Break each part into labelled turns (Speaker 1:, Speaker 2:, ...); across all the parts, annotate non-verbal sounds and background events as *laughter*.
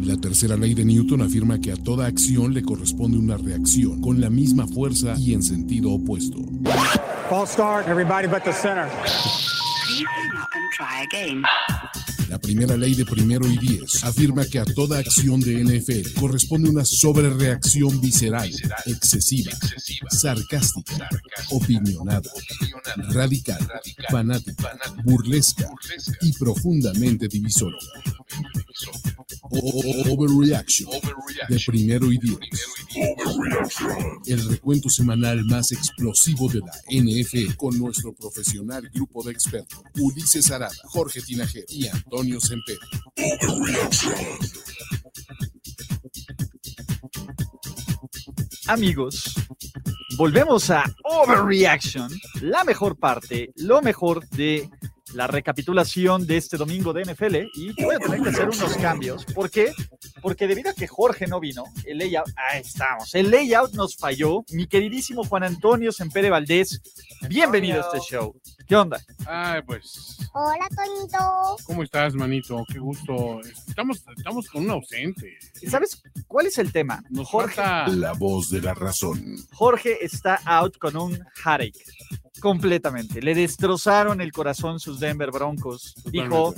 Speaker 1: La tercera ley de Newton afirma que a toda acción le corresponde una reacción con la misma fuerza y en sentido opuesto.
Speaker 2: False start, everybody but the center.
Speaker 1: La primera ley de primero y diez afirma que a toda acción de NFL corresponde una sobrereacción visceral, excesiva, sarcástica, opinionada, radical, fanática, burlesca y profundamente divisoria. Overreaction de primero y diez. El recuento semanal más explosivo de la NFL con nuestro profesional grupo de expertos Ulises Arada, Jorge Tinajero y Antonio Semper.
Speaker 3: Amigos, volvemos a Overreaction, la mejor parte, lo mejor de la recapitulación de este domingo de NFL y voy a tener que hacer unos cambios. ¿Por qué? Porque debido a que Jorge no vino, el layout, ahí estamos, el layout nos falló. Mi queridísimo Juan Antonio Sempere Valdés, bienvenido a este show. ¿Qué onda?
Speaker 4: Ay, pues,
Speaker 5: Hola, Toñito.
Speaker 4: ¿cómo estás, manito? Qué gusto. Estamos, estamos con un ausente.
Speaker 3: ¿Sabes cuál es el tema?
Speaker 4: Nos
Speaker 3: Jorge,
Speaker 4: falta-
Speaker 1: La voz de la razón.
Speaker 3: Jorge está out con un headache. Completamente. Le destrozaron el corazón sus Denver Broncos. Dijo,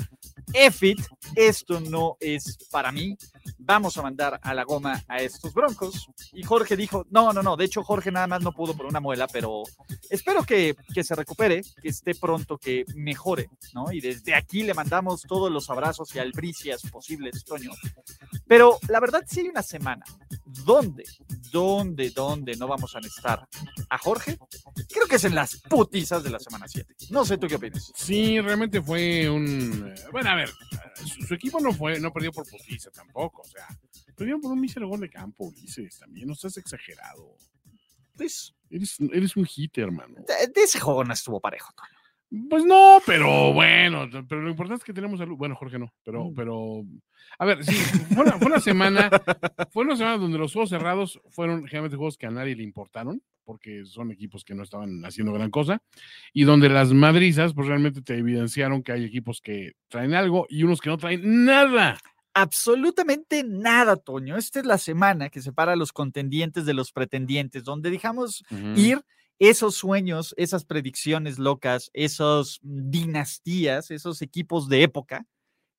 Speaker 3: Efit, esto no es para mí. Vamos a mandar a la goma a estos broncos. Y Jorge dijo, no, no, no. De hecho, Jorge nada más no pudo por una muela, pero espero que, que se recupere, que esté pronto, que mejore, ¿no? Y desde aquí le mandamos todos los abrazos y albricias posibles, Toño. Pero la verdad sí hay una semana. ¿Dónde? ¿Dónde? ¿Dónde no vamos a necesitar a Jorge? Creo que es en las putizas de la semana 7. No sé tú qué opinas.
Speaker 4: Sí, realmente fue un. eh, Bueno, a ver, su, su equipo no fue, no perdió por putiza tampoco. O sea, perdieron por un mísero gol de campo, Ulises, también. No estás exagerado.
Speaker 3: Pues,
Speaker 4: Eres, eres un hit, hermano.
Speaker 3: de, de ese juego no estuvo parejo. Toño.
Speaker 4: Pues no, pero bueno, pero lo importante es que tenemos salud. Bueno, Jorge no, pero,
Speaker 3: Mm.
Speaker 4: pero, a ver, sí, fue una, fue una semana, fue una semana donde los juegos cerrados fueron generalmente juegos que a nadie le importaron, porque son equipos que no estaban haciendo gran cosa, y donde las madrizas, pues realmente te evidenciaron que hay equipos que traen algo y unos que no traen nada.
Speaker 3: Absolutamente nada, Toño. Esta es la semana que separa a los contendientes de los pretendientes, donde dejamos ir esos sueños, esas predicciones locas, esas dinastías, esos equipos de época.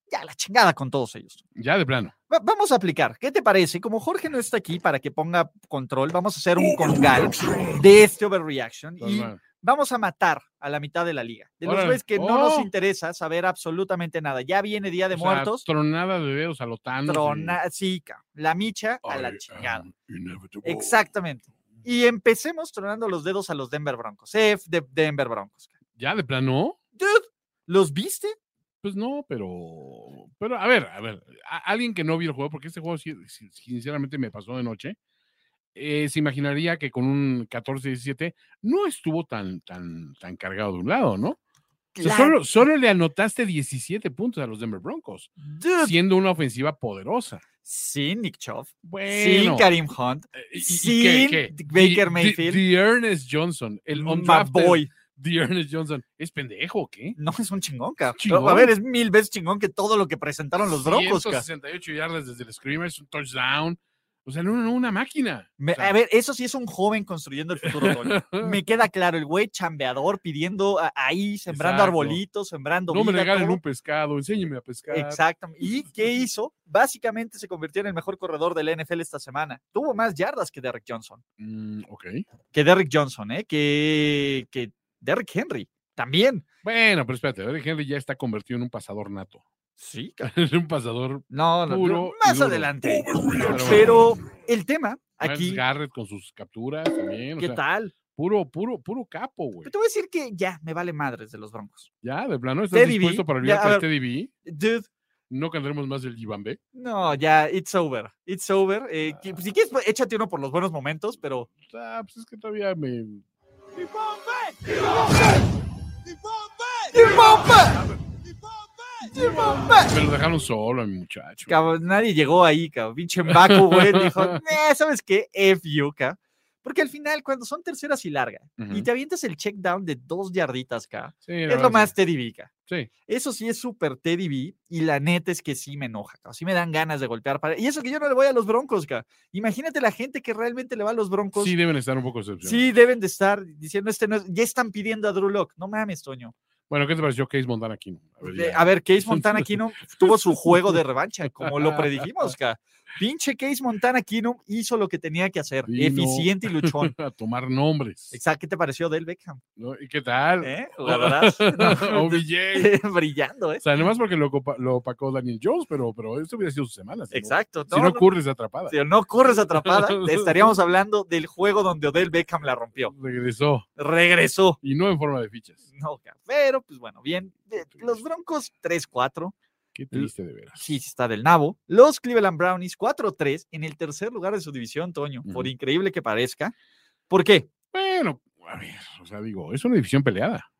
Speaker 3: Ya la chingada con todos ellos.
Speaker 4: Ya de plano.
Speaker 3: Va- vamos a aplicar. ¿Qué te parece? Como Jorge no está aquí para que ponga control, vamos a hacer un congal de este overreaction y
Speaker 4: normal.
Speaker 3: vamos a matar a la mitad de la liga. De los
Speaker 4: Pues Órale.
Speaker 3: güeyes que no nos
Speaker 4: Oh.
Speaker 3: interesa saber absolutamente nada. Ya viene Día de
Speaker 4: O sea,
Speaker 3: Muertos.
Speaker 4: tronada de dedos a lo Thanos y-
Speaker 3: Trona, sí, cabrón, la micha a
Speaker 4: I
Speaker 3: la
Speaker 4: am
Speaker 3: chingada.
Speaker 4: inevitable.
Speaker 3: Exactamente. Y empecemos tronando los dedos a los Denver Broncos. F de Denver Broncos.
Speaker 4: Ya de plano.
Speaker 3: Dude, ¿los viste?
Speaker 4: Pues no, pero, pero a ver, a ver, a- alguien que no vio el juego, porque este juego sí- sí- sinceramente me pasó de noche, eh, se imaginaría que con un 14-17 no estuvo tan, tan, tan cargado de un lado, ¿no? O sea,
Speaker 3: Claro.
Speaker 4: solo, solo le anotaste 17 puntos a los Denver Broncos,
Speaker 3: Dude,
Speaker 4: siendo una ofensiva poderosa.
Speaker 3: Sin Nick Chubb,
Speaker 4: Bueno,
Speaker 3: sin Karim Hunt,
Speaker 4: eh, y- y- y
Speaker 3: sin Baker
Speaker 4: The-
Speaker 3: Mayfield. Mm,
Speaker 4: The, Ernest Johnson, el
Speaker 3: my
Speaker 4: undrafted
Speaker 3: boy.
Speaker 4: The Ernest Johnson, ¿es pendejo o qué?
Speaker 3: No, es un chingón, cabrón.
Speaker 4: chingón.
Speaker 3: A ver, es mil veces chingón que todo lo que presentaron los Broncos, cabrón.
Speaker 4: 168 yardas desde el screamer, es un touchdown. O sea, no, no, no, una máquina.
Speaker 3: Me-
Speaker 4: O sea,
Speaker 3: a ver, eso sí es un joven construyendo el futuro,
Speaker 4: *laughs*
Speaker 3: Toño. Me queda claro, el güey chambeador pidiendo a- ahí, sembrando
Speaker 4: Exacto.
Speaker 3: arbolitos, sembrando.
Speaker 4: no me
Speaker 3: vida,
Speaker 4: regalen
Speaker 3: todo.
Speaker 4: un pescado, enséñeme a pescar.
Speaker 3: Exacto.
Speaker 4: *laughs*
Speaker 3: ¿Y qué hizo? Básicamente se convirtió en el mejor corredor del NFL esta semana. Tuvo más yardas que Derrick Johnson.
Speaker 4: Mm, ok.
Speaker 3: Que Derrick Johnson, ¿eh? Que, que Derrick Henry. También.
Speaker 4: Bueno, pero espérate, Derrick Henry ya está convertido en un pasador nato. *laughs*
Speaker 3: Sí.
Speaker 4: en un pasador.
Speaker 3: No, no, no,
Speaker 4: Puro y
Speaker 3: Más
Speaker 4: duro.
Speaker 3: adelante.
Speaker 4: Pero, bueno,
Speaker 3: Pero el tema
Speaker 4: Miles
Speaker 3: aquí,
Speaker 4: Garrett con sus capturas también. o
Speaker 3: ¿qué
Speaker 4: sea,
Speaker 3: tal?
Speaker 4: Puro, puro, puro capo, güey.
Speaker 3: Te voy a decir que ya, me vale madres de los broncos.
Speaker 4: Ya, de plano, ¿estás
Speaker 3: Teddy B,
Speaker 4: dispuesto
Speaker 3: ya,
Speaker 4: para olvidarte
Speaker 3: a
Speaker 4: de
Speaker 3: ver.
Speaker 4: Teddy B?
Speaker 3: Dude,
Speaker 4: No cantaremos más el Gibambe.
Speaker 3: no, ya, it's over. It's over. Eh, que- si quieres, pues, échate uno por los buenos momentos, pero.
Speaker 4: Ah, pues es que todavía me. Me lo dejaron solo a mi muchacho. *laughs*
Speaker 3: Cabrón, nadie llegó ahí, cabrón. Pinche Mbaku, güey. Dijo, "Nah, ¿sabes qué? "Eh, F you, cabrón". Porque al final, cuando son terceras y larga, y
Speaker 4: Ujú.
Speaker 3: te avientas el check down de dos yarditas acá,
Speaker 4: Sí, la
Speaker 3: es
Speaker 4: verdad,
Speaker 3: lo más Teddy B, ca.
Speaker 4: Sí.
Speaker 3: Eso sí es súper Teddy B, y la neta es que sí me enoja, ca. sí me dan ganas de golpear. Para... Y eso que yo no le voy a los broncos, ca. Imagínate la gente que realmente le va a los broncos.
Speaker 4: Sí, deben estar un poco decepcionados.
Speaker 3: Sí, deben de estar diciendo, este no es- ya están pidiendo a Drew Lock. No mames, Toño.
Speaker 4: Bueno, ¿qué te pareció Case Montana Kino? A ver,
Speaker 3: Eh,
Speaker 4: ya.
Speaker 3: A ver,
Speaker 4: *laughs*
Speaker 3: Case Montana Keenum tuvo su juego de revancha, como lo predijimos, ca. Pinche Case Montana Keenum hizo lo que tenía que hacer,
Speaker 4: Sí, no.
Speaker 3: eficiente y
Speaker 4: *laughs*
Speaker 3: luchón.
Speaker 4: a tomar nombres.
Speaker 3: Exacto, ¿qué te pareció del Beckham?
Speaker 4: ¿no? ¿Y qué tal? *laughs*
Speaker 3: ¿Eh? Jugadorazo. *laughs* No,
Speaker 4: OBJ.
Speaker 3: brillando, ¿eh?
Speaker 4: O sea, además porque lo, copa- lo opacó Daniel Jones, pero, pero esto hubiera sido su semana. si no-
Speaker 3: Exacto.
Speaker 4: Si no, ocurre esa atrapada.
Speaker 3: si no corres atrapada,
Speaker 4: *laughs*
Speaker 3: estaríamos hablando del juego donde Odell Beckham la rompió.
Speaker 4: Regresó.
Speaker 3: Regresó.
Speaker 4: Y no en forma de fichas.
Speaker 3: No, ca- pero pues bueno, bien. Eh, Los Broncos 3-4.
Speaker 4: Qué triste de veras.
Speaker 3: Sí, sí está del nabo. Los Cleveland Brownies 4-3 en el tercer lugar de su división, Toño, por
Speaker 4: Ujú.
Speaker 3: increíble que parezca. ¿Por qué?
Speaker 4: Bueno, a ver, o sea, digo, es una división peleada.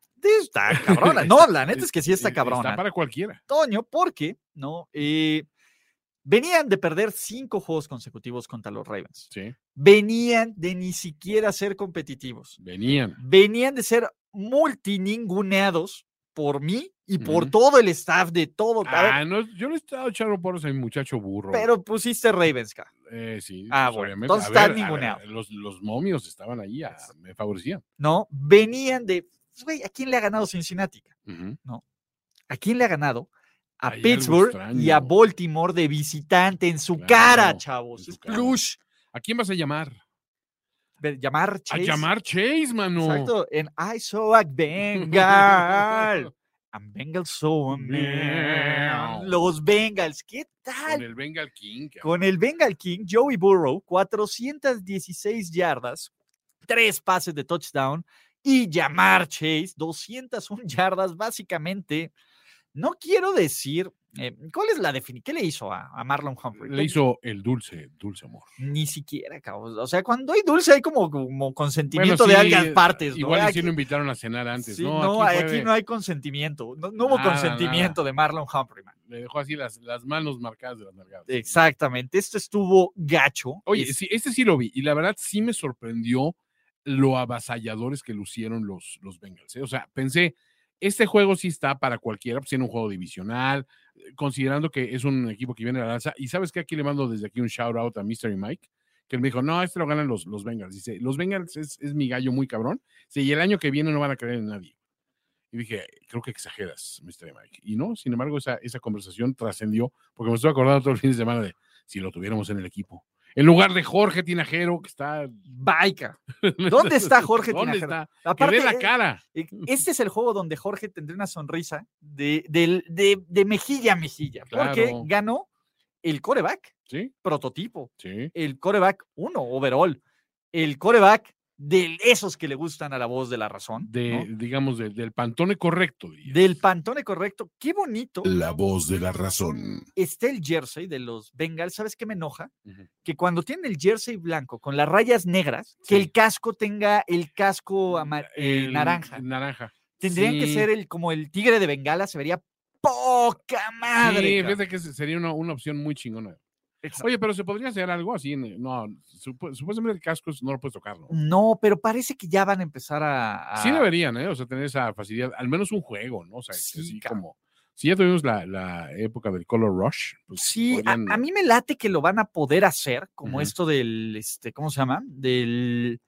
Speaker 3: Está cabrona. No, la neta es que sí está
Speaker 4: Eh,
Speaker 3: cabrona.
Speaker 4: Está para cualquiera.
Speaker 3: Toño, porque, ¿no? Eh, venían de perder cinco juegos consecutivos contra los Ravens.
Speaker 4: Sí,
Speaker 3: venían de ni siquiera ser competitivos.
Speaker 4: venían.
Speaker 3: Venían de ser multininguneados por mí y por
Speaker 4: Ujú.
Speaker 3: todo el staff de todo. a ver,
Speaker 4: Ah, no, yo le he estado echando por ese muchacho burro.
Speaker 3: pero pusiste Ravens, ca.
Speaker 4: Eh, sí,
Speaker 3: Ah,
Speaker 4: pues,
Speaker 3: bueno,
Speaker 4: obviamente.
Speaker 3: entonces
Speaker 4: A
Speaker 3: está
Speaker 4: ver, a
Speaker 3: ninguneado.
Speaker 4: ver, Los, los momios estaban ahí, a- me favorecían.
Speaker 3: ¿no? Venían de. pues, Güey, ¿a quién le ha ganado Cincinnati? ca?
Speaker 4: Ujú.
Speaker 3: ¿A quién le ha ganado? A
Speaker 4: Hay algo
Speaker 3: Pittsburgh y a
Speaker 4: extraño.
Speaker 3: Baltimore de visitante en su cara,
Speaker 4: Claro,
Speaker 3: chavos.
Speaker 4: en
Speaker 3: Pues Es
Speaker 4: su cara.
Speaker 3: plush.
Speaker 4: ¿A quién vas a llamar?
Speaker 3: Ver, Llamar Chase.
Speaker 4: A llamar Chase, mano. *laughs*
Speaker 3: Exacto. En I saw a Bengal. And Bengal saw a
Speaker 4: Meow.
Speaker 3: man. Los Bengals. ¿Qué
Speaker 4: *laughs* Con
Speaker 3: tal?
Speaker 4: el Bengal King. cabrón.
Speaker 3: Con el Bengal King, Joey Burrow, 416 yardas, 3 pases de touchdown y Jamar Chase, 201 yardas, básicamente. No quiero decir, eh, ¿cuál es la definición? ¿Qué le hizo a, a Marlon Humphrey?
Speaker 4: Le hizo el dulce, dulce amor.
Speaker 3: Ni siquiera, cabrón. O sea, cuando hay dulce hay como, como consentimiento
Speaker 4: Bueno,
Speaker 3: de
Speaker 4: sí,
Speaker 3: ambas partes. Pues, ¿no?
Speaker 4: Igual y sí
Speaker 3: Aquí-
Speaker 4: lo invitaron a cenar antes,
Speaker 3: Sí,
Speaker 4: ¿no?
Speaker 3: no,
Speaker 4: aquí
Speaker 3: hay-
Speaker 4: fue
Speaker 3: aquí,
Speaker 4: de-
Speaker 3: no hay consentimiento. No, no hubo
Speaker 4: Nada,
Speaker 3: consentimiento de Marlon Humphrey. man.
Speaker 4: Le dejó así las, las manos marcadas de las nalgadas.
Speaker 3: Exactamente. Esto estuvo gacho.
Speaker 4: Oye,
Speaker 3: es-
Speaker 4: sí, este sí lo vi. Y la verdad sí me sorprendió lo avasalladores que lucieron los, los Bengals. ¿eh? O sea, pensé, este juego sí está para cualquiera, pues tiene un juego divisional, eh, considerando que es un equipo que viene a la lanza. Y sabes que aquí le mando desde aquí un shout out a Mystery Mike, que él me dijo, no, este lo ganan los, los Bengals. Dice, los Bengals es, es mi gallo muy cabrón. Sí, y el año que viene no van a creer en nadie. Y dije, creo que exageras, Mystery Mike. Y no, sin embargo, esa, esa conversación trascendió, porque me estoy acordando todo el fin de semana de si lo tuviéramos en el equipo. En lugar de Jorge Tinajero, que está. *laughs*
Speaker 3: Baica. ¿Dónde está Jorge
Speaker 4: ¿Dónde
Speaker 3: Tinajero?
Speaker 4: está? Que
Speaker 3: Aparte,
Speaker 4: dé la
Speaker 3: eh,
Speaker 4: cara.
Speaker 3: eh, este es el juego donde Jorge tendría una sonrisa de, del- de- de mejilla a mejilla, porque
Speaker 4: Claro.
Speaker 3: ganó el coreback
Speaker 4: Sí,
Speaker 3: prototipo,
Speaker 4: sí.
Speaker 3: el coreback 1 overall, el coreback de esos que le gustan a la voz de la razón,
Speaker 4: De,
Speaker 3: ¿no?
Speaker 4: digamos, de- del pantone correcto. dirías.
Speaker 3: del pantone correcto. Qué bonito.
Speaker 1: La voz de la razón.
Speaker 3: está el jersey de los Bengals, ¿sabes qué me enoja?
Speaker 4: Ujú.
Speaker 3: Que cuando tienen el jersey blanco con las rayas negras, que
Speaker 4: Sí.
Speaker 3: el casco tenga el casco ama- eh,
Speaker 4: El
Speaker 3: naranja.
Speaker 4: Naranja.
Speaker 3: Tendrían que
Speaker 4: sí.
Speaker 3: ser el, como el tigre de Bengala, se vería poca madre.
Speaker 4: sí,
Speaker 3: cabrón.
Speaker 4: fíjate que se- sería una, una opción muy chingona.
Speaker 3: Exacto.
Speaker 4: Oye, pero se podría hacer algo así. en- No, supu- supuestamente el casco es- no lo puedes tocar, ¿no?
Speaker 3: No, pero parece que ya van a empezar a...
Speaker 4: Sí
Speaker 3: a-
Speaker 4: deberían, ¿eh? O sea, tener esa facilidad, al menos un juego, ¿no? O sea, que
Speaker 3: Sí,
Speaker 4: así
Speaker 3: cabrón.
Speaker 4: como. Si ya tuvimos la, la época del Color Rush. pues,
Speaker 3: Sí, a,
Speaker 4: podrían-
Speaker 3: a mí me late que lo van a poder hacer, como
Speaker 4: Ujú.
Speaker 3: esto del, este, ¿cómo se llama? Del...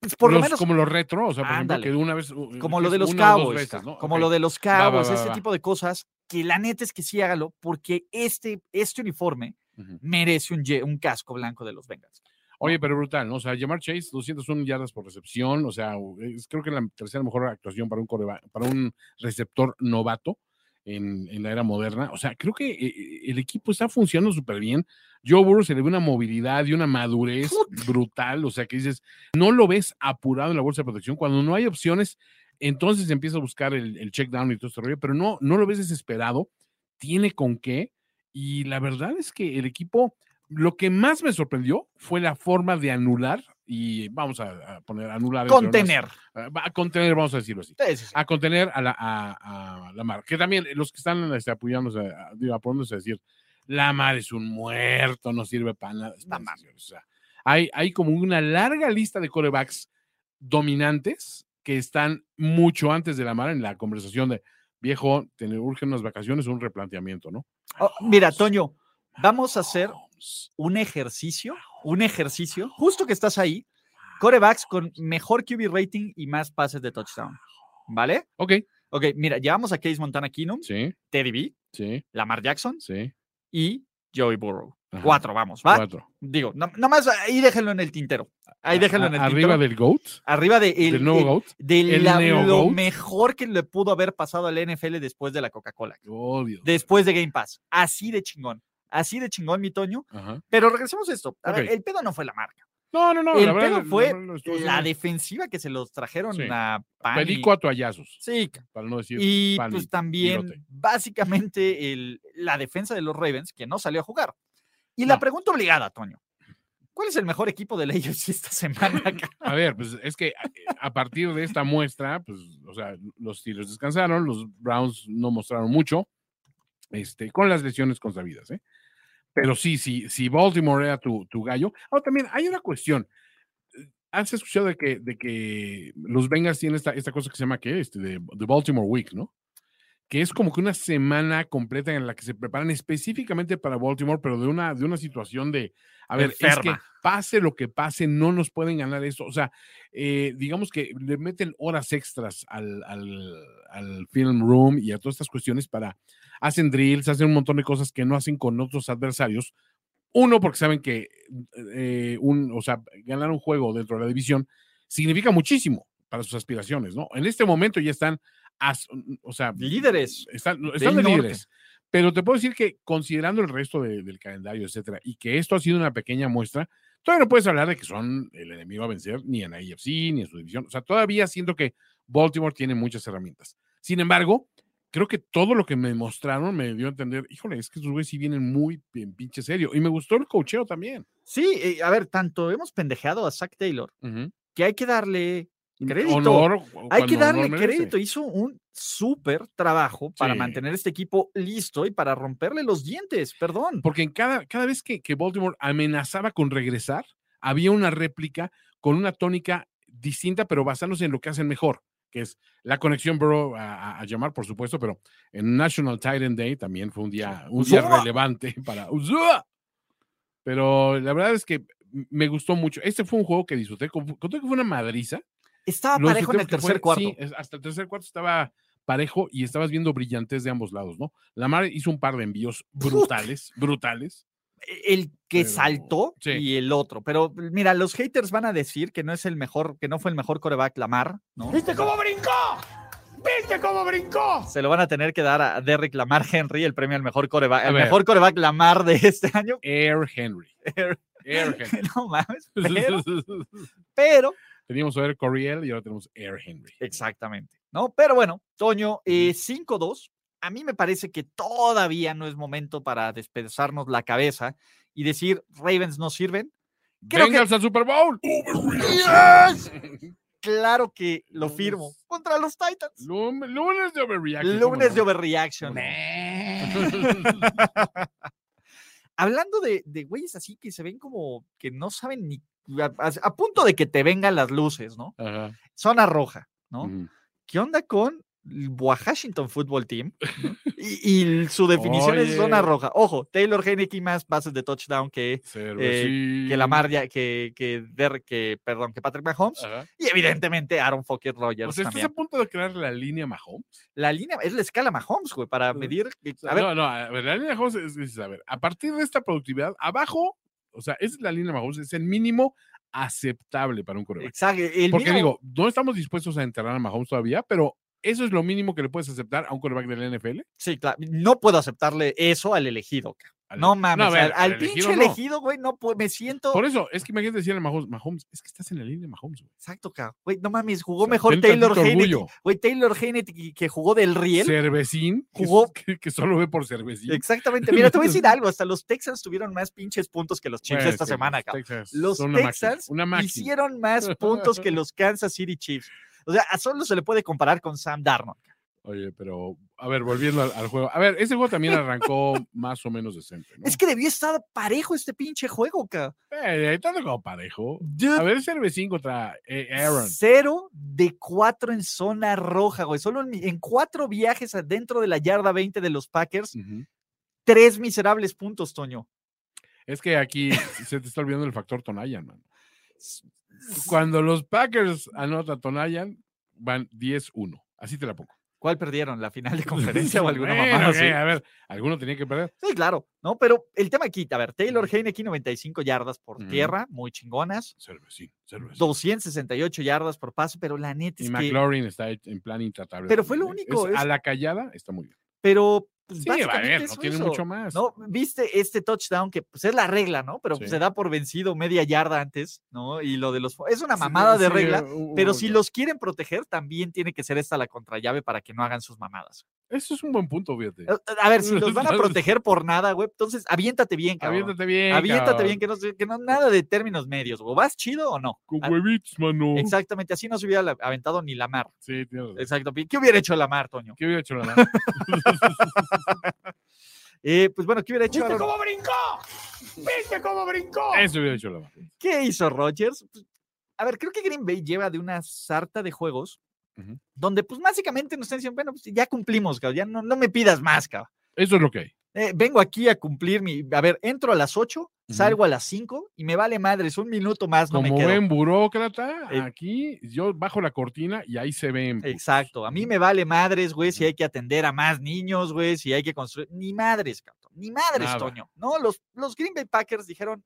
Speaker 3: pues, por lo
Speaker 4: los-
Speaker 3: menos
Speaker 4: como los retro, o sea, por ejemplo,
Speaker 3: Ándale.
Speaker 4: que de una vez. u-
Speaker 3: como
Speaker 4: que
Speaker 3: lo
Speaker 4: es
Speaker 3: de los
Speaker 4: una o dos
Speaker 3: cabos,
Speaker 4: veces,
Speaker 3: ca,
Speaker 4: ¿no?
Speaker 3: como
Speaker 4: Ok.
Speaker 3: lo de los
Speaker 4: va,
Speaker 3: cabos,
Speaker 4: va,
Speaker 3: este
Speaker 4: va.
Speaker 3: tipo de cosas, que la neta es que sí hágalo, porque este, este uniforme
Speaker 4: Ujú.
Speaker 3: merece un, ye- un casco blanco de los Bengals.
Speaker 4: Oye, pero brutal, ¿no? O sea, llamar Chase, 201 yardas por recepción, o sea, u- es creo que la tercera mejor actuación para un, coreba- para un receptor novato en, en la era moderna. O sea, creo que eh, eh, el equipo está funcionando súper bien. Joe Burrow se le ve una movilidad y una madurez brutal, o sea, que dices, no lo ves apurado en la bolsa de protección. Cuando no hay opciones, entonces empieza a buscar el, el check down y todo este rollo, pero no, no lo ves desesperado, tiene con qué. Y la verdad es que el equipo, lo que más me sorprendió fue la forma de anular, y vamos a, a poner anular. entre unas-
Speaker 3: Contener.
Speaker 4: Ah, va a contener, vamos a decirlo así,
Speaker 3: Sí, sí, sí.
Speaker 4: a contener a la, a, a la mar. Que también eh, los que están este, apoyándose, a- digo, apoyándose a decir, la mar es un muerto, no sirve para nada.
Speaker 3: No
Speaker 4: espérense,
Speaker 3: mames.
Speaker 4: señores, o sea, hay, hay como una larga lista de corebacks dominantes que están mucho antes de la mar en la conversación de viejo, te urgen unas vacaciones o un replanteamiento, ¿no?
Speaker 3: Oh, mira,
Speaker 4: pues
Speaker 3: Toño, vamos a hacer un ejercicio,
Speaker 4: Ah,
Speaker 3: un ejercicio, justo que estás ahí, corebacks con mejor QB rating y más pases de touchdown. ¿Vale?
Speaker 4: Ok,
Speaker 3: Ok, mira, llevamos a Case Montana Keenum,
Speaker 4: sí,
Speaker 3: Teddy B,
Speaker 4: sí,
Speaker 3: Lamar Jackson
Speaker 4: sí.
Speaker 3: y Joey Burrow.
Speaker 4: Ajá.
Speaker 3: Cuatro, vamos, ¿va?
Speaker 4: Cuatro. Ah,
Speaker 3: Digo, no- nomás ahí déjenlo en el tintero. Ahí déjenlo en el
Speaker 4: A-
Speaker 3: tintero.
Speaker 4: Arriba del GOAT,
Speaker 3: Arriba de, el-
Speaker 4: del nuevo
Speaker 3: el-
Speaker 4: GOAT.
Speaker 3: de
Speaker 4: el
Speaker 3: la-
Speaker 4: neo
Speaker 3: lo
Speaker 4: GOAT.
Speaker 3: mejor que le pudo haber pasado al NFL después de la Coca-Cola.
Speaker 4: Oh, Dios.
Speaker 3: Después de Game Pass. Así de chingón. Así de chingón, mi Toño.
Speaker 4: Ajá.
Speaker 3: Pero regresemos a esto. A ver,
Speaker 4: Ok.
Speaker 3: el pedo no fue la marca.
Speaker 4: No, no, no.
Speaker 3: El
Speaker 4: la verdad,
Speaker 3: pedo
Speaker 4: la-
Speaker 3: fue
Speaker 4: verdad, estuvo
Speaker 3: La
Speaker 4: haciendo-
Speaker 3: defensiva que se los trajeron
Speaker 4: Sí.
Speaker 3: a pan y-
Speaker 4: Pelico a toallazos,
Speaker 3: Sí, ca-
Speaker 4: para no decir.
Speaker 3: y
Speaker 4: pan
Speaker 3: pues
Speaker 4: *laughs* y
Speaker 3: también
Speaker 4: pilote.
Speaker 3: básicamente el- la defensa de los Ravens que no salió a jugar. Y la
Speaker 4: No.
Speaker 3: pregunta obligada, Toño. ¿Cuál es el mejor equipo de la *laughs* AFC esta
Speaker 4: *laughs*
Speaker 3: semana? ca-
Speaker 4: A ver, pues es que a- a partir de esta muestra, pues, o sea, los Steelers descansaron, los Browns no mostraron mucho, este, con las lesiones consabidas, ¿eh? Pero sí, sí, si Baltimore era tu, tu gallo. Ahora también hay una cuestión. ¿Has escuchado de que, de que los Bengals tienen esta, esta cosa que se llama, ¿qué? Este, de, de Baltimore Week, ¿no? Que es como que una semana completa en la que se preparan específicamente para Baltimore, pero de una, de una situación de, a ver, es que
Speaker 3: Enferma.
Speaker 4: pase lo que pase, no nos pueden ganar eso. O sea, eh, digamos que le meten horas extras al, al- al film room y a todas estas cuestiones para, hacen drills, hacen un montón de cosas que no hacen con otros adversarios. Uno, porque saben que eh, un, o sea, ganar un juego dentro de la división significa muchísimo para sus aspiraciones, ¿no? En este momento ya están, as- o sea,
Speaker 3: Líderes.
Speaker 4: están, están de
Speaker 3: norte.
Speaker 4: líderes. Pero te puedo decir que considerando el resto de- del calendario, etcétera, y que esto ha sido una pequeña muestra, todavía no puedes hablar de que son el enemigo a vencer ni en AFC ni en su división. O sea, todavía siento que Baltimore tiene muchas herramientas. Sin embargo, creo que todo lo que me mostraron me dio a entender, híjole, es que estos güeyes sí vienen muy en pinche serio. Y me gustó el cocheo también.
Speaker 3: Sí, eh, a ver, tanto hemos pendejeado a Zach Taylor que hay que darle crédito.
Speaker 4: Honor.
Speaker 3: Hay
Speaker 4: cuando
Speaker 3: que
Speaker 4: honor
Speaker 3: darle
Speaker 4: merece.
Speaker 3: crédito. Hizo un súper trabajo para
Speaker 4: Sí.
Speaker 3: mantener este equipo listo y para romperle los dientes. Perdón.
Speaker 4: Porque en cada, cada vez que, que Baltimore amenazaba con regresar, había una réplica con una tónica distinta, pero basándose en lo que hacen mejor, que es la conexión, bro, a, a- a llamar, por supuesto, pero en National Titan Day también fue un día, un día
Speaker 3: Uzua.
Speaker 4: relevante *laughs* para Uzua. Pero la verdad es que me gustó mucho. Este fue un juego que disfruté. con- Conté que fue una madriza.
Speaker 3: Estaba
Speaker 4: Lo
Speaker 3: parejo en
Speaker 4: disfruté
Speaker 3: el
Speaker 4: porque
Speaker 3: tercer
Speaker 4: fue-
Speaker 3: cuarto.
Speaker 4: sí, es- hasta el tercer cuarto estaba parejo y estabas viendo brillantez de ambos lados, ¿no? Lamar hizo un par
Speaker 3: *laughs*
Speaker 4: de envíos
Speaker 3: Puta.
Speaker 4: brutales, brutales.
Speaker 3: El que
Speaker 4: pero-
Speaker 3: saltó
Speaker 4: sí.
Speaker 3: y el otro. Pero mira, los haters van a decir que no es el mejor, que no fue el mejor coreback Lamar, ¿no?
Speaker 5: ¿Viste cómo brincó? ¿Viste cómo brincó?
Speaker 3: Se lo van a tener que dar a Derrick Lamar Henry el premio al mejor coreback,
Speaker 4: A
Speaker 3: el
Speaker 4: ver.
Speaker 3: mejor coreback Lamar de este *laughs* año.
Speaker 4: Air Henry.
Speaker 3: Air-
Speaker 4: Air
Speaker 3: *laughs*
Speaker 4: Henry.
Speaker 3: No mames, pero, pero
Speaker 4: *laughs* Teníamos Air Coriel y ahora tenemos Air Henry.
Speaker 3: Exactamente, ¿no? Pero bueno, Toño, eh, 5-2, a mí me parece que todavía no es momento para despedazarnos la cabeza y decir, Ravens no sirven. Creo que-
Speaker 4: Bengals al Super Bowl.
Speaker 3: Claro que lo firmo.
Speaker 4: Lunes.
Speaker 3: Contra los Titans.
Speaker 4: Lum- Lunes de Overreaction. ¿cómo
Speaker 3: Lunes de
Speaker 4: no?
Speaker 3: overreaction. Hablando de, de güeyes así que se ven como que no saben ni... A, a- a punto de que te vengan las luces, ¿no? *laughs*
Speaker 4: *laughs* Ajá.
Speaker 3: Zona roja, ¿no? Eh,
Speaker 4: Ujú.
Speaker 3: ¿Qué onda con el Washington Football Team? ¿no?
Speaker 4: *laughs*
Speaker 3: Y, y su definición es zona
Speaker 4: Oye.
Speaker 3: roja. Ojo, Taylor Heineke más pases de touchdown que, que
Speaker 4: Cervecín.
Speaker 3: Lamar ya- que, que, Derrick- que, perdón, que Patrick Mahomes.
Speaker 4: Ajá.
Speaker 3: Y evidentemente Aaron Fokker Rogers
Speaker 4: Ah. O sea, estás
Speaker 3: también.
Speaker 4: a punto de crear la línea Mahomes.
Speaker 3: La línea es la escala Mahomes, güey, para
Speaker 4: Ujú.
Speaker 3: medir. que-
Speaker 4: O sea,
Speaker 3: A ver,
Speaker 4: No, no, a ver, la línea Mahomes es, es- a ver, a partir de esta productividad, abajo, o sea, esa es la línea Mahomes, es el mínimo aceptable para un coreback.
Speaker 3: exacto. El
Speaker 4: Porque
Speaker 3: mínimo-
Speaker 4: digo, no estamos dispuestos a enterrar a Mahomes todavía, pero eso es lo mínimo que le puedes aceptar a un coreback de la NFL.
Speaker 3: Sí, claro. No puedo aceptarle eso al elegido. ca-
Speaker 4: Al-
Speaker 3: No mames.
Speaker 4: a ver,
Speaker 3: al, al pinche
Speaker 4: no.
Speaker 3: elegido, güey, no pu- me siento.
Speaker 4: Por eso, es que imagínate decirle a Mahomes, Mahomes, es que estás en la línea de Mahomes. güey.
Speaker 3: Exacto, cabrón. Güey, no mames, jugó
Speaker 4: O sea,
Speaker 3: mejor
Speaker 4: ten
Speaker 3: Taylor
Speaker 4: tantito
Speaker 3: Heineke.
Speaker 4: orgullo.
Speaker 3: Güey, Taylor Heineke que jugó del riel.
Speaker 4: Cervecín, que,
Speaker 3: Jugó-
Speaker 4: que- que solo ve por cervecín.
Speaker 3: Exactamente. Mira, te voy a
Speaker 4: *laughs*
Speaker 3: decir algo. Hasta los Texans tuvieron más pinches puntos que los Chiefs
Speaker 4: Bueno,
Speaker 3: esta
Speaker 4: es que
Speaker 3: semana,
Speaker 4: los
Speaker 3: cabrón.
Speaker 4: Texas
Speaker 3: Los
Speaker 4: son una máquina,
Speaker 3: Texans
Speaker 4: una máquina.
Speaker 3: Hicieron más puntos que los Kansas City Chiefs. O sea, a solo se le puede comparar con Sam Darnold.
Speaker 4: Oye, pero, a ver, volviendo al, al juego. A ver, ese juego también arrancó más o menos decente, ¿no?
Speaker 3: Es que debió estar parejo este pinche juego, ca.
Speaker 4: Eh, tanto como parejo. A ver, Cervecín contra eh, Aaron.
Speaker 3: Cero de cuatro en zona roja, güey. Solo en, en cuatro viajes adentro de la yarda 20 de los Packers,
Speaker 4: Ujú.
Speaker 3: tres miserables puntos, Toño.
Speaker 4: Es que aquí se te está olvidando el factor Tonayan, man. Cuando los Packers anotan Tonayan, van 10-1. Así te la pongo.
Speaker 3: ¿Cuál perdieron? ¿La
Speaker 4: *laughs*
Speaker 3: final de conferencia o alguna
Speaker 4: Bueno,
Speaker 3: mamada
Speaker 4: ok,
Speaker 3: así?
Speaker 4: A ver, alguno tenía que perder.
Speaker 3: Sí, claro, ¿no? Pero el tema aquí, a ver, Taylor Heineke 95 yardas por
Speaker 4: Ujú.
Speaker 3: tierra, muy chingonas,
Speaker 4: Cervecín, cervecín.
Speaker 3: 268 yardas por pase, pero la neta
Speaker 4: Y
Speaker 3: es que,
Speaker 4: McLaurin está en plan intratable.
Speaker 3: Pero fue lo
Speaker 4: también, ¿eh?
Speaker 3: único,
Speaker 4: Es
Speaker 3: es-
Speaker 4: A la callada está muy bien.
Speaker 3: pero pues,
Speaker 4: Sí, va a
Speaker 3: básicamente
Speaker 4: ver, no
Speaker 3: eso
Speaker 4: tiene
Speaker 3: hizo,
Speaker 4: mucho más.
Speaker 3: ¿No? Viste este touchdown que pues es la regla, ¿no? Pero pues,
Speaker 4: Sí.
Speaker 3: se da por vencido media yarda antes, ¿no? Y lo de los es una mamada de regla,
Speaker 4: eh,
Speaker 3: pero si los quieren proteger también tiene que ser esta la contrallave para que no hagan sus mamadas.
Speaker 4: Eso es un buen punto, fíjate.
Speaker 3: A- A ver, si los van a proteger por nada, güey, entonces aviéntate bien, cabrón.
Speaker 4: Aviéntate bien.
Speaker 3: Aviéntate
Speaker 4: cabrón.
Speaker 3: bien, que no, se- que no nada de términos medios, o vas chido o no.
Speaker 4: Con
Speaker 3: Ah,
Speaker 4: huevitos, mano.
Speaker 3: Exactamente, así no se hubiera la- aventado ni la mar.
Speaker 4: Sí, tienes razón.
Speaker 3: Exacto. ¿Qué hubiera hecho la mar, Toño?
Speaker 4: ¿Qué hubiera
Speaker 3: *laughs*
Speaker 4: hecho la nada?
Speaker 3: Eh, pues bueno, ¿qué hubiera hecho?
Speaker 5: ¿Viste
Speaker 3: Aaron?
Speaker 5: cómo brincó? ¿Viste cómo brincó?
Speaker 4: Eso hubiera hecho la nada.
Speaker 3: ¿Qué hizo Rodgers? Pues, A ver, creo que Green Bay lleva de una sarta de juegos
Speaker 4: Ujú.
Speaker 3: donde pues básicamente nos están diciendo, bueno, pues ya cumplimos, cabrón, ya no, no me pidas más, cabrón.
Speaker 4: Eso es lo que hay.
Speaker 3: Eh, vengo aquí a cumplir mi, a ver, entro a las 8,
Speaker 4: Ujú.
Speaker 3: salgo a las 5 y me vale madres, un minuto más no
Speaker 4: Como
Speaker 3: me quedo.
Speaker 4: buen burócrata,
Speaker 3: Eh.
Speaker 4: aquí yo bajo la cortina y ahí se ven. pues. putos.
Speaker 3: Exacto. A mí me vale madres, güey, si hay que atender a más niños, güey, si hay que construir. Ni madres, cabrón. Ni madres,
Speaker 4: Nada.
Speaker 3: Toño. No, los, los Green Bay Packers dijeron: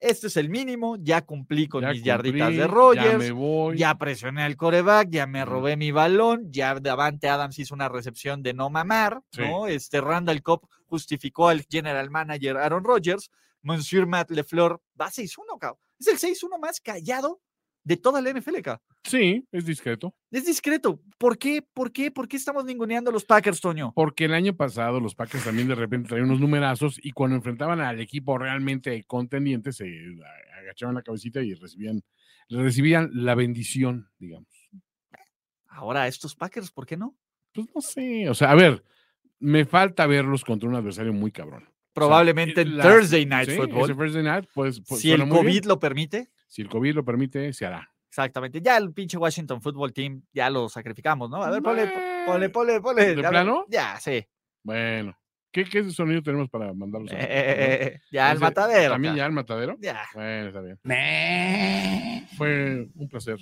Speaker 3: Este es el mínimo, ya cumplí con
Speaker 4: Ya
Speaker 3: mis yarditas
Speaker 4: cumplí,
Speaker 3: de
Speaker 4: Ya me
Speaker 3: Rogers.
Speaker 4: voy.
Speaker 3: Ya presioné al coreback, ya me
Speaker 4: Ujú.
Speaker 3: robé mi balón, ya Davante Adams hizo una recepción de no mamar,
Speaker 4: Sí.
Speaker 3: ¿no? Este Randall Cobb justificó al general manager Aaron Rodgers, Monsieur Matt LeFleur va 6-1, cabrón. Es el 6-1 más callado de toda la NFL, cabrón.
Speaker 4: Sí, es discreto.
Speaker 3: Es discreto. ¿Por qué? ¿Por qué? ¿Por qué estamos ninguneando a los Packers, Toño?
Speaker 4: Porque el año pasado los Packers también de repente traían unos numerazos y cuando enfrentaban al equipo realmente contendiente se a- agachaban la cabecita y recibían, recibían la bendición, digamos.
Speaker 3: Ahora, estos Packers, ¿por qué no?
Speaker 4: Pues no sé, o sea, a ver, me falta verlos contra un adversario muy cabrón.
Speaker 3: Probablemente
Speaker 4: eh,
Speaker 3: en
Speaker 4: la-
Speaker 3: Thursday Night
Speaker 4: Sí, ese
Speaker 3: Football.
Speaker 4: Thursday night, pues, pues,
Speaker 3: si el
Speaker 4: suena muy
Speaker 3: COVID
Speaker 4: bien.
Speaker 3: lo permite.
Speaker 4: si el COVID lo permite, se hará.
Speaker 3: Exactamente. Ya el pinche Washington Football Team ya lo sacrificamos, ¿no? A ver, ponle,
Speaker 4: Bueno.
Speaker 3: ponle, ponle, ponle.
Speaker 4: ¿De
Speaker 3: a ver,
Speaker 4: plano?
Speaker 3: Ya, sí.
Speaker 4: Bueno, ¿qué, qué sonido tenemos para mandarlos?
Speaker 3: Eh,
Speaker 4: a-
Speaker 3: eh, *laughs* eh, ya el
Speaker 4: Ese-
Speaker 3: matadero.
Speaker 4: También
Speaker 3: ca-
Speaker 4: ya el matadero.
Speaker 3: ya.
Speaker 4: Bueno, está bien.
Speaker 5: Me,
Speaker 4: Fue un placer.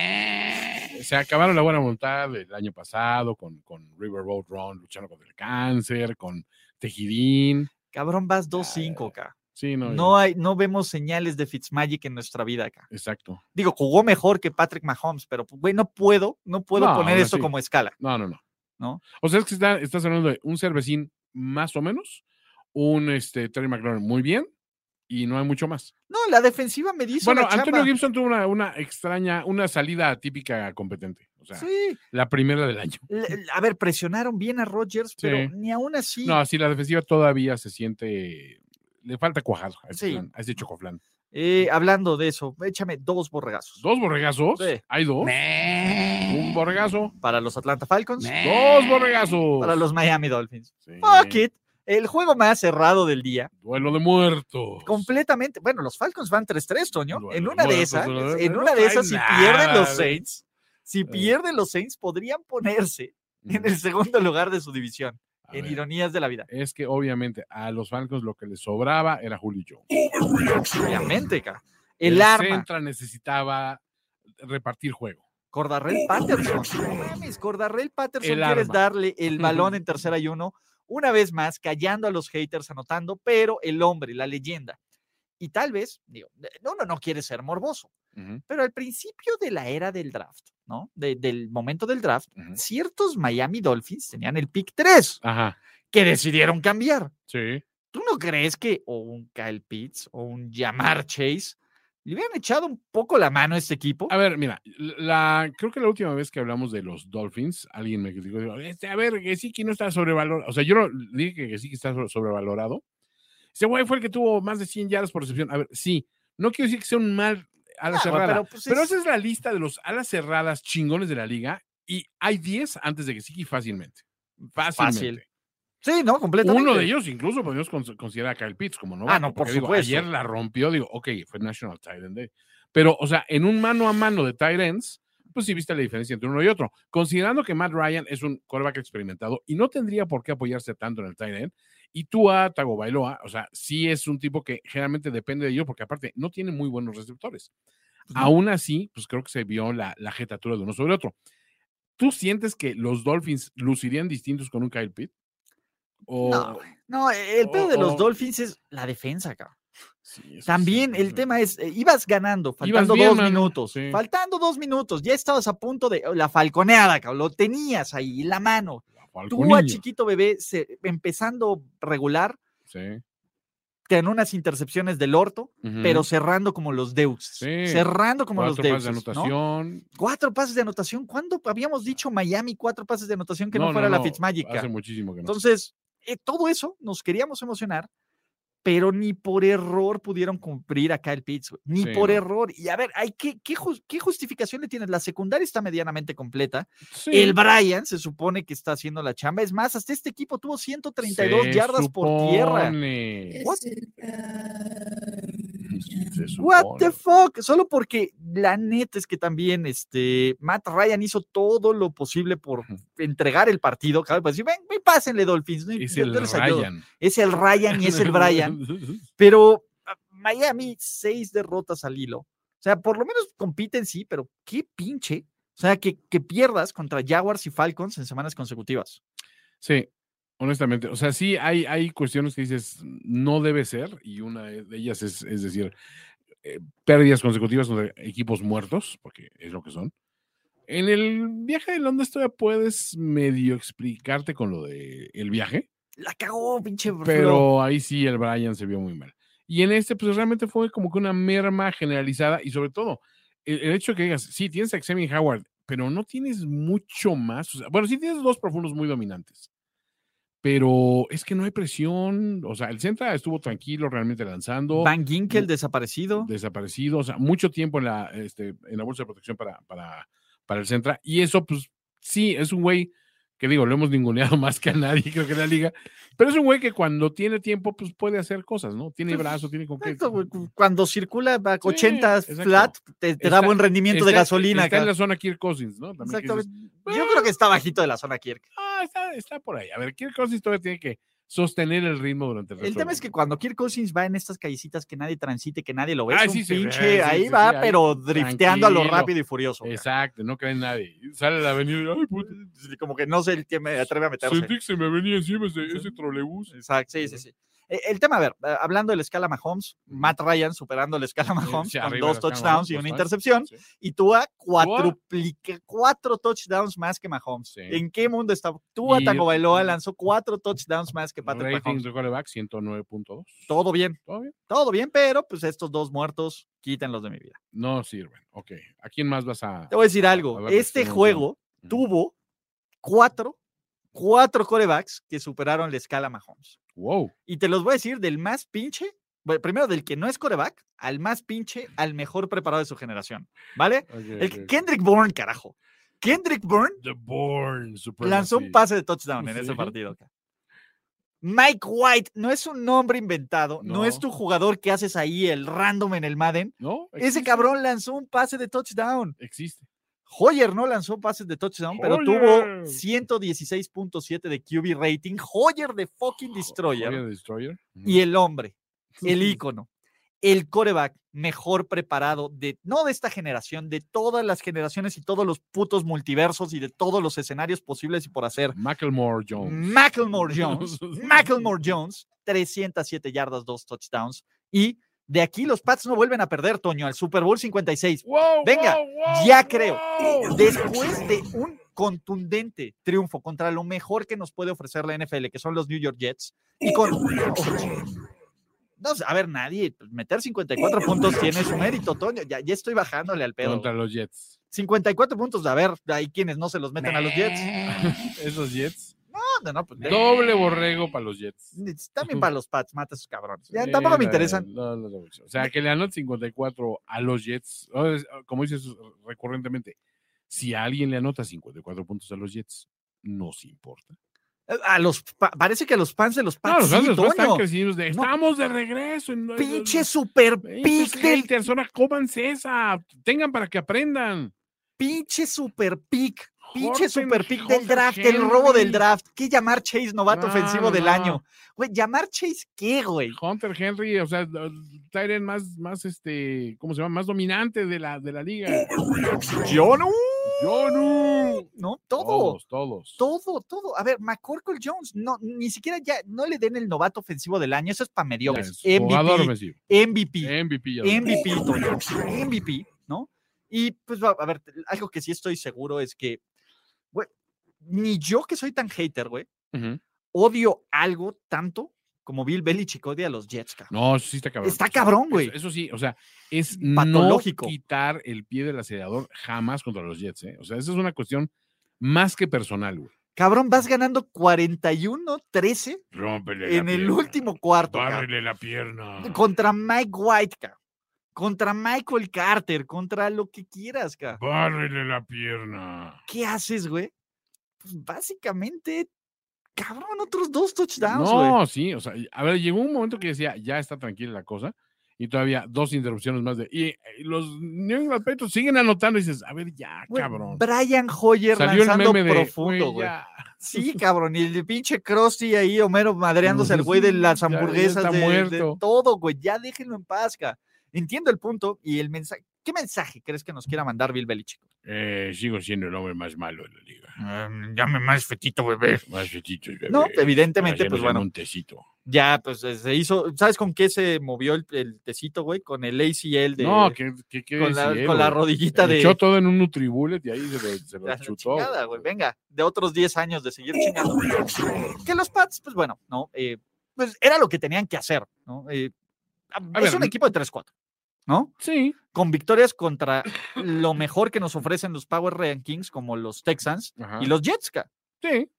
Speaker 5: me.
Speaker 4: Se acabaron la buena voluntad del año pasado con, con River Road Run luchando contra el cáncer, con Tejidín.
Speaker 3: Cabrón, vas 2-5, acá.
Speaker 4: Sí, Ah, no.
Speaker 3: No, hay, no vemos señales de Fitzmagic en nuestra vida acá.
Speaker 4: Exacto.
Speaker 3: Digo, jugó mejor que Patrick Mahomes, pero pues, güey, no puedo, no puedo
Speaker 4: No,
Speaker 3: poner
Speaker 4: aún
Speaker 3: esto
Speaker 4: así.
Speaker 3: como escala.
Speaker 4: No, no, no.
Speaker 3: ¿No?
Speaker 4: O sea, es que está, estás hablando de un cervecín más o menos, un este, Terry McLaurin muy bien y no hay mucho más.
Speaker 3: No, la defensiva me dice.
Speaker 4: Bueno, Antonio Gibson tuvo una, una extraña, una salida atípica competente. O sea,
Speaker 3: Sí,
Speaker 4: la primera del año.
Speaker 3: le- le- a ver, presionaron bien a Rodgers, pero
Speaker 4: Sí.
Speaker 3: ni aún así.
Speaker 4: No, sí, la defensiva todavía se siente. Le falta cuajar a ese,
Speaker 3: Sí.
Speaker 4: flan, a ese chocoflán.
Speaker 3: Eh, hablando de eso, échame dos borregazos.
Speaker 4: ¿Dos borregazos?
Speaker 3: Sí.
Speaker 4: Hay dos. Un borregazo.
Speaker 3: Para los Atlanta Falcons,
Speaker 4: Dos borregazos.
Speaker 3: para los Miami Dolphins.
Speaker 4: Sí. Pues.
Speaker 3: Fuck it. El juego más cerrado del día.
Speaker 4: Duelo de muertos.
Speaker 3: Completamente. Bueno, los Falcons van 3-3, Toño.
Speaker 4: Bueno,
Speaker 3: en una de
Speaker 4: bueno,
Speaker 3: esas,
Speaker 4: pues, bueno,
Speaker 3: en
Speaker 4: no
Speaker 3: una de
Speaker 4: traen
Speaker 3: esas, si
Speaker 4: nada, eh.
Speaker 3: pierden los
Speaker 4: güey.
Speaker 3: Saints, si pierden los Saints, podrían ponerse
Speaker 4: Mm,
Speaker 3: en el segundo lugar de su división.
Speaker 4: a
Speaker 3: En
Speaker 4: ver,
Speaker 3: ironías de la vida.
Speaker 4: Es que obviamente a los Falcons lo que les sobraba era Julio Jones.
Speaker 3: Obviamente, ca. El arma.
Speaker 4: Centra necesitaba repartir juego.
Speaker 3: Cordarrell Patterson. No mames, Cordarrell Patterson
Speaker 4: El
Speaker 3: quieres
Speaker 4: arma.
Speaker 3: darle
Speaker 4: *laughs*
Speaker 3: el balón en tercera y uno, una vez más, callando a los haters, anotando, pero el hombre, la leyenda. Y tal vez, digo, de- uno no quiere ser morboso,
Speaker 4: Ujú,
Speaker 3: pero al principio de la era del draft, ¿no? De- del momento del draft,
Speaker 4: ujú.
Speaker 3: ciertos Miami Dolphins tenían el pick 3,
Speaker 4: Ajá.
Speaker 3: que decidieron cambiar.
Speaker 4: Sí.
Speaker 3: ¿Tú no crees que o un Kyle Pitts o un Jamar Chase le hubieran echado un poco la mano a este equipo?
Speaker 4: A ver, mira, la, creo que la última vez que hablamos de los Dolphins, alguien me dijo, dijo, este, a ver, Gesicki no está sobrevalorado. O sea, yo no- dije que Gesicki está sobre- sobrevalorado. Ese güey fue el que tuvo más de 100 yardas por recepción. A ver, sí, no quiero decir que sea un mal ala
Speaker 3: Ah, güey,
Speaker 4: cerrada, pero,
Speaker 3: pues, es-
Speaker 4: esa es la lista de los alas cerradas chingones de la liga Y hay 10 antes de que Gesicki fácilmente.
Speaker 3: Fácil.
Speaker 4: Fácilmente.
Speaker 3: Sí, no, completamente.
Speaker 4: Uno de ellos incluso podemos cons- considerar a Kyle Pitts como no.
Speaker 3: Ah, no, por supuesto.
Speaker 4: ayer la rompió, digo, ok, fue National Titan Day. Pero, o sea, en un mano a mano de tight ends, pues sí viste la diferencia entre uno y otro. Considerando que Matt Ryan es un quarterback experimentado y no tendría por qué apoyarse tanto en el tight end, y Tua Tagovailoa, o sea, sí es un tipo que generalmente depende de ello porque aparte no tiene muy buenos receptores.
Speaker 3: no.
Speaker 4: Aún así, pues creo que se vio la, la jetatura de uno sobre otro. ¿Tú sientes que los Dolphins lucirían distintos con un Kyle Pitt? O,
Speaker 3: No, güey. No, e, el pedo de
Speaker 4: o- o-
Speaker 3: los Dolphins es la defensa, cabrón.
Speaker 4: Sí, eso sí,
Speaker 3: También el
Speaker 4: sí.
Speaker 3: tema es, eh, ibas ganando, faltando
Speaker 4: bien,
Speaker 3: dos
Speaker 4: man,
Speaker 3: minutos,
Speaker 4: sí.
Speaker 3: faltando dos minutos, ya estabas a punto de la falconeada, cabrón, lo tenías ahí, en la mano. Tú
Speaker 4: Falconiño,
Speaker 3: a chiquito bebé, se- empezando regular,
Speaker 4: sí.
Speaker 3: con unas intercepciones del orto,
Speaker 4: Ujú.
Speaker 3: pero cerrando como los deuses,
Speaker 4: Sí.
Speaker 3: cerrando como
Speaker 4: cuatro
Speaker 3: los
Speaker 4: pases de
Speaker 3: deuses. ¿no?
Speaker 4: anotación.
Speaker 3: Cuatro pases de anotación, ¿cuándo habíamos dicho Miami cuatro pases de anotación que no,
Speaker 4: No, no,
Speaker 3: fuera la
Speaker 4: no,
Speaker 3: Fitzmagic?
Speaker 4: Hace
Speaker 3: cabrón?
Speaker 4: muchísimo que no.
Speaker 3: Entonces, eh, todo eso nos queríamos emocionar, pero ni por error pudieron cumplir acá el Pitts, güey, ni
Speaker 4: Sí,
Speaker 3: por
Speaker 4: no.
Speaker 3: error. Y a ver, hay que, qué, jus- qué justificación le tienes? La secundaria está medianamente completa.
Speaker 4: Sí,
Speaker 3: El Brian se supone que está haciendo la chamba. Es más, hasta este equipo tuvo 132
Speaker 4: se
Speaker 3: yardas por tierra.
Speaker 4: supone,
Speaker 3: What?
Speaker 4: se
Speaker 3: What the
Speaker 4: supone.
Speaker 3: fuck? Solo porque la neta es que también este Matt Ryan hizo todo lo posible por
Speaker 4: Ujú.
Speaker 3: entregar el partido. cabrón, Para decir, ven, ven, pásenle Dolphins. no-
Speaker 4: Es
Speaker 3: yo-
Speaker 4: el
Speaker 3: yo les ayudo".
Speaker 4: Ryan.
Speaker 3: Es el Ryan y es el
Speaker 4: *laughs*
Speaker 3: Brian. Pero ah, Miami, seis derrotas al hilo. O sea, por lo menos compiten, sí, pero qué pinche. O sea, que, que pierdas contra Jaguars y Falcons en semanas consecutivas.
Speaker 4: Sí, honestamente. O sea, sí hay, hay cuestiones que dices no debe ser, y una de de ellas es, es decir, eh, pérdidas consecutivas de equipos muertos, porque es lo que son. En el viaje de Londres todavía puedes medio explicarte con lo del el viaje,
Speaker 3: La cagó, pinche Flo.
Speaker 4: pero ahí sí el Brian se vio muy mal. Y en este, pues realmente fue como que una merma generalizada y sobre todo el, el hecho de que digas, sí, tienes a Xavier Howard, pero no tienes mucho más. o sea, bueno, sí tienes dos profundos muy dominantes, pero es que no hay presión. O sea, el Centra estuvo tranquilo realmente lanzando,
Speaker 3: Van Ginkel desaparecido.
Speaker 4: desaparecido, o sea, mucho tiempo en la, este, en la bolsa de protección para, para, para el Centra. Y eso, pues sí, es un güey que digo, lo hemos ninguneado *laughs* más que a nadie, creo que en la liga, pero es un güey que cuando tiene tiempo, pues puede hacer cosas, ¿no? Tiene
Speaker 3: Pues,
Speaker 4: brazo, tiene con qué.
Speaker 3: Exacto, güey, cu- Cuando circula a
Speaker 4: Sí,
Speaker 3: 80
Speaker 4: exacto.
Speaker 3: flat, te, te da
Speaker 4: Está-
Speaker 3: buen rendimiento de
Speaker 4: Está-
Speaker 3: gasolina.
Speaker 4: Está en
Speaker 3: acá.
Speaker 4: la zona Kirk Cousins, ¿no? También que dices, "Pues,
Speaker 3: Exactamente. Yo creo que está bajito de la zona Kirk.
Speaker 4: "Ah, está, está por ahí. A ver, Kirk Cousins todavía tiene que sostener el ritmo durante el
Speaker 3: El tema es que cuando Kirk Cousins va en estas callecitas que nadie transite, que nadie lo ve,
Speaker 4: Ah,
Speaker 3: es un
Speaker 4: sí se ve,
Speaker 3: pinche,
Speaker 4: sí,
Speaker 3: ahí
Speaker 4: sí,
Speaker 3: va,
Speaker 4: sí, ahí
Speaker 3: pero drifteando a lo
Speaker 4: tranquilo.
Speaker 3: rápido y furioso. güey.
Speaker 4: Exacto, no cree en nadie. Sale a la avenida y, ay, puta,
Speaker 3: Sí, como que no sé el que me atreve a meterse.
Speaker 4: sentí que se me venía encima ese, ese trolebús.
Speaker 3: Exacto, sí, sí, sí. Eh, El tema, a ver, eh, hablando de la escala Mahomes, Matt Ryan superando la escala Mahomes
Speaker 4: sí,
Speaker 3: con
Speaker 4: arriba
Speaker 3: dos
Speaker 4: de la escala
Speaker 3: touchdowns
Speaker 4: Mahomes,
Speaker 3: y
Speaker 4: dos
Speaker 3: una
Speaker 4: touchdowns,
Speaker 3: intercepción,
Speaker 4: sí.
Speaker 3: y Tua cuatruplica, cuatro touchdowns más que Mahomes.
Speaker 4: Sí.
Speaker 3: ¿En qué mundo está? Tua
Speaker 4: Y- mm.
Speaker 3: Tagovailoa lanzó cuatro touchdowns más que Patrick
Speaker 4: Rating
Speaker 3: Mahomes.
Speaker 4: de quarterback 109.2.
Speaker 3: Todo bien,
Speaker 4: ¿Todo bien?
Speaker 3: todo bien, pero pues estos dos muertos, quítenlos de mi vida.
Speaker 4: No sirven. Ok. ¿A quién más vas a...? Mm.
Speaker 3: Te voy a decir
Speaker 4: A
Speaker 3: algo.
Speaker 4: ver,
Speaker 3: Este
Speaker 4: sí, sí.
Speaker 3: juego
Speaker 4: Ujú.
Speaker 3: tuvo cuatro, cuatro corebacks que superaron la escala Mahomes.
Speaker 4: Wow.
Speaker 3: Y te los voy a decir del más pinche, bueno, primero del que no es coreback, al más pinche, al mejor preparado de su generación. ¿Vale? El que- Kendrick Bourne, carajo. Kendrick Bourne
Speaker 4: The Born
Speaker 3: lanzó un pase de touchdown en ese
Speaker 4: Sí.
Speaker 3: partido. ca- Mike White no es un nombre inventado, no. es
Speaker 4: No.
Speaker 3: tu jugador que haces ahí el random en el Madden.
Speaker 4: ¿No?
Speaker 3: Ese
Speaker 4: existe,
Speaker 3: cabrón lanzó un pase de touchdown.
Speaker 4: Existe.
Speaker 3: Hoyer no lanzó pases de touchdown, pero
Speaker 4: Hoyer.
Speaker 3: tuvo 116.7 de QB rating. Hoyer de fucking destroyer.
Speaker 4: Oye, Destroyer.
Speaker 3: Y el hombre, el ícono, el coreback mejor preparado de, no de esta generación, de todas las generaciones y todos los putos multiversos y de todos los escenarios posibles y por hacer.
Speaker 4: Macklemore Jones.
Speaker 3: Macklemore Jones, Macklemore Jones, 307 yardas, dos touchdowns. Y de aquí los Pats no vuelven a perder, Toño, al Super Bowl 56.
Speaker 4: Wow,
Speaker 3: Venga,
Speaker 4: wow, wow,
Speaker 3: ya creo.
Speaker 4: wow.
Speaker 3: Después de un contundente triunfo contra lo mejor que nos puede ofrecer la NFL, que son los New York Jets, y con... Oh, No, a ver, nadie, pues, meter 54 puntos tiene su mérito, Toño, ya, ya estoy bajándole al pedo.
Speaker 4: Contra los Jets.
Speaker 3: 54 puntos, a ver, hay quienes no se los meten a los Jets.
Speaker 4: Esos Jets.
Speaker 3: No, no, no, pues,
Speaker 4: Doble borrego para los Jets.
Speaker 3: también para los Pats, mata a esos cabrones. Ya,
Speaker 4: Sí,
Speaker 3: tampoco me
Speaker 4: la-
Speaker 3: interesan.
Speaker 4: no, no, no, mucho. O sea, que le anoten 54 a los Jets. o es- Como dices recurrentemente, Si a alguien le anota 54 puntos a los Jets, nos importa.
Speaker 3: A los, pa- parece que a los fans de los
Speaker 4: No, los
Speaker 3: Pats, sí,
Speaker 4: Astros después están
Speaker 3: Toño.
Speaker 4: crecidos de,
Speaker 3: No.
Speaker 4: estamos de regreso. en-
Speaker 3: Pinche super
Speaker 4: Pinches
Speaker 3: pick del
Speaker 4: haters, ahora cómanse esa. Tengan para que aprendan.
Speaker 3: pinche super pick. Pinche
Speaker 4: Jordan
Speaker 3: super pick del
Speaker 4: Jordan
Speaker 3: draft, el robo del
Speaker 4: Henry.
Speaker 3: draft. ¿Qué llamar Chase novato
Speaker 4: No,
Speaker 3: ofensivo del
Speaker 4: no.
Speaker 3: año? Güey, llamar Chase qué, güey.
Speaker 4: Hunter Henry, o sea, el tight end más, más este, ¿cómo se llama? Más dominante de la, de la liga.
Speaker 3: Yo no.
Speaker 4: Yo no.
Speaker 3: No, todo,
Speaker 4: Todos, todos.
Speaker 3: todo, todo. A ver, McCorkle Jones, no, ni siquiera ya, no le den el novato ofensivo del año. Eso es para
Speaker 4: Ya
Speaker 3: mediocres.
Speaker 4: es, Jugador
Speaker 3: MVP,
Speaker 4: ofensivo.
Speaker 3: MVP,
Speaker 4: MVP. ya lo-
Speaker 3: MVP, Toño, MVP, ¿no? Y pues, va- a ver, algo que sí estoy seguro es que, güey, ni yo que soy tan hater, güey,
Speaker 4: Ujú.
Speaker 3: odio algo tanto como Bill Belichick odia a los Jets, cabrón.
Speaker 4: No, eso sí está cabrón.
Speaker 3: Está
Speaker 4: O sea,
Speaker 3: cabrón, güey.
Speaker 4: Eso, eso sí, o sea, es
Speaker 3: Patológico.
Speaker 4: no quitar el pie del acelerador jamás contra los Jets, ¿eh? O sea, esa es una cuestión más que personal, güey.
Speaker 3: Cabrón, vas ganando 41-13
Speaker 4: Rómpele la
Speaker 3: en el
Speaker 4: pierna,
Speaker 3: último cuarto. cabrón.
Speaker 4: Bárrele la pierna.
Speaker 3: Contra Mike White, cabrón. contra Michael Carter, contra lo que quieras, cabrón.
Speaker 4: Bárrele la pierna.
Speaker 3: ¿Qué haces, güey? Pues básicamente, cabrón, otros dos touchdowns, güey.
Speaker 4: No, sí, o sea, a ver, llegó un momento que decía, ya está tranquila la cosa, y todavía dos interrupciones más de. Y eh, los New England Patriots siguen anotando y dices, a ver, ya,
Speaker 3: Güey,
Speaker 4: cabrón.
Speaker 3: Brian Hoyer
Speaker 4: Salió el
Speaker 3: lanzando
Speaker 4: meme de.
Speaker 3: profundo, güey.
Speaker 4: ya,
Speaker 3: Sí, cabrón, y el de pinche Krusty ahí, Homero madreándose al güey de las
Speaker 4: *laughs* Ya- ya
Speaker 3: hamburguesas,
Speaker 4: está
Speaker 3: de, de
Speaker 4: muerto.
Speaker 3: todo, güey, ya déjenlo en paz, ca. Entiendo el punto y el mensaje. ¿Qué mensaje crees que nos quiera mandar Bill Belichick?
Speaker 4: eh, sigo siendo el hombre más malo de la liga.
Speaker 5: Ah, Llame más fetito, bebé.
Speaker 4: Más fetichos,
Speaker 3: No,
Speaker 4: bebé.
Speaker 3: evidentemente,
Speaker 4: Hacemos
Speaker 3: pues
Speaker 4: en
Speaker 3: bueno,
Speaker 4: Un tecito.
Speaker 3: ya pues eh, se hizo. ¿Sabes con qué se movió el, el tecito, güey? Con el ACL de.
Speaker 4: no, que, que, que
Speaker 3: con, la,
Speaker 4: decir,
Speaker 3: con la
Speaker 4: güey.
Speaker 3: rodillita de.
Speaker 4: Echó todo en un Nutribullet y ahí se lo, se lo
Speaker 3: a la
Speaker 4: chutó.
Speaker 3: chingada, güey, Venga, de otros 10 años de seguir chingando. Que los Pats, pues bueno, no, eh, pues era lo que tenían que hacer, ¿no? Eh,
Speaker 4: A
Speaker 3: es
Speaker 4: ver,
Speaker 3: un
Speaker 4: n-
Speaker 3: equipo de 3-4, ¿no?
Speaker 4: Sí,
Speaker 3: Con victorias contra lo mejor que nos ofrecen los Power Rankings, como los Texans
Speaker 4: ajá,
Speaker 3: y los Jets. ca.
Speaker 4: sí,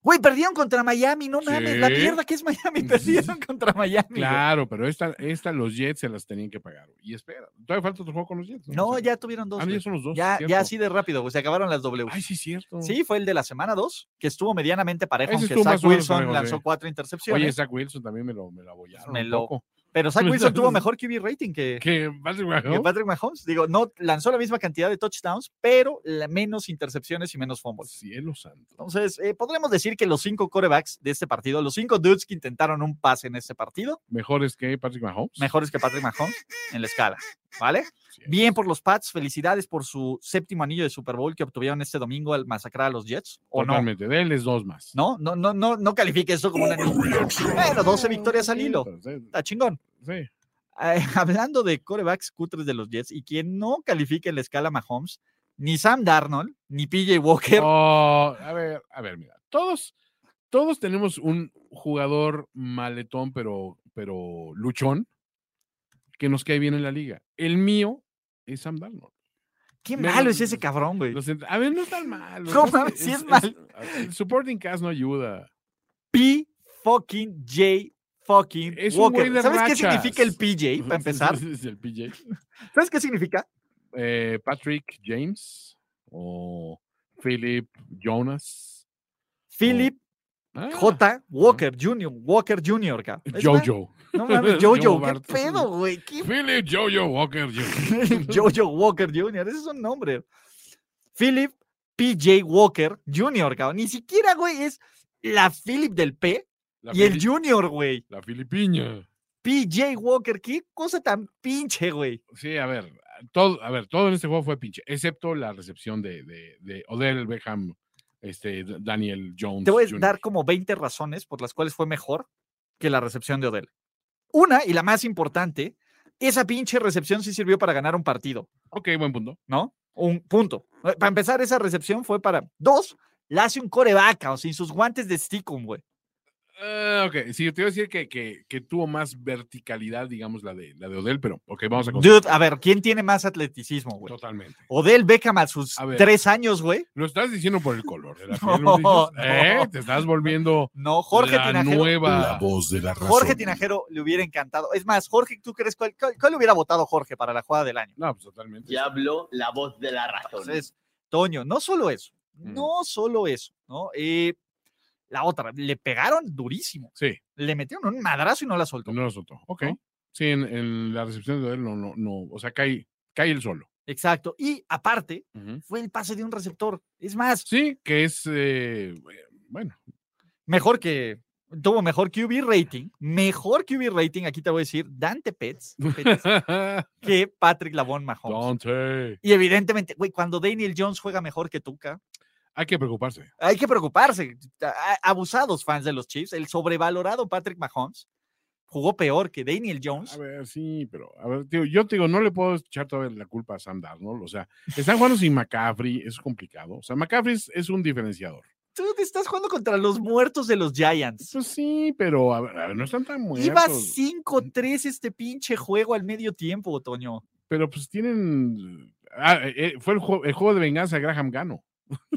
Speaker 3: Güey, perdieron contra Miami, no mames, la
Speaker 4: Sí.
Speaker 3: mierda que es
Speaker 4: *laughs*
Speaker 3: Miami, perdieron contra Miami. güey.
Speaker 4: claro, pero esta, esta los Jets se las tenían que pagar. güey. Y espera, todavía falta otro juego con los Jets. O
Speaker 3: No,
Speaker 4: sea,
Speaker 3: ya tuvieron dos.
Speaker 4: Ah, ya
Speaker 3: güey.
Speaker 4: son los dos.
Speaker 3: Ya,
Speaker 4: cierto.
Speaker 3: ya así de rápido, güey, se acabaron las W.
Speaker 4: Ay, sí, cierto.
Speaker 3: Sí, fue el de la semana 2, que estuvo medianamente parejo,
Speaker 4: Ese
Speaker 3: aunque
Speaker 4: estuvo
Speaker 3: Zach
Speaker 4: más o menos
Speaker 3: Wilson
Speaker 4: parejo,
Speaker 3: lanzó
Speaker 4: sí.
Speaker 3: cuatro intercepciones.
Speaker 4: Oye, Zach Wilson también me lo, me lo abollaron.
Speaker 3: ¿eh? Me
Speaker 4: un
Speaker 3: lo-
Speaker 4: poco.
Speaker 3: Pero
Speaker 4: *laughs*
Speaker 3: Zach
Speaker 4: Pero
Speaker 3: Wilson
Speaker 4: Zach
Speaker 3: tuvo
Speaker 4: Wilson-
Speaker 3: mejor QB rating que,
Speaker 4: Que Patrick
Speaker 3: que
Speaker 4: Mahomes-
Speaker 3: Patrick Mahomes. Digo, no lanzó la misma cantidad de touchdowns, pero la- menos intercepciones y menos fumbles.
Speaker 4: Cielo santo.
Speaker 3: Entonces, eh, podríamos decir que los cinco corebacks de este partido, los cinco dudes que intentaron un pase en este partido,
Speaker 4: Mejores que Patrick Mahomes.
Speaker 3: mejores que Patrick Mahomes en la escala, ¿vale?
Speaker 4: Sí.
Speaker 3: Bien por los Pats, felicidades por su séptimo anillo de Super Bowl que obtuvieron este domingo al masacrar a los Jets, ¿o no?
Speaker 4: Totalmente. Denles dos más.
Speaker 3: No, no, no, no, no califique eso como una... Bueno, 12 victorias al
Speaker 4: Sí,
Speaker 3: hilo,
Speaker 4: pero sí,
Speaker 3: está chingón.
Speaker 4: sí.
Speaker 3: Eh, *laughs* hablando de corebacks cutres de los Jets y quien no califique en la escala Mahomes, ni Sam Darnold, ni PJ Walker.
Speaker 4: Oh, a ver, a ver, mira. Todos, todos tenemos un jugador maletón, pero, pero luchón, que nos cae bien en la liga. El mío es Sam Darnold.
Speaker 3: Qué
Speaker 4: no, no,
Speaker 3: malo es ese
Speaker 4: no,
Speaker 3: cabrón, güey.
Speaker 4: Lo siento. A ver, no es tan malo.
Speaker 3: *laughs* No
Speaker 4: es-
Speaker 3: mames, sí es mal.
Speaker 4: El supporting cast no ayuda.
Speaker 3: P fucking J fucking
Speaker 4: Es un güey
Speaker 3: Walker.
Speaker 4: de
Speaker 3: ¿Sabes qué
Speaker 4: rachas.
Speaker 3: significa el
Speaker 4: *laughs*
Speaker 3: PJ para empezar?
Speaker 4: Es el PJ.
Speaker 3: ¿Sabes qué significa?
Speaker 4: eh, Patrick James o Philip Jonas.
Speaker 3: Philip
Speaker 4: Ah,
Speaker 3: J. Walker Jr. Walker Jr. ca. Es más,
Speaker 4: Jojo.
Speaker 3: *laughs* No mames, Jojo.
Speaker 4: Joe
Speaker 3: ¿Qué
Speaker 4: Bart.
Speaker 3: pedo, güey? *laughs* ¿Qué
Speaker 4: Philip Jojo Walker Jr.
Speaker 3: *laughs* Jojo Walker Jr., ese es un nombre. Philip PJ Walker Jr., cabrón. Ni siquiera, güey, es la Philip del P
Speaker 4: La,
Speaker 3: y el
Speaker 4: Fili-
Speaker 3: Junior, güey.
Speaker 4: la Filipiña.
Speaker 3: PJ Walker, qué cosa tan pinche, güey.
Speaker 4: Sí, a ver, todo, a ver, todo en este juego fue pinche, excepto la recepción de, de, de Odell Beckham, este, D- Daniel Jones.
Speaker 3: Te voy a
Speaker 4: Jr..
Speaker 3: dar como 20 razones por las cuales fue mejor que la recepción de Odell. Una, y la más importante, esa pinche recepción sí sirvió para ganar un partido.
Speaker 4: Ok, buen punto.
Speaker 3: ¿no? Un punto. Eh, Para empezar, esa recepción fue para. Dos, la hace un corebaca, o sin sus guantes de stickum, güey.
Speaker 4: Ah, ok, sí, te iba a decir que, que, que tuvo más verticalidad, digamos, la de, la de Odell, pero ok, vamos a
Speaker 3: Dude, a ver, ¿quién tiene más atleticismo, güey?
Speaker 4: Totalmente.
Speaker 3: Odell Beckham a sus
Speaker 4: A ver.
Speaker 3: tres años, güey.
Speaker 4: Lo estás diciendo por el color.
Speaker 3: *laughs*
Speaker 4: de la
Speaker 3: No,
Speaker 4: piel, ¿no dices?
Speaker 3: no.
Speaker 4: ¿Eh? Te estás volviendo
Speaker 3: No, Jorge
Speaker 4: la
Speaker 3: Tinajero.
Speaker 1: La
Speaker 4: nueva.
Speaker 1: voz de la razón.
Speaker 3: Jorge Tinajero le hubiera encantado. Es más, Jorge, ¿tú crees cuál, cuál, cuál hubiera votado Jorge para la jugada del año?
Speaker 4: No, pues totalmente.
Speaker 6: Ya habló la voz de la razón.
Speaker 3: Entonces, Toño. No solo eso,
Speaker 4: Mm.
Speaker 3: no solo eso, ¿no? Eh, la otra, le pegaron durísimo.
Speaker 4: Sí,
Speaker 3: Le metieron un madrazo y no la soltó.
Speaker 4: no lo soltó. Ok.
Speaker 3: ¿No?
Speaker 4: Sí, en, en la recepción de él no, no, no. O sea, cae, cae el solo.
Speaker 3: Exacto. Y aparte, fue el pase de un receptor. Es más,
Speaker 4: Sí, que es. eh, bueno,
Speaker 3: mejor que. Tuvo mejor QB rating, mejor QB rating, aquí te voy a decir, Dante
Speaker 4: *laughs*
Speaker 3: Pets, Pettis, que Patrick Lavon Mahomes.
Speaker 4: pues, Dante.
Speaker 3: Y evidentemente, güey, cuando Daniel Jones juega mejor que Tuca,
Speaker 4: Hay que preocuparse.
Speaker 3: hay que preocuparse. A- a- Abusados fans de los Chiefs, el sobrevalorado Patrick Mahomes jugó peor que Daniel
Speaker 4: A
Speaker 3: Jones.
Speaker 4: ver, sí, pero a ver, tío, yo te digo, no le puedo echar toda la culpa a Sam Darnold. O sea, están jugando sin McCaffrey, es complicado. O sea, McCaffrey es, es un diferenciador.
Speaker 3: Tú te estás jugando contra los muertos de los Giants.
Speaker 4: Eso Pues sí, pero a ver, a ver, no están tan muertos.
Speaker 3: Iba 5-3 este pinche juego al medio tiempo, Toño.
Speaker 4: Pero pues tienen. ah, eh, fue el juego, el juego de venganza de Graham Gano. o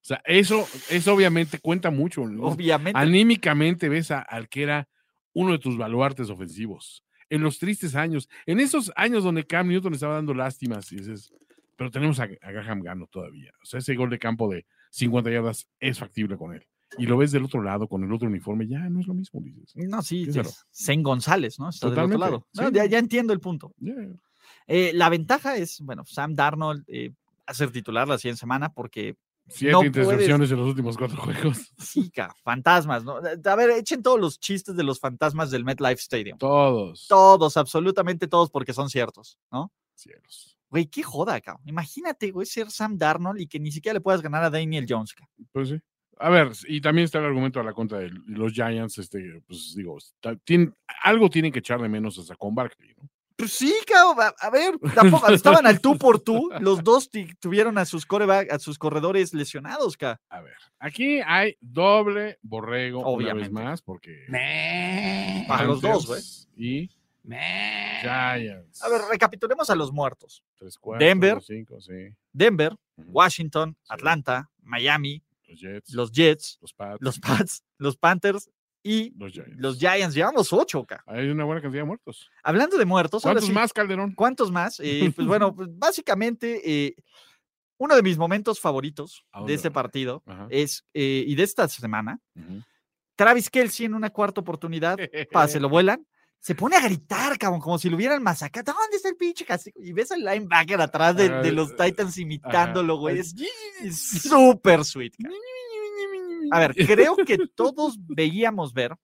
Speaker 4: sea, eso, eso obviamente cuenta mucho. ¿no?
Speaker 3: Obviamente.
Speaker 4: Anímicamente ves a- al que era uno de tus baluartes ofensivos. En los tristes años, en esos años donde Cam Newton estaba dando lástimas, y dices, pero tenemos a, a Graham Gano todavía. O sea, ese gol de campo de 50 yardas es factible con él. Y lo ves del otro lado, con el otro uniforme, ya no es lo mismo, dices.
Speaker 3: No, sí,
Speaker 4: Piénsalo.
Speaker 3: es Zen González, ¿no? Está del otro
Speaker 4: Totalmente,
Speaker 3: lado. No,
Speaker 4: sí.
Speaker 3: ya, ya entiendo el punto.
Speaker 4: Ya,
Speaker 3: Eh, la ventaja es, bueno, Sam Darnold eh, va a ser titular la siguiente semana porque
Speaker 4: Siete
Speaker 3: puedes-
Speaker 4: intercepciones en los últimos cuatro *laughs* juegos.
Speaker 3: sí,
Speaker 4: *laughs*
Speaker 3: ca- fantasmas, ¿no? Eh, A ver, echen todos los chistes de los fantasmas del MetLife Stadium.
Speaker 4: Todos.
Speaker 3: Todos, absolutamente todos, porque son ciertos, ¿no?
Speaker 4: Cielos.
Speaker 3: Güey, qué joda, cabrón. Imagínate, güey, ser Sam Darnold y que ni siquiera le puedas ganar a Daniel Jones, ca.
Speaker 4: Pues sí. A ver, y también está el argumento a la contra de los Giants, este, pues digo, está- tienen- algo tienen que echar de menos a Saquon Barkley, ¿no?
Speaker 3: Pues sí, cabrón. A, a
Speaker 4: *laughs*
Speaker 3: ver, tampoco estaban al tú por tú. Los dos ti- tuvieron a sus coreback, a sus corredores lesionados, ca.
Speaker 4: A ver, aquí hay doble borrego una
Speaker 3: Obviamente.
Speaker 4: vez más, porque
Speaker 5: Me.
Speaker 3: Para los dos, güey.
Speaker 4: Panthers Y
Speaker 5: Me.
Speaker 4: Giants.
Speaker 3: A ver, recapitulemos a los muertos.
Speaker 4: Tres, cuatro,
Speaker 3: Denver.
Speaker 4: cinco, sí.
Speaker 3: Denver,
Speaker 4: Ujú.
Speaker 3: Washington,
Speaker 4: Sí.
Speaker 3: Atlanta, Miami,
Speaker 4: Los Jets, los,
Speaker 3: los Jets,
Speaker 4: Pats,
Speaker 3: los Pats, los Panthers y
Speaker 4: los Giants.
Speaker 3: los Giants. Llevamos ocho, ca.
Speaker 4: Hay una buena cantidad de muertos.
Speaker 3: Hablando de muertos, ahora
Speaker 4: ¿Cuántos
Speaker 3: sí,
Speaker 4: más, Calderón?
Speaker 3: ¿Cuántos más?
Speaker 4: *laughs*
Speaker 3: Eh, pues bueno, pues básicamente, eh, uno de mis momentos favoritos
Speaker 4: ¿A dónde
Speaker 3: de este
Speaker 4: vas?
Speaker 3: partido
Speaker 4: Ajá.
Speaker 3: es, eh, y de esta semana,
Speaker 4: Ujú.
Speaker 3: Travis Kelsey en una cuarta oportunidad, pa,
Speaker 4: Eh,
Speaker 3: se lo vuelan. Se pone a gritar, cabrón, como si lo hubieran masacrado. ¿Dónde está el pinche castigo? Y ves al linebacker atrás de,
Speaker 4: Ah,
Speaker 3: de
Speaker 4: eh,
Speaker 3: los Titans imitándolo, güey. Es es súper sweet. cabrón.
Speaker 4: *laughs*
Speaker 3: A ver, creo que todos veíamos ver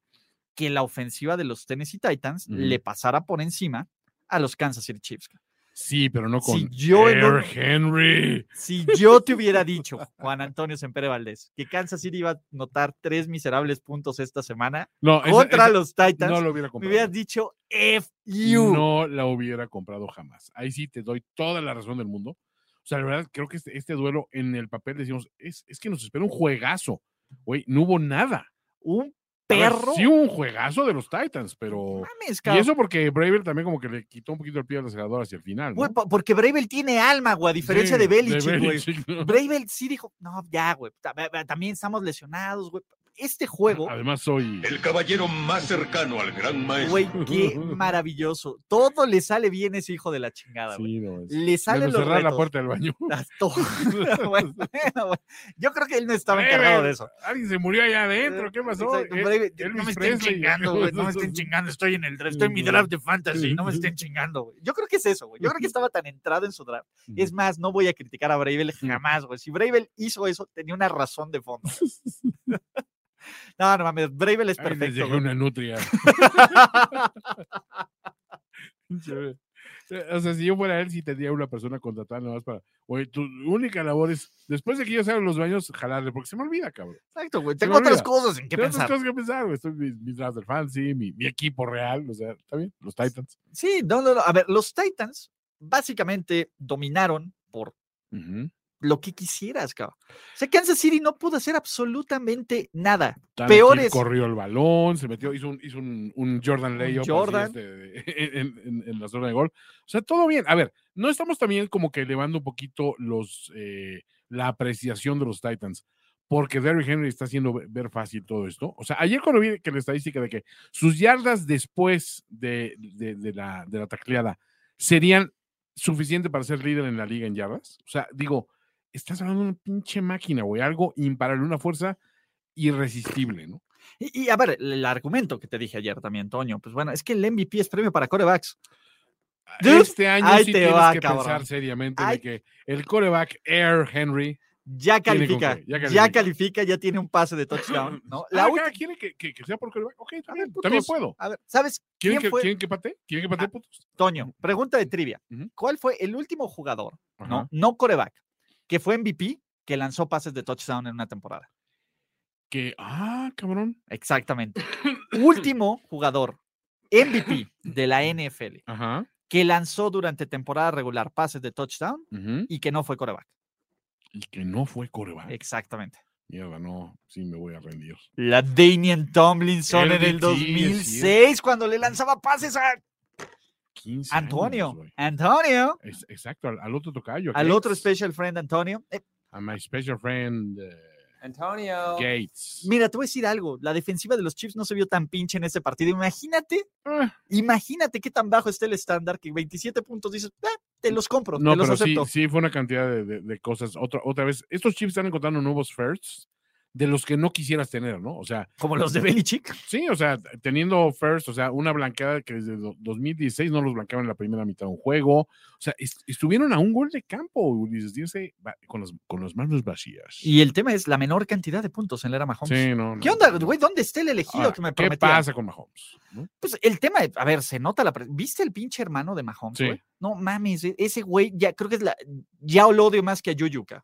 Speaker 3: que la ofensiva de los Tennessee Titans
Speaker 4: Ujú.
Speaker 3: le pasara por encima a los Kansas City Chiefs. cabrón.
Speaker 4: Sí, pero no con
Speaker 3: Si yo, en un-
Speaker 4: Derrick Henry.
Speaker 3: si yo te hubiera dicho, Juan Antonio Sempere Valdés, que Kansas City iba a notar tres miserables puntos esta semana
Speaker 4: No, esa-
Speaker 3: contra
Speaker 4: esa-
Speaker 3: los Titans,
Speaker 4: no lo hubiera
Speaker 3: me
Speaker 4: comprado.
Speaker 3: hubieras dicho F you.
Speaker 4: No la hubiera comprado jamás. Ahí sí te doy toda la razón del mundo. O sea, la verdad, creo que este, este duelo en el papel decimos, es, es que nos espera un juegazo. Güey, no hubo nada.
Speaker 3: Un
Speaker 4: A ver,
Speaker 3: perro.
Speaker 4: Sí, hubo un juegazo de los Titans, pero.
Speaker 3: Mames,
Speaker 4: Y
Speaker 3: cabrón.
Speaker 4: eso porque Braver también como que le quitó un poquito el pie al acelerador hacia el final. ¿no?
Speaker 3: Güey, po- porque Bravel tiene alma, güey, a diferencia
Speaker 4: Sí,
Speaker 3: de Belichick, güey.
Speaker 4: Belichick, *laughs* ¿no?
Speaker 3: Bravel sí dijo, no, ya, güey, ta- ta- ta- también estamos lesionados, güey. Este juego,
Speaker 4: Además,
Speaker 3: *laughs*
Speaker 4: soy.
Speaker 6: El caballero más cercano al gran maestro.
Speaker 3: güey,
Speaker 4: *laughs*
Speaker 3: qué maravilloso. Todo le sale bien a ese hijo de la chingada, güey.
Speaker 4: Sí, no, es-
Speaker 3: Le salen
Speaker 4: menos
Speaker 3: los
Speaker 4: cerrar
Speaker 3: retos.
Speaker 4: la puerta del baño. *laughs*
Speaker 3: a todo. *laughs* Bueno, bueno, bueno. Yo creo que él no estaba encargado de
Speaker 4: Braver,
Speaker 3: eso.
Speaker 4: Alguien se murió allá adentro. ¿Qué pasó?
Speaker 3: Exacto,
Speaker 4: Eh,
Speaker 3: Bravel,
Speaker 5: No me
Speaker 4: Elvis
Speaker 5: estén
Speaker 4: Presley.
Speaker 5: chingando, güey. No me estén chingando. Estoy en el draft. Estoy
Speaker 4: *laughs*
Speaker 5: en mi draft de fantasy.
Speaker 3: No me estén chingando, güey. Yo creo que es eso, güey. Yo creo que estaba tan entrado en su draft. Es más, no voy a criticar a Bravel jamás, güey. Si Bravel hizo eso, tenía una razón de
Speaker 4: *laughs*
Speaker 3: fondo. güey. No, no mames, Bravel es
Speaker 4: Ay, les
Speaker 3: perfecto.
Speaker 4: dejé
Speaker 3: güey. *laughs*
Speaker 4: una nutria. Chévere. Eh, o sea, si yo fuera él, sí tendría una persona contratada nada más para. Oye, tu única labor es, después de que yo salga de los baños, jalarle, porque se me olvida, cabrón.
Speaker 3: Exacto, güey.
Speaker 4: Se me
Speaker 3: Tengo otras
Speaker 4: olvida.
Speaker 3: cosas en qué
Speaker 4: Tengo otras
Speaker 3: pensar.
Speaker 4: cosas que pensar, güey. Estoy mi, mi draft del fancy, mi, mi equipo real, o sea, está bien, los Titans.
Speaker 3: Sí, no, no, no. A ver, los Titans básicamente dominaron por lo que quisieras, cabrón. O sea, Kansas City no pudo hacer absolutamente nada.
Speaker 4: Tannehill
Speaker 3: Peores.
Speaker 4: Corrió el balón, se metió, hizo un, hizo un, un Jordan Layoff así,
Speaker 3: Jordan.
Speaker 4: este, *laughs* en, en- en la zona de gol. O sea, todo bien. A ver, no estamos también como que elevando un poquito los eh, la apreciación de los Titans, porque Derrick Henry está haciendo ve- ver fácil todo esto. O sea, ayer cuando vi que la estadística de que sus yardas después de, de- de la, de la tacleada serían suficiente para ser líder en la liga en yardas. O sea, digo, estás hablando de una pinche máquina, güey, algo imparable, una fuerza irresistible, ¿no?
Speaker 3: Y, y, a ver, el argumento que te dije ayer también, Toño, pues bueno, es que el MVP es premio para corebacks. Dude,
Speaker 4: este año
Speaker 3: ahí
Speaker 4: sí
Speaker 3: te
Speaker 4: tienes
Speaker 3: va,
Speaker 4: que
Speaker 3: cabrón.
Speaker 4: pensar seriamente
Speaker 3: Ahí-
Speaker 4: de que el coreback Air Henry.
Speaker 3: Ya
Speaker 4: Tiene con
Speaker 3: califica,
Speaker 4: qué,
Speaker 3: ya
Speaker 4: ya
Speaker 3: califica, ya
Speaker 4: califica. Ah,
Speaker 3: tiene un pase de touchdown,
Speaker 4: *laughs*
Speaker 3: ¿no? La
Speaker 4: La
Speaker 3: ulti-
Speaker 4: quiere que, que- que sea por coreback. Ok,
Speaker 3: a ver,
Speaker 4: también, también
Speaker 3: putos,
Speaker 4: puedo.
Speaker 3: A ver, ¿sabes
Speaker 4: ¿Quieren
Speaker 3: quién
Speaker 4: que,
Speaker 3: fue? Ah,
Speaker 4: ¿Quieren que patee? ¿Quieren que patee, putos?
Speaker 3: Toño, pregunta de trivia.
Speaker 4: Ujú.
Speaker 3: ¿Cuál fue el último jugador, no,
Speaker 4: Ajá.
Speaker 3: no coreback, que fue MVP, que lanzó pases de touchdown en una temporada?
Speaker 4: Que, ah, cabrón. *coughs*
Speaker 3: Exactamente. último jugador MVP de la NFL
Speaker 4: Ajá.
Speaker 3: que lanzó durante temporada regular pases de touchdown
Speaker 4: ujú,
Speaker 3: y que no fue coreback.
Speaker 4: Y que no fue coreback.
Speaker 3: Exactamente.
Speaker 4: Mierda, no, sí me voy a rendir.
Speaker 3: La Damian Tomlinson en el
Speaker 4: LDT, es cierto.
Speaker 3: 2006 cuando le lanzaba pases a
Speaker 4: 15 años,
Speaker 3: Antonio.
Speaker 4: güey.
Speaker 3: Antonio.
Speaker 4: Es- exacto, al, al otro tocayo. a
Speaker 3: Al otro
Speaker 4: Gates,
Speaker 3: special friend Antonio. Eh,
Speaker 4: A my special friend eh,
Speaker 7: Antonio.
Speaker 4: Gates.
Speaker 3: mira, te voy a decir algo. La defensiva de los Chiefs no se vio tan pinche en este partido. Imagínate,
Speaker 4: Ah,
Speaker 3: imagínate qué tan bajo está el estándar que 27 puntos dices, "Ah, te los compro,
Speaker 4: no,
Speaker 3: te los
Speaker 4: pero sí,
Speaker 3: acepto.
Speaker 4: sí fue una cantidad de, de- de cosas. Otra, otra vez, estos chips están encontrando nuevos firsts de los que no quisieras tener, ¿no? O sea,
Speaker 3: Como los de Belichick.
Speaker 4: sí, o sea, teniendo first, o sea, una blanqueada que desde do- 2016 no los blanqueaban en la primera mitad de un juego. O sea, est- estuvieron a un gol de campo, Ulises, dice, va- con las, con las manos vacías.
Speaker 3: Y el tema es la menor cantidad de puntos en la era Mahomes.
Speaker 4: Sí, no,
Speaker 3: ¿Qué
Speaker 4: no,
Speaker 3: onda,
Speaker 4: no, no.
Speaker 3: güey? ¿Dónde está el elegido
Speaker 4: Ahora,
Speaker 3: que me
Speaker 4: ¿Qué
Speaker 3: prometían?
Speaker 4: pasa con Mahomes? no? *laughs*
Speaker 3: Pues el tema, de- a ver, se nota la. pres- ¿Viste el pinche hermano de Mahomes,
Speaker 4: Sí.
Speaker 3: güey? No mames, e- ese güey ya creo que es la. Ya lo odio más que a Yuyuka.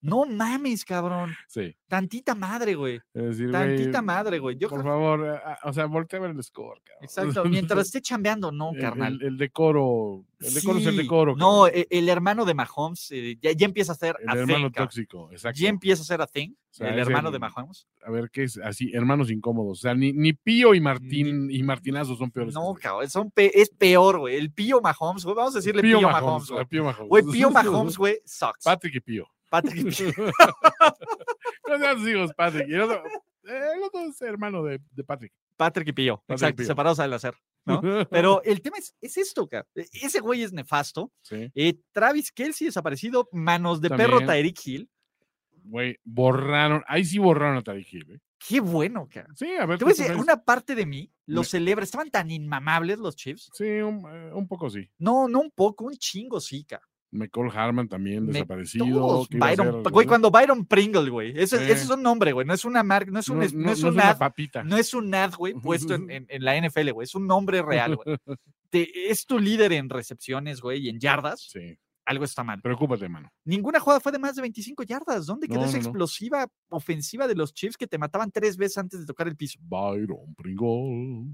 Speaker 3: No mames, cabrón.
Speaker 4: sí.
Speaker 3: Tantita madre, güey.
Speaker 4: Es decir, güey,
Speaker 3: Tantita madre, güey. Yo
Speaker 4: por
Speaker 3: creo-
Speaker 4: favor, a- a- o sea, voltea a ver el score, cabrón. *laughs*
Speaker 3: Exacto. Mientras esté chambeando, no,
Speaker 4: El-
Speaker 3: carnal.
Speaker 4: El, el decoro. El decoro es el
Speaker 3: Sí,
Speaker 4: decoro.
Speaker 3: No,
Speaker 4: cabrón.
Speaker 3: e- el, hermano de Mahomes eh, ya, ya empieza a ser
Speaker 4: el
Speaker 3: a thing. cabrón.
Speaker 4: hermano tóxico. Exacto.
Speaker 3: Ya empieza a ser a thing.
Speaker 4: O sea,
Speaker 3: el
Speaker 4: es
Speaker 3: hermano de
Speaker 4: el-
Speaker 3: Mahomes.
Speaker 4: A ver qué es así, hermanos incómodos. O sea, ni, ni Pío y Martín y Martinazo son peores.
Speaker 3: No,
Speaker 4: que
Speaker 3: cabrón. son pe- es peor, güey. El Pío Mahomes, güey. Vamos a
Speaker 4: este.
Speaker 3: decirle Pío, Mahomes,
Speaker 4: o sea,
Speaker 3: güey.
Speaker 4: Pío Mahomes.
Speaker 3: Güey,
Speaker 4: *laughs*
Speaker 3: Pío Mahomes, güey, sucks.
Speaker 4: Patrick y Pío.
Speaker 3: Patrick Pío.
Speaker 4: *laughs* No sean sus hijos, Patrick. Y el otro, el otro es hermano de, de Patrick.
Speaker 3: Patrick y Pío,
Speaker 4: Patrick y
Speaker 3: exacto,
Speaker 4: Pío.
Speaker 3: separados al hacer. ¿No? Pero el tema es, es esto, cara. E- Ese güey es nefasto.
Speaker 4: *laughs* Sí.
Speaker 3: Eh, Travis Kelsey desaparecido, manos de perro
Speaker 4: También.
Speaker 3: Tyreek Hill.
Speaker 4: Güey, borraron. Ahí sí borraron a Tariq Hill, ¿eh?
Speaker 3: Qué bueno, cara.
Speaker 4: Sí, a ver.
Speaker 3: Te voy a
Speaker 4: tú
Speaker 3: decir,
Speaker 4: ves-
Speaker 3: una parte de mí lo
Speaker 4: Me-
Speaker 3: celebra. Estaban tan inmamables los Chiefs.
Speaker 4: Sí, un, eh, un poco sí.
Speaker 3: No, no un poco, un chingo, sí, cara.
Speaker 4: McCall Harman también
Speaker 3: Me-
Speaker 4: desaparecido.
Speaker 3: Todos.
Speaker 4: que iba a
Speaker 3: Byron-
Speaker 4: ser-
Speaker 3: güey, cuando Byron Pringle, güey. Ese, ese
Speaker 4: Sí.
Speaker 3: es un nombre, güey. No es una marca, no es un,
Speaker 4: no,
Speaker 3: es- no
Speaker 4: no-
Speaker 3: es
Speaker 4: no
Speaker 3: un
Speaker 4: una
Speaker 3: ad,
Speaker 4: papita.
Speaker 3: no es un ad, güey, puesto
Speaker 4: *laughs*
Speaker 3: en, en- en la NFL, güey. Es un nombre real, güey. Te- es tu líder en recepciones, güey, y en yardas.
Speaker 4: Sí,
Speaker 3: Algo está mal.
Speaker 4: preocúpate, mano.
Speaker 3: Ninguna jugada fue de más de 25 yardas. ¿Dónde quedó
Speaker 4: No,
Speaker 3: esa
Speaker 4: no, no.
Speaker 3: explosiva ofensiva de los Chiefs que te mataban tres veces antes de tocar el piso?
Speaker 4: Byron Pringle.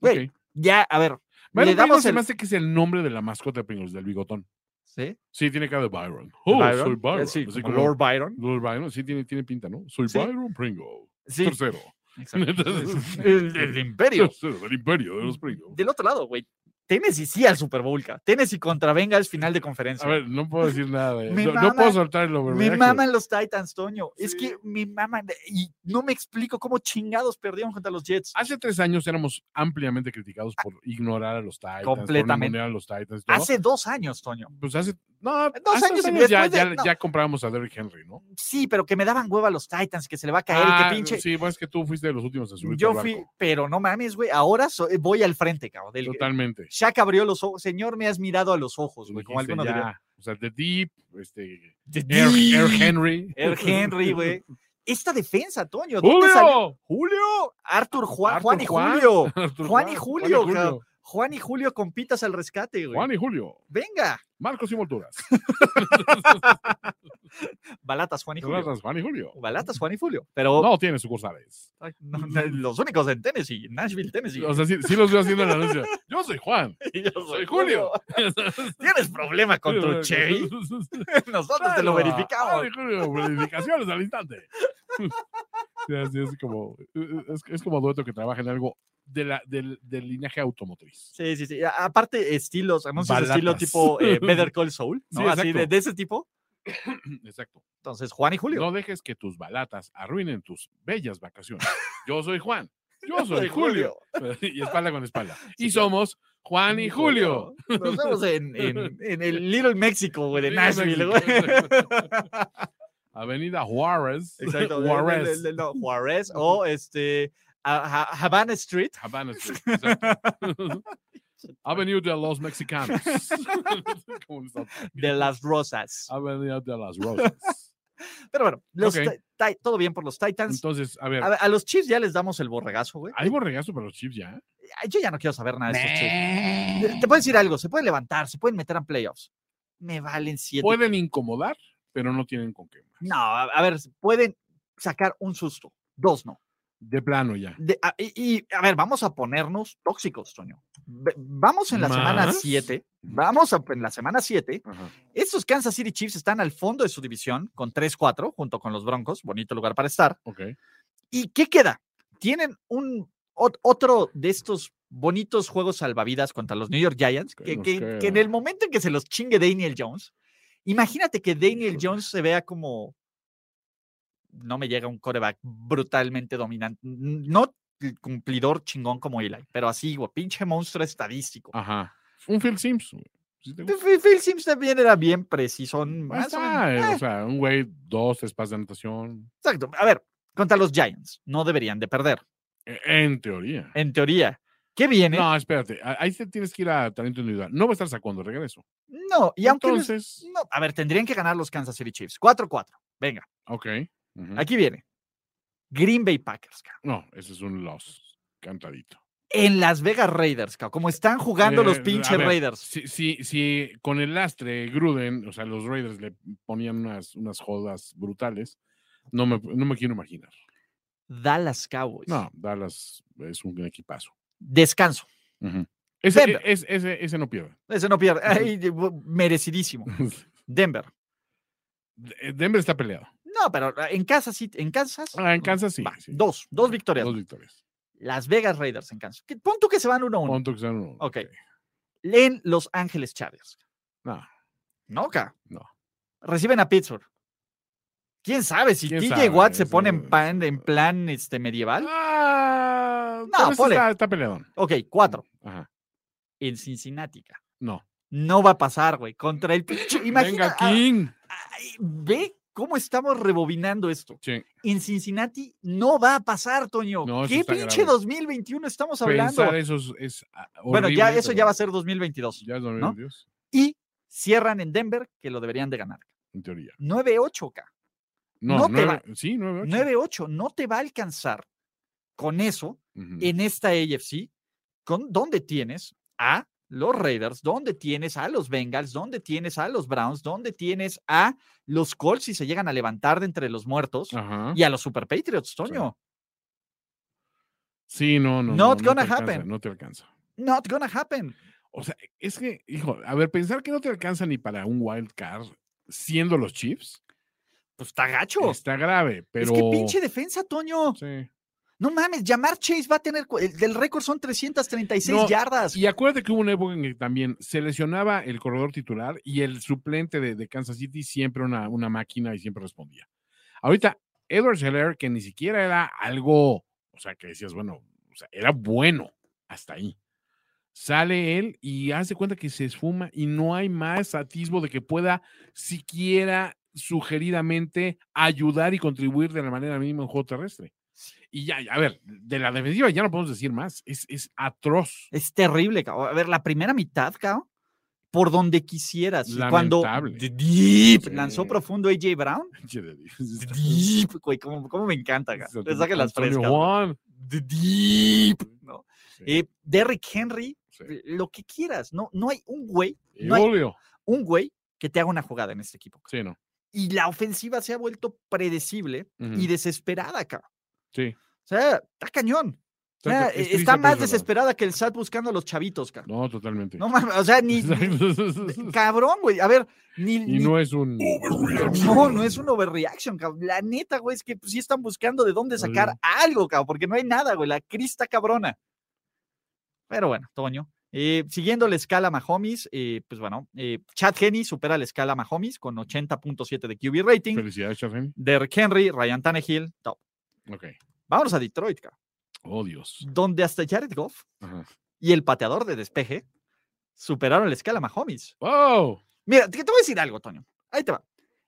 Speaker 3: Güey,
Speaker 4: Ok.
Speaker 3: Ya, a ver.
Speaker 4: Byron
Speaker 3: le damos
Speaker 4: Pringle se
Speaker 3: el-
Speaker 4: me hace que es el nombre de la mascota de Pringles, del bigotón.
Speaker 3: ¿sí?
Speaker 4: Sí, tiene cara de Byron. Oh, soy Byron.
Speaker 3: Eh, Sí,
Speaker 4: Así
Speaker 3: como
Speaker 4: como-
Speaker 3: Lord Byron.
Speaker 4: Lord Byron, sí tiene, tiene pinta, ¿no? Soy
Speaker 3: Sí.
Speaker 4: Byron Pringle.
Speaker 3: Sí,
Speaker 4: Tercero.
Speaker 3: exacto.
Speaker 4: Entonces-
Speaker 3: el, el imperio.
Speaker 4: Tercero del imperio de los Pringles.
Speaker 3: Del otro lado, güey. Tennessee sí al Super Bowl, ca. Tennessee contra Bengals final de conferencia.
Speaker 4: A ver, no puedo decir nada.
Speaker 3: *laughs*
Speaker 4: de-
Speaker 3: Me
Speaker 4: no, no
Speaker 3: mama-
Speaker 4: puedo soltar el
Speaker 3: me
Speaker 4: overreaction.
Speaker 3: maman los Titans, Toño. Es que me maman. Y no me explico cómo chingados perdieron contra los Jets.
Speaker 4: Hace tres años éramos ampliamente criticados por ignorar a los Titans, por
Speaker 3: Completamente.
Speaker 4: ningunear a los Titans. y todo.
Speaker 3: Hace dos años, Toño.
Speaker 4: pues hace no, hace
Speaker 3: Dos
Speaker 4: dos
Speaker 3: años
Speaker 4: años,
Speaker 3: y
Speaker 4: ya,
Speaker 3: después de-
Speaker 4: ya,
Speaker 3: no.
Speaker 4: ya comprábamos a Derrick Henry, ¿no?
Speaker 3: Sí, pero que me daban hueva a los Titans, que se le va a caer, y
Speaker 4: Ah,
Speaker 3: que pinche.
Speaker 4: Sí, pues es que tú fuiste de los últimos en subir.
Speaker 3: Yo fui, pero no mames, güey. Ahora so- eh, voy al frente, cabrón. Del,
Speaker 4: Totalmente.
Speaker 3: Shaq abrió los ojos. Señor, me has mirado a los ojos, güey. Como
Speaker 4: Dijiste,
Speaker 3: alguno diría.
Speaker 4: ya, O sea, The Deep, este,
Speaker 3: The
Speaker 4: Air, Air
Speaker 3: Deep,
Speaker 4: Henry. *laughs*
Speaker 3: Air Henry, güey. Esta defensa, Toño. ¿dónde salió?
Speaker 4: *laughs* ¡Julio!
Speaker 3: Julio. Arthur Juan,
Speaker 4: Arthur
Speaker 3: Juan y
Speaker 4: Juan.
Speaker 3: Julio.
Speaker 4: Arthur
Speaker 3: Juan y Julio,
Speaker 4: Juan y
Speaker 3: cabrón.
Speaker 4: Julio.
Speaker 3: Juan y Julio compitas al rescate, güey.
Speaker 4: Juan y Julio.
Speaker 3: Venga.
Speaker 4: Marcos y Molduras.
Speaker 3: Balatas, Juan y Julio.
Speaker 4: Gracias, Juan y Julio.
Speaker 3: Balatas, Juan y Julio. Pero
Speaker 4: No tiene sucursales.
Speaker 3: ay, no, no, los únicos en Tennessee, Nashville, Tennessee.
Speaker 4: O sea, sí, sí los veo haciendo la anuncio. Yo soy Juan.
Speaker 3: Y *laughs* yo
Speaker 4: soy Julio.
Speaker 3: *laughs* Tienes problema con tu
Speaker 4: *laughs*
Speaker 3: Chevy. *laughs* Nosotros te lo
Speaker 4: Claro,
Speaker 3: verificamos.
Speaker 4: ay, Julio, verificaciones al instante. *laughs* Sí, así es, como, eh, es, es como dueto que trabaja en algo de la, del, del linaje automotriz. *clears throat*
Speaker 3: Sí, sí, sí. A- Aparte, estilos, anuncios
Speaker 4: Balatas.
Speaker 3: estilo tipo eh,
Speaker 4: *laughs*
Speaker 3: Better Call Saul,
Speaker 4: Sí,
Speaker 3: ¿no? Así de,
Speaker 4: exacto.
Speaker 3: de ese tipo.
Speaker 4: Exacto.
Speaker 3: Entonces, Juan y Julio.
Speaker 4: No dejes que tus balatas arruinen tus bellas vacaciones. Yo soy Juan. Yo
Speaker 3: Soy
Speaker 4: *laughs* soy Julio. Y espalda con espalda. Y somos Juan y Julio.
Speaker 3: Nos vemos en,
Speaker 4: *laughs*
Speaker 3: en- en el Little Mexico, güey, de Nashville, güey.
Speaker 4: *laughs* Avenida Juárez.
Speaker 3: Exacto. de- de-
Speaker 4: *laughs* Juárez.
Speaker 3: de- de- no, Juárez o este a- Ha- Havana Street.
Speaker 4: Habana Street, exacto. Avenue de los Mexicanos. ¿Cómo está?
Speaker 3: de las Rosas.
Speaker 4: Avenida de las Rosas.
Speaker 3: Pero bueno, los
Speaker 4: Ah, Ok.
Speaker 3: Ti- Ti- todo bien por los Titans.
Speaker 4: Entonces, a ver,
Speaker 3: A, a los Chiefs ya les damos el borregazo, güey.
Speaker 4: ¿hay borregazo para los Chiefs ya? ¿eh?
Speaker 3: Ay, Yo ya no quiero saber nada de estos Chiefs. Te- Te puedo decir algo, se pueden levantar, se pueden meter en playoffs. Me valen siete.
Speaker 4: Pueden incomodar, pero no tienen con qué.
Speaker 3: No, a, a ver, pueden sacar un susto. Dos no.
Speaker 4: De plano ya.
Speaker 3: De- a- y, y, a ver, vamos a ponernos tóxicos, Toño. Ve- Vamos en la semana
Speaker 4: ¿Más?
Speaker 3: 7. Vamos a- en la semana 7
Speaker 4: Ajá.
Speaker 3: Estos Kansas City Chiefs están al fondo de su división con 3-4 junto con los Broncos, bonito lugar para estar.
Speaker 4: Ok.
Speaker 3: ¿Y qué queda? Tienen un ot- otro de estos bonitos juegos salvavidas contra los New York Giants,
Speaker 4: ¿Qué
Speaker 3: que,
Speaker 4: nos
Speaker 3: que-
Speaker 4: queda?
Speaker 3: que en el momento en que se los chingue Daniel Jones, imagínate que Daniel Jones se vea como no me llega un coreback brutalmente dominante, n- no el cumplidor chingón como Eli, pero así, güey, pinche monstruo estadístico.
Speaker 4: Ajá. Un Phil Sims. güey. ¿Sí te gusta?
Speaker 3: Phil Phil Simms también era bien preciso,
Speaker 4: Ahí
Speaker 3: más o
Speaker 4: está,
Speaker 3: menos.
Speaker 4: eh,
Speaker 3: Eh,
Speaker 4: O sea, un güey, dos, tres pases de anotación.
Speaker 3: Exacto. A ver, contra los Giants, no deberían de perder,
Speaker 4: E- En teoría.
Speaker 3: en teoría. ¿Qué viene? No,
Speaker 4: No, espérate. a- Ahí te tienes que ir a talento individual. No va a estar sacando regreso.
Speaker 3: y aunque... les-
Speaker 4: Entonces,
Speaker 3: no, a ver, tendrían que ganar los Kansas City Chiefs. 4-4. Venga,
Speaker 4: ok. ujú.
Speaker 3: aquí viene. Green Bay Packers, cabrón.
Speaker 4: No, ese es un loss. Cantadito.
Speaker 3: En Las Vegas Raiders, cabrón. Como están jugando los
Speaker 4: Eh, a
Speaker 3: pinches
Speaker 4: ver,
Speaker 3: Raiders.
Speaker 4: Si, si, si con el lastre Gruden, o sea, los Raiders le ponían unas, unas jodas brutales, no me, no me quiero imaginar.
Speaker 3: Dallas Cowboys.
Speaker 4: No, Dallas es un equipazo.
Speaker 3: Descanso.
Speaker 4: Ujú. Ese,
Speaker 3: Denver.
Speaker 4: e- es- ese, ese no pierde. *laughs*
Speaker 3: Ese no pierde.
Speaker 4: Ujú.
Speaker 3: Ay, de- bu- merecidísimo. Denver.
Speaker 4: De- Denver está peleado.
Speaker 3: No, pero ah, en Kansas City. En Kansas. mm,
Speaker 4: Ah, en Kansas sí.
Speaker 3: va,
Speaker 4: sí.
Speaker 3: Dos. Dos victorias.
Speaker 4: Dos victorias.
Speaker 3: Las Vegas Raiders en Kansas. Que- Pon tú que se van 1-1.
Speaker 4: Pon tú que sean uno.
Speaker 3: Ok. Leen Los Ángeles Chargers.
Speaker 4: No,
Speaker 3: No, ca.
Speaker 4: No.
Speaker 3: Reciben a Pittsburgh. ¿Quién sabe si
Speaker 4: ¿Quién
Speaker 3: TJ
Speaker 4: sabe?
Speaker 3: Watt se
Speaker 4: Eso-
Speaker 3: pone en, pan- en plan este, medieval?
Speaker 4: Ah,
Speaker 3: No,
Speaker 4: tal vez
Speaker 3: ponle.
Speaker 4: está, está peleadón.
Speaker 3: Ok, cuatro.
Speaker 4: Ajá.
Speaker 3: En Cincinnati. ca.
Speaker 4: No.
Speaker 3: No va a pasar, güey. Contra el pinche. Imagina.
Speaker 4: Venga,
Speaker 3: ah,
Speaker 4: King.
Speaker 3: ay, ve cómo estamos rebobinando esto.
Speaker 4: Sí.
Speaker 3: En Cincinnati no va a pasar, Toño.
Speaker 4: No, eso
Speaker 3: ¿Qué
Speaker 4: está
Speaker 3: pinche
Speaker 4: grave.
Speaker 3: 2021 estamos hablando?
Speaker 4: Pensar eso es, es, ah,
Speaker 3: bueno, ya
Speaker 4: horrible,
Speaker 3: eso ya
Speaker 4: pero
Speaker 3: va a ser 2022.
Speaker 4: Ya es 2022,
Speaker 3: Y cierran en Denver, que lo deberían de ganar.
Speaker 4: en teoría.
Speaker 3: 9-8, ca.
Speaker 4: No,
Speaker 3: No te
Speaker 4: nueve- Sí, 9
Speaker 3: 9-8 no te va a alcanzar con eso en esta AFC, con donde tienes a los Raiders, donde tienes a los Bengals, donde tienes a los Browns, donde tienes a los Colts si se llegan a levantar de entre los muertos
Speaker 4: Ajá.
Speaker 3: y a los Super Patriots, Toño.
Speaker 4: Sí, no, no.
Speaker 3: Not
Speaker 4: no,
Speaker 3: gonna
Speaker 4: no te alcanza,
Speaker 3: happen.
Speaker 4: no te alcanza.
Speaker 3: Not gonna happen.
Speaker 4: O sea, es que, hijo, a ver, pensar que no te alcanza ni para un wild card siendo los Chiefs
Speaker 3: Pues está gacho. Es,
Speaker 4: está grave, pero.
Speaker 3: que pinche defensa, Toño.
Speaker 4: Sí.
Speaker 3: No mames, llamar Chase va a tener. cu- El, del récord son 336
Speaker 4: No,
Speaker 3: yardas.
Speaker 4: Y acuérdate que hubo una época en que también se lesionaba el corredor titular y el suplente de, de Kansas City siempre una, una máquina y siempre respondía. Ahorita, Edward Scheller, que ni siquiera era algo, o sea, que decías, bueno, o sea, era bueno hasta ahí. Sale él y hace cuenta que se esfuma y no hay más atisbo de que pueda siquiera sugeridamente ayudar y contribuir de la manera mínima en juego terrestre. Y ya, a ver, de la defensiva ya no podemos decir más. Es, es atroz.
Speaker 3: Es terrible, cabrón. A ver, la primera mitad, cabrón, por donde quisieras. Y Cuando
Speaker 4: Lamentable.
Speaker 3: The Deep lanzó
Speaker 4: Sí.
Speaker 3: profundo AJ Brown.
Speaker 4: Che de Dios, está-
Speaker 3: The Deep, güey, cómo, cómo me encanta,
Speaker 4: está
Speaker 3: cabrón.
Speaker 4: Antonio-
Speaker 3: Le saca las
Speaker 4: Antonio
Speaker 3: frescas. güey.
Speaker 4: Juan.
Speaker 3: The Deep, ¿no?
Speaker 4: Sí,
Speaker 3: Eh, Derrick Henry,
Speaker 4: sí.
Speaker 3: lo que quieras. No, no hay un güey,
Speaker 4: Y
Speaker 3: no hay-
Speaker 4: Julio.
Speaker 3: un güey que te haga una jugada en este equipo. cabrón.
Speaker 4: Sí, no.
Speaker 3: Y la ofensiva se ha vuelto predecible
Speaker 4: Ujú,
Speaker 3: y desesperada, cabrón.
Speaker 4: Sí.
Speaker 3: O sea, está cañón. O sea,
Speaker 4: Exacto, es
Speaker 3: eh, está más
Speaker 4: triste, pero es verdad.
Speaker 3: desesperada que el SAT buscando a los chavitos, cabrón.
Speaker 4: No, totalmente. *laughs*
Speaker 3: No mames, o sea, ni, ni-
Speaker 4: Exacto.
Speaker 3: De- Cabrón, güey. A ver, ni.
Speaker 4: y
Speaker 3: ni-
Speaker 4: no es un. *laughs*
Speaker 3: no, no es un overreaction, cabrón. La neta, güey, es que pues, sí están buscando de dónde sacar
Speaker 4: Sí.
Speaker 3: algo, cabrón, porque no hay nada, güey. La crista cabrona. Pero bueno, Toño. eh, siguiendo la escala Mahomes, eh, pues bueno, eh, Chad Henney supera la escala Mahomes con 80.7 de QB rating.
Speaker 4: Felicidades, Charlene.
Speaker 3: Derrick Henry, Ryan Tannehill, top.
Speaker 4: Ok.
Speaker 3: Vámonos a Detroit, cabrón,
Speaker 4: Oh, Dios.
Speaker 3: donde hasta Jared Goff
Speaker 4: Ajá.
Speaker 3: y el pateador de despeje superaron la escala Mahomes.
Speaker 4: ¡Wow!
Speaker 3: Mira, te, te voy a decir algo, Toño. Ahí te va.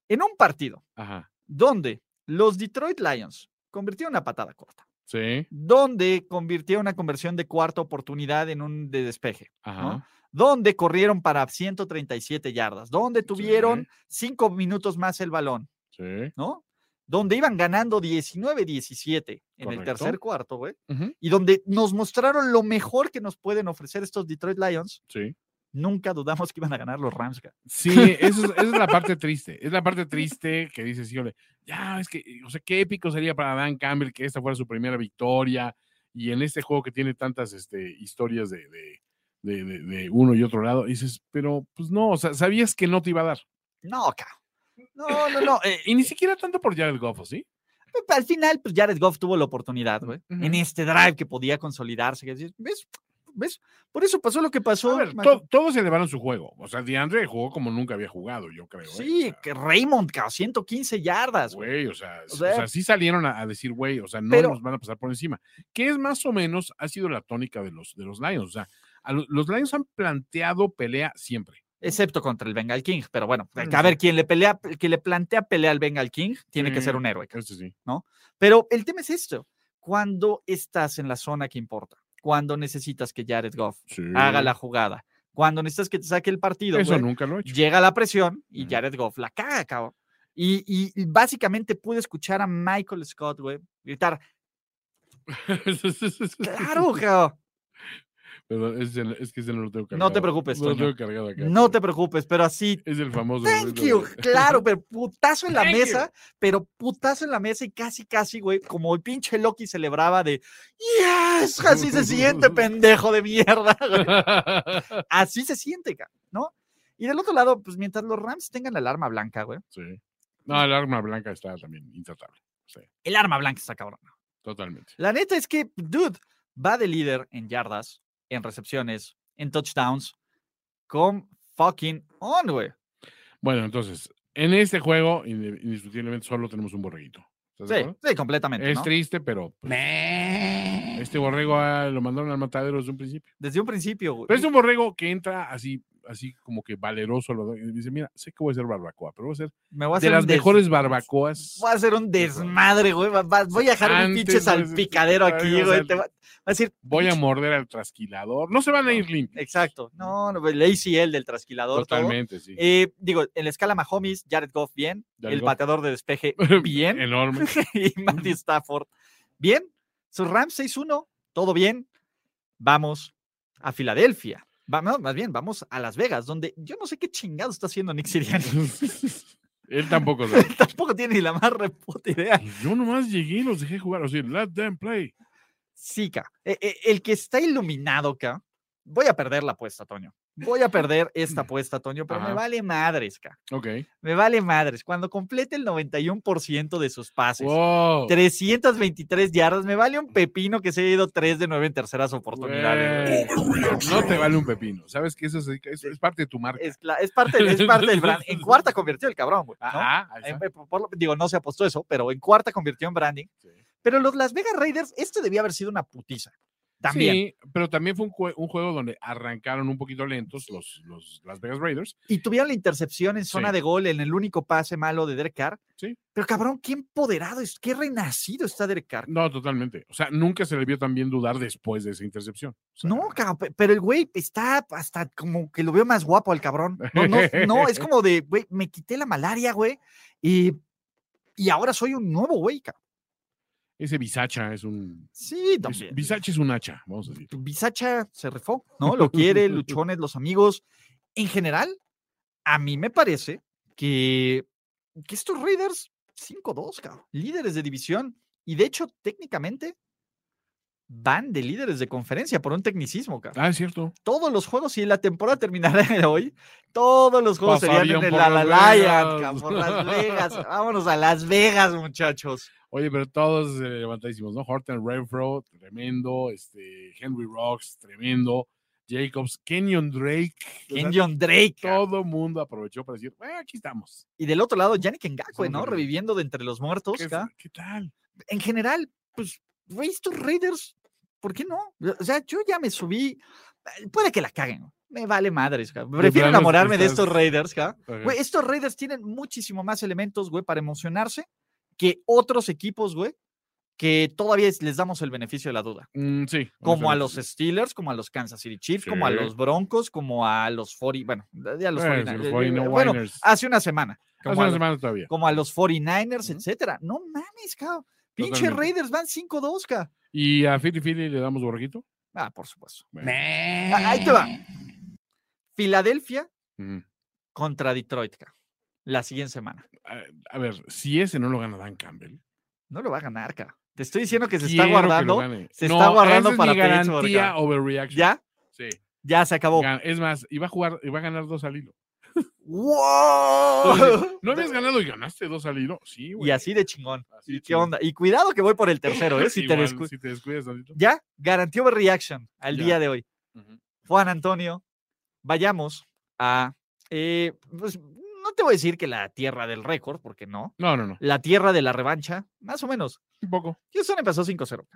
Speaker 3: En un partido
Speaker 4: Ajá.
Speaker 3: donde los Detroit Lions convirtieron una patada corta,
Speaker 4: Sí.
Speaker 3: donde convirtieron una conversión de cuarta oportunidad en un de despeje,
Speaker 4: Ajá.
Speaker 3: ¿no? donde corrieron para 137 yardas, donde tuvieron cinco minutos más el balón,
Speaker 4: Sí.
Speaker 3: ¿no? Donde iban ganando 19-17 en el tercer
Speaker 4: Correcto.
Speaker 3: cuarto, güey,
Speaker 4: Ujú,
Speaker 3: y donde nos mostraron lo mejor que nos pueden ofrecer estos Detroit Lions.
Speaker 4: Sí.
Speaker 3: Nunca dudamos que iban a ganar los Rams. güey.
Speaker 4: Sí, eso es, esa es la parte triste. Es la parte triste que dices, híjole, ya, es que, o sea, qué épico sería para Dan Campbell que esta fuera su primera victoria y en este juego que tiene tantas este, historias de, de, de- de- de uno y otro lado, dices, pero pues no, o sea, sabías que no te iba a dar.
Speaker 3: No, cabrón. No, no, no. eh,
Speaker 4: Y ni siquiera tanto por Jared Goff, ¿o ¿sí?
Speaker 3: Pero Al final, pues Jared Goff tuvo la oportunidad, güey.
Speaker 4: Ujú.
Speaker 3: En este drive que podía consolidarse. que dices, ¿Ves? ¿Ves? Por eso pasó lo que
Speaker 4: A
Speaker 3: pasó.
Speaker 4: ver,
Speaker 3: Mac-
Speaker 4: to- todos elevaron su juego. O sea, DeAndre jugó como nunca había jugado, yo creo. ¿eh?
Speaker 3: sí, que Raymond, cabrón, 115 yardas, güey.
Speaker 4: Güey, o sea,
Speaker 3: O
Speaker 4: s- o
Speaker 3: sea,
Speaker 4: sea, sí salieron a, a decir, güey, o sea, no
Speaker 3: pero-
Speaker 4: nos van a pasar por encima. Que es más o menos, ha sido la tónica de los, de los Lions. O sea, a lo- los Lions han planteado pelea siempre.
Speaker 3: Excepto contra el Bengal King. Pero bueno,
Speaker 4: Mm,
Speaker 3: a ver, quien le pelea, que le plantea pelea al Bengal King tiene que ser
Speaker 4: Sí.
Speaker 3: un héroe. cabrón.
Speaker 4: Este sí.
Speaker 3: Pero el tema es esto: cuando estás en la zona que importa, cuando necesitas que Jared Goff
Speaker 4: Sí.
Speaker 3: haga la jugada, cuando necesitas que te saque el partido.
Speaker 4: Eso
Speaker 3: güey,
Speaker 4: nunca
Speaker 3: *laughs*
Speaker 4: lo he hecho. *laughs*
Speaker 3: llega la presión y
Speaker 4: Ujú.
Speaker 3: Jared Goff la caga, cabrón. Y, y- y básicamente pude escuchar a Michael Scott, güey,
Speaker 4: *laughs*
Speaker 3: gritar, claro, cabrón,
Speaker 4: Pero es, el- es que ese no lo tengo cargado.
Speaker 3: No te preocupes,
Speaker 4: No lo
Speaker 3: Toño.
Speaker 4: tengo cargado acá.
Speaker 3: no te
Speaker 4: pero
Speaker 3: preocupes, pero así,
Speaker 4: Es el famoso.
Speaker 3: thank
Speaker 4: momento
Speaker 3: you,
Speaker 4: *laughs* de-
Speaker 3: claro, pero putazo en la
Speaker 4: Thank you.
Speaker 3: mesa, pero putazo en la mesa y casi, casi, güey, como el pinche Loki celebraba de, yes, así se
Speaker 4: *laughs*
Speaker 3: siente, pendejo de mierda, *laughs* güey". así se siente, cabrón, ¿no? Y del otro lado, pues mientras los Rams tengan la alarma blanca, güey,
Speaker 4: sí. No, el arma blanca está también intratable.
Speaker 3: el arma blanca está cabrón.
Speaker 4: Totalmente.
Speaker 3: La neta es que, dude, va de líder en yardas, en recepciones, en touchdowns, con fucking on, güey.
Speaker 4: Bueno, entonces, en este juego, inde- indiscutiblemente, solo tenemos un borreguito. ¿Estás de
Speaker 3: Sí,
Speaker 4: acuerdo?
Speaker 3: sí, completamente.
Speaker 4: Es
Speaker 3: ¿no?
Speaker 4: triste, pero pues, este borrego ah, lo mandaron al matadero desde un principio.
Speaker 3: Desde un principio, güey.
Speaker 4: Pero es un borrego que entra así, así como que valeroso. Lo, da- y dice, mira, sé que voy a hacer barbacoa, pero voy a hacer
Speaker 3: Me voy a
Speaker 4: de
Speaker 3: hacer
Speaker 4: las
Speaker 3: un des-
Speaker 4: mejores barbacoas.
Speaker 3: Voy a hacer un desmadre, güey. Va- va- Voy a dejar un
Speaker 4: Antes
Speaker 3: pinche
Speaker 4: no es-
Speaker 3: salpicadero
Speaker 4: Ay,
Speaker 3: aquí,
Speaker 4: o
Speaker 3: güey.
Speaker 4: sea,
Speaker 3: Te va, va a decir.
Speaker 4: Voy
Speaker 3: *laughs*
Speaker 4: a morder al trasquilador. No se van a ir limpios.
Speaker 3: Exacto. No, no, el ACL del trasquilador. todo.
Speaker 4: Totalmente, sí.
Speaker 3: Eh, digo, en la escala Mahomes, Jared Goff bien,
Speaker 4: Jared
Speaker 3: el
Speaker 4: Goff.
Speaker 3: pateador de
Speaker 4: *laughs*
Speaker 3: despeje bien, *laughs*
Speaker 4: Enorme.
Speaker 3: y Matthew Stafford. Bien, su Rams 6-1, todo bien. Vamos a Filadelfia. Va- no, más bien, vamos a Las Vegas, donde yo no sé qué chingado está haciendo Nick Sirianni. *laughs*
Speaker 4: Él tampoco sabe.
Speaker 3: Tampoco tiene ni la más reputa idea.
Speaker 4: Yo nomás llegué y los dejé jugar. O sea, let them play.
Speaker 3: Sí, ca. E- e- El que está iluminado, ca. Voy a perder la apuesta, Toño. Voy a perder
Speaker 4: *laughs*
Speaker 3: esta apuesta, Toño, pero me
Speaker 4: Ajá.
Speaker 3: vale madres, ca.
Speaker 4: Ok.
Speaker 3: Me vale madres. Cuando complete el 91% de sus pases,
Speaker 4: Wow. Mm.
Speaker 3: 323 yardas, me vale un pepino que se haya ido 3 de 9 en terceras oportunidades. güey.
Speaker 4: Güey, No te vale un pepino. Sabes que eso es, eso es parte de tu marca.
Speaker 3: es, cla- es parte,
Speaker 4: *laughs*
Speaker 3: es parte del brand. En cuarta convirtió el cabrón, güey. ¿no?
Speaker 4: Ajá, ahí
Speaker 3: En- eh,
Speaker 4: está.
Speaker 3: por- por lo- digo, no se apostó eso, pero en cuarta convirtió en branding.
Speaker 4: Sí.
Speaker 3: Pero los Las Vegas Raiders, esto debía haber sido una putiza. También.
Speaker 4: Sí, pero también fue un, jue- un juego donde arrancaron un poquito lentos los, los Las Vegas Raiders.
Speaker 3: Y tuvieron la intercepción en zona
Speaker 4: Sí.
Speaker 3: de gol, en el único pase malo de Derek Carr.
Speaker 4: Sí.
Speaker 3: Pero cabrón, qué empoderado, es, qué renacido está Derek Carr.
Speaker 4: No, totalmente. O sea, nunca se le vio tan bien dudar después de esa intercepción. O sea,
Speaker 3: No, cabrón, pe- pero el güey está hasta como que lo veo más guapo al cabrón. No, no, no,
Speaker 4: *laughs*
Speaker 3: es como de, güey, me quité la malaria, güey, y, y ahora soy un nuevo güey, cabrón.
Speaker 4: Ese bisacha es un.
Speaker 3: Sí,
Speaker 4: es-
Speaker 3: también.
Speaker 4: Bisacha es un hacha, vamos a decir.
Speaker 3: tu Bisacha se refó, ¿no?
Speaker 4: *laughs*
Speaker 3: Lo quiere, Luchones, los amigos. En general, a mí me parece que, que estos Raiders, 5-2, cabrón, líderes de división, y de hecho, técnicamente, van de líderes de conferencia por un tecnicismo, cabrón.
Speaker 4: Ah, es cierto.
Speaker 3: Todos los juegos, si la temporada terminara hoy, todos los juegos serían
Speaker 4: Pasarían
Speaker 3: en el
Speaker 4: por Las
Speaker 3: Alalayan, cabrón,
Speaker 4: Vegas.
Speaker 3: por Las Vegas.
Speaker 4: *laughs*
Speaker 3: Vámonos a Las Vegas, muchachos.
Speaker 4: Oye, pero todos eh, levantadísimos, ¿no? Horton Renfro, tremendo. Este, Henry Rocks, tremendo. Jacobs, Kenyon Drake. o sea,
Speaker 3: Kenyon Drake. cabrón.
Speaker 4: todo mundo aprovechó para decir, "Ah, aquí estamos.
Speaker 3: Y del otro lado, Yannick Ngakwe,
Speaker 4: Somos
Speaker 3: ¿no?
Speaker 4: Raiders.
Speaker 3: Reviviendo de entre los muertos,
Speaker 4: ¿Qué,
Speaker 3: cabrón.
Speaker 4: ¿Qué tal?
Speaker 3: en general, pues, güey, estos Raiders ¿Por qué no? O sea, yo ya me subí. eh, Puede que la caguen. Me vale madres, cabrón. Prefiero
Speaker 4: plano
Speaker 3: enamorarme de
Speaker 4: estás-
Speaker 3: estos Raiders, cabrón.
Speaker 4: Ajá.
Speaker 3: Güey, estos Raiders tienen muchísimo más elementos, güey, para emocionarse que otros equipos, güey, que todavía es- les damos el beneficio de la duda.
Speaker 4: Mm, sí.
Speaker 3: Como a
Speaker 4: honestamente,
Speaker 3: los este,
Speaker 4: sí.
Speaker 3: Steelers, como a los Kansas City Chiefs, como a
Speaker 4: Sí.
Speaker 3: los Broncos, como a los 40, bueno, ya los
Speaker 4: Eh,
Speaker 3: 49
Speaker 4: los
Speaker 3: eh, eh,
Speaker 4: 49ers.
Speaker 3: Bueno, hace una semana.
Speaker 4: Hace
Speaker 3: Como,
Speaker 4: una
Speaker 3: a, los,
Speaker 4: semana todavía.
Speaker 3: como a los 49ers,
Speaker 4: Ujú.
Speaker 3: etcétera. No mames, cabrón. Pinche
Speaker 4: Totalmente.
Speaker 3: Raiders van 5-2, cabrón.
Speaker 4: ¿Y a Philly Philly le damos borrejito?
Speaker 3: Ah, por supuesto.
Speaker 4: Bueno.
Speaker 3: Ah, Ahí te va. Filadelfia
Speaker 4: Mm.
Speaker 3: contra Detroit, cabrón. La siguiente semana.
Speaker 4: A, a ver, si ese no lo gana Dan Campbell.
Speaker 3: No lo va a ganar, cabrón. Te estoy diciendo que se
Speaker 4: quiero
Speaker 3: está
Speaker 4: que lo
Speaker 3: guardando.
Speaker 4: gane.
Speaker 3: se está guardando
Speaker 4: esa es
Speaker 3: para
Speaker 4: mi
Speaker 3: Pittsburgh,
Speaker 4: garantía
Speaker 3: cabrón.
Speaker 4: overreaction.
Speaker 3: ¿Ya?
Speaker 4: Sí.
Speaker 3: Ya se acabó.
Speaker 4: Gan- Es más, iba a jugar, iba a ganar dos al hilo.
Speaker 3: ¡Wow!
Speaker 4: ¿No habías ganado y ganaste dos al hilo? Sí,
Speaker 3: *laughs*
Speaker 4: güey.
Speaker 3: Y así de chingón.
Speaker 4: Así de
Speaker 3: ¿Y qué
Speaker 4: chingón.
Speaker 3: onda? Y cuidado que voy por el tercero,
Speaker 4: *laughs*
Speaker 3: ¿eh? Si te
Speaker 4: Igual,
Speaker 3: descu-
Speaker 4: si te descuidas tantito.
Speaker 3: Ya, garantía overreaction al
Speaker 4: Ya.
Speaker 3: día de hoy.
Speaker 4: Ujú.
Speaker 3: Juan Antonio, vayamos a. eh, pues, no te voy a decir que la tierra del récord, porque no.
Speaker 4: No, no, no.
Speaker 3: La tierra de la revancha, más o menos.
Speaker 4: Un poco.
Speaker 3: Houston empezó 5-0.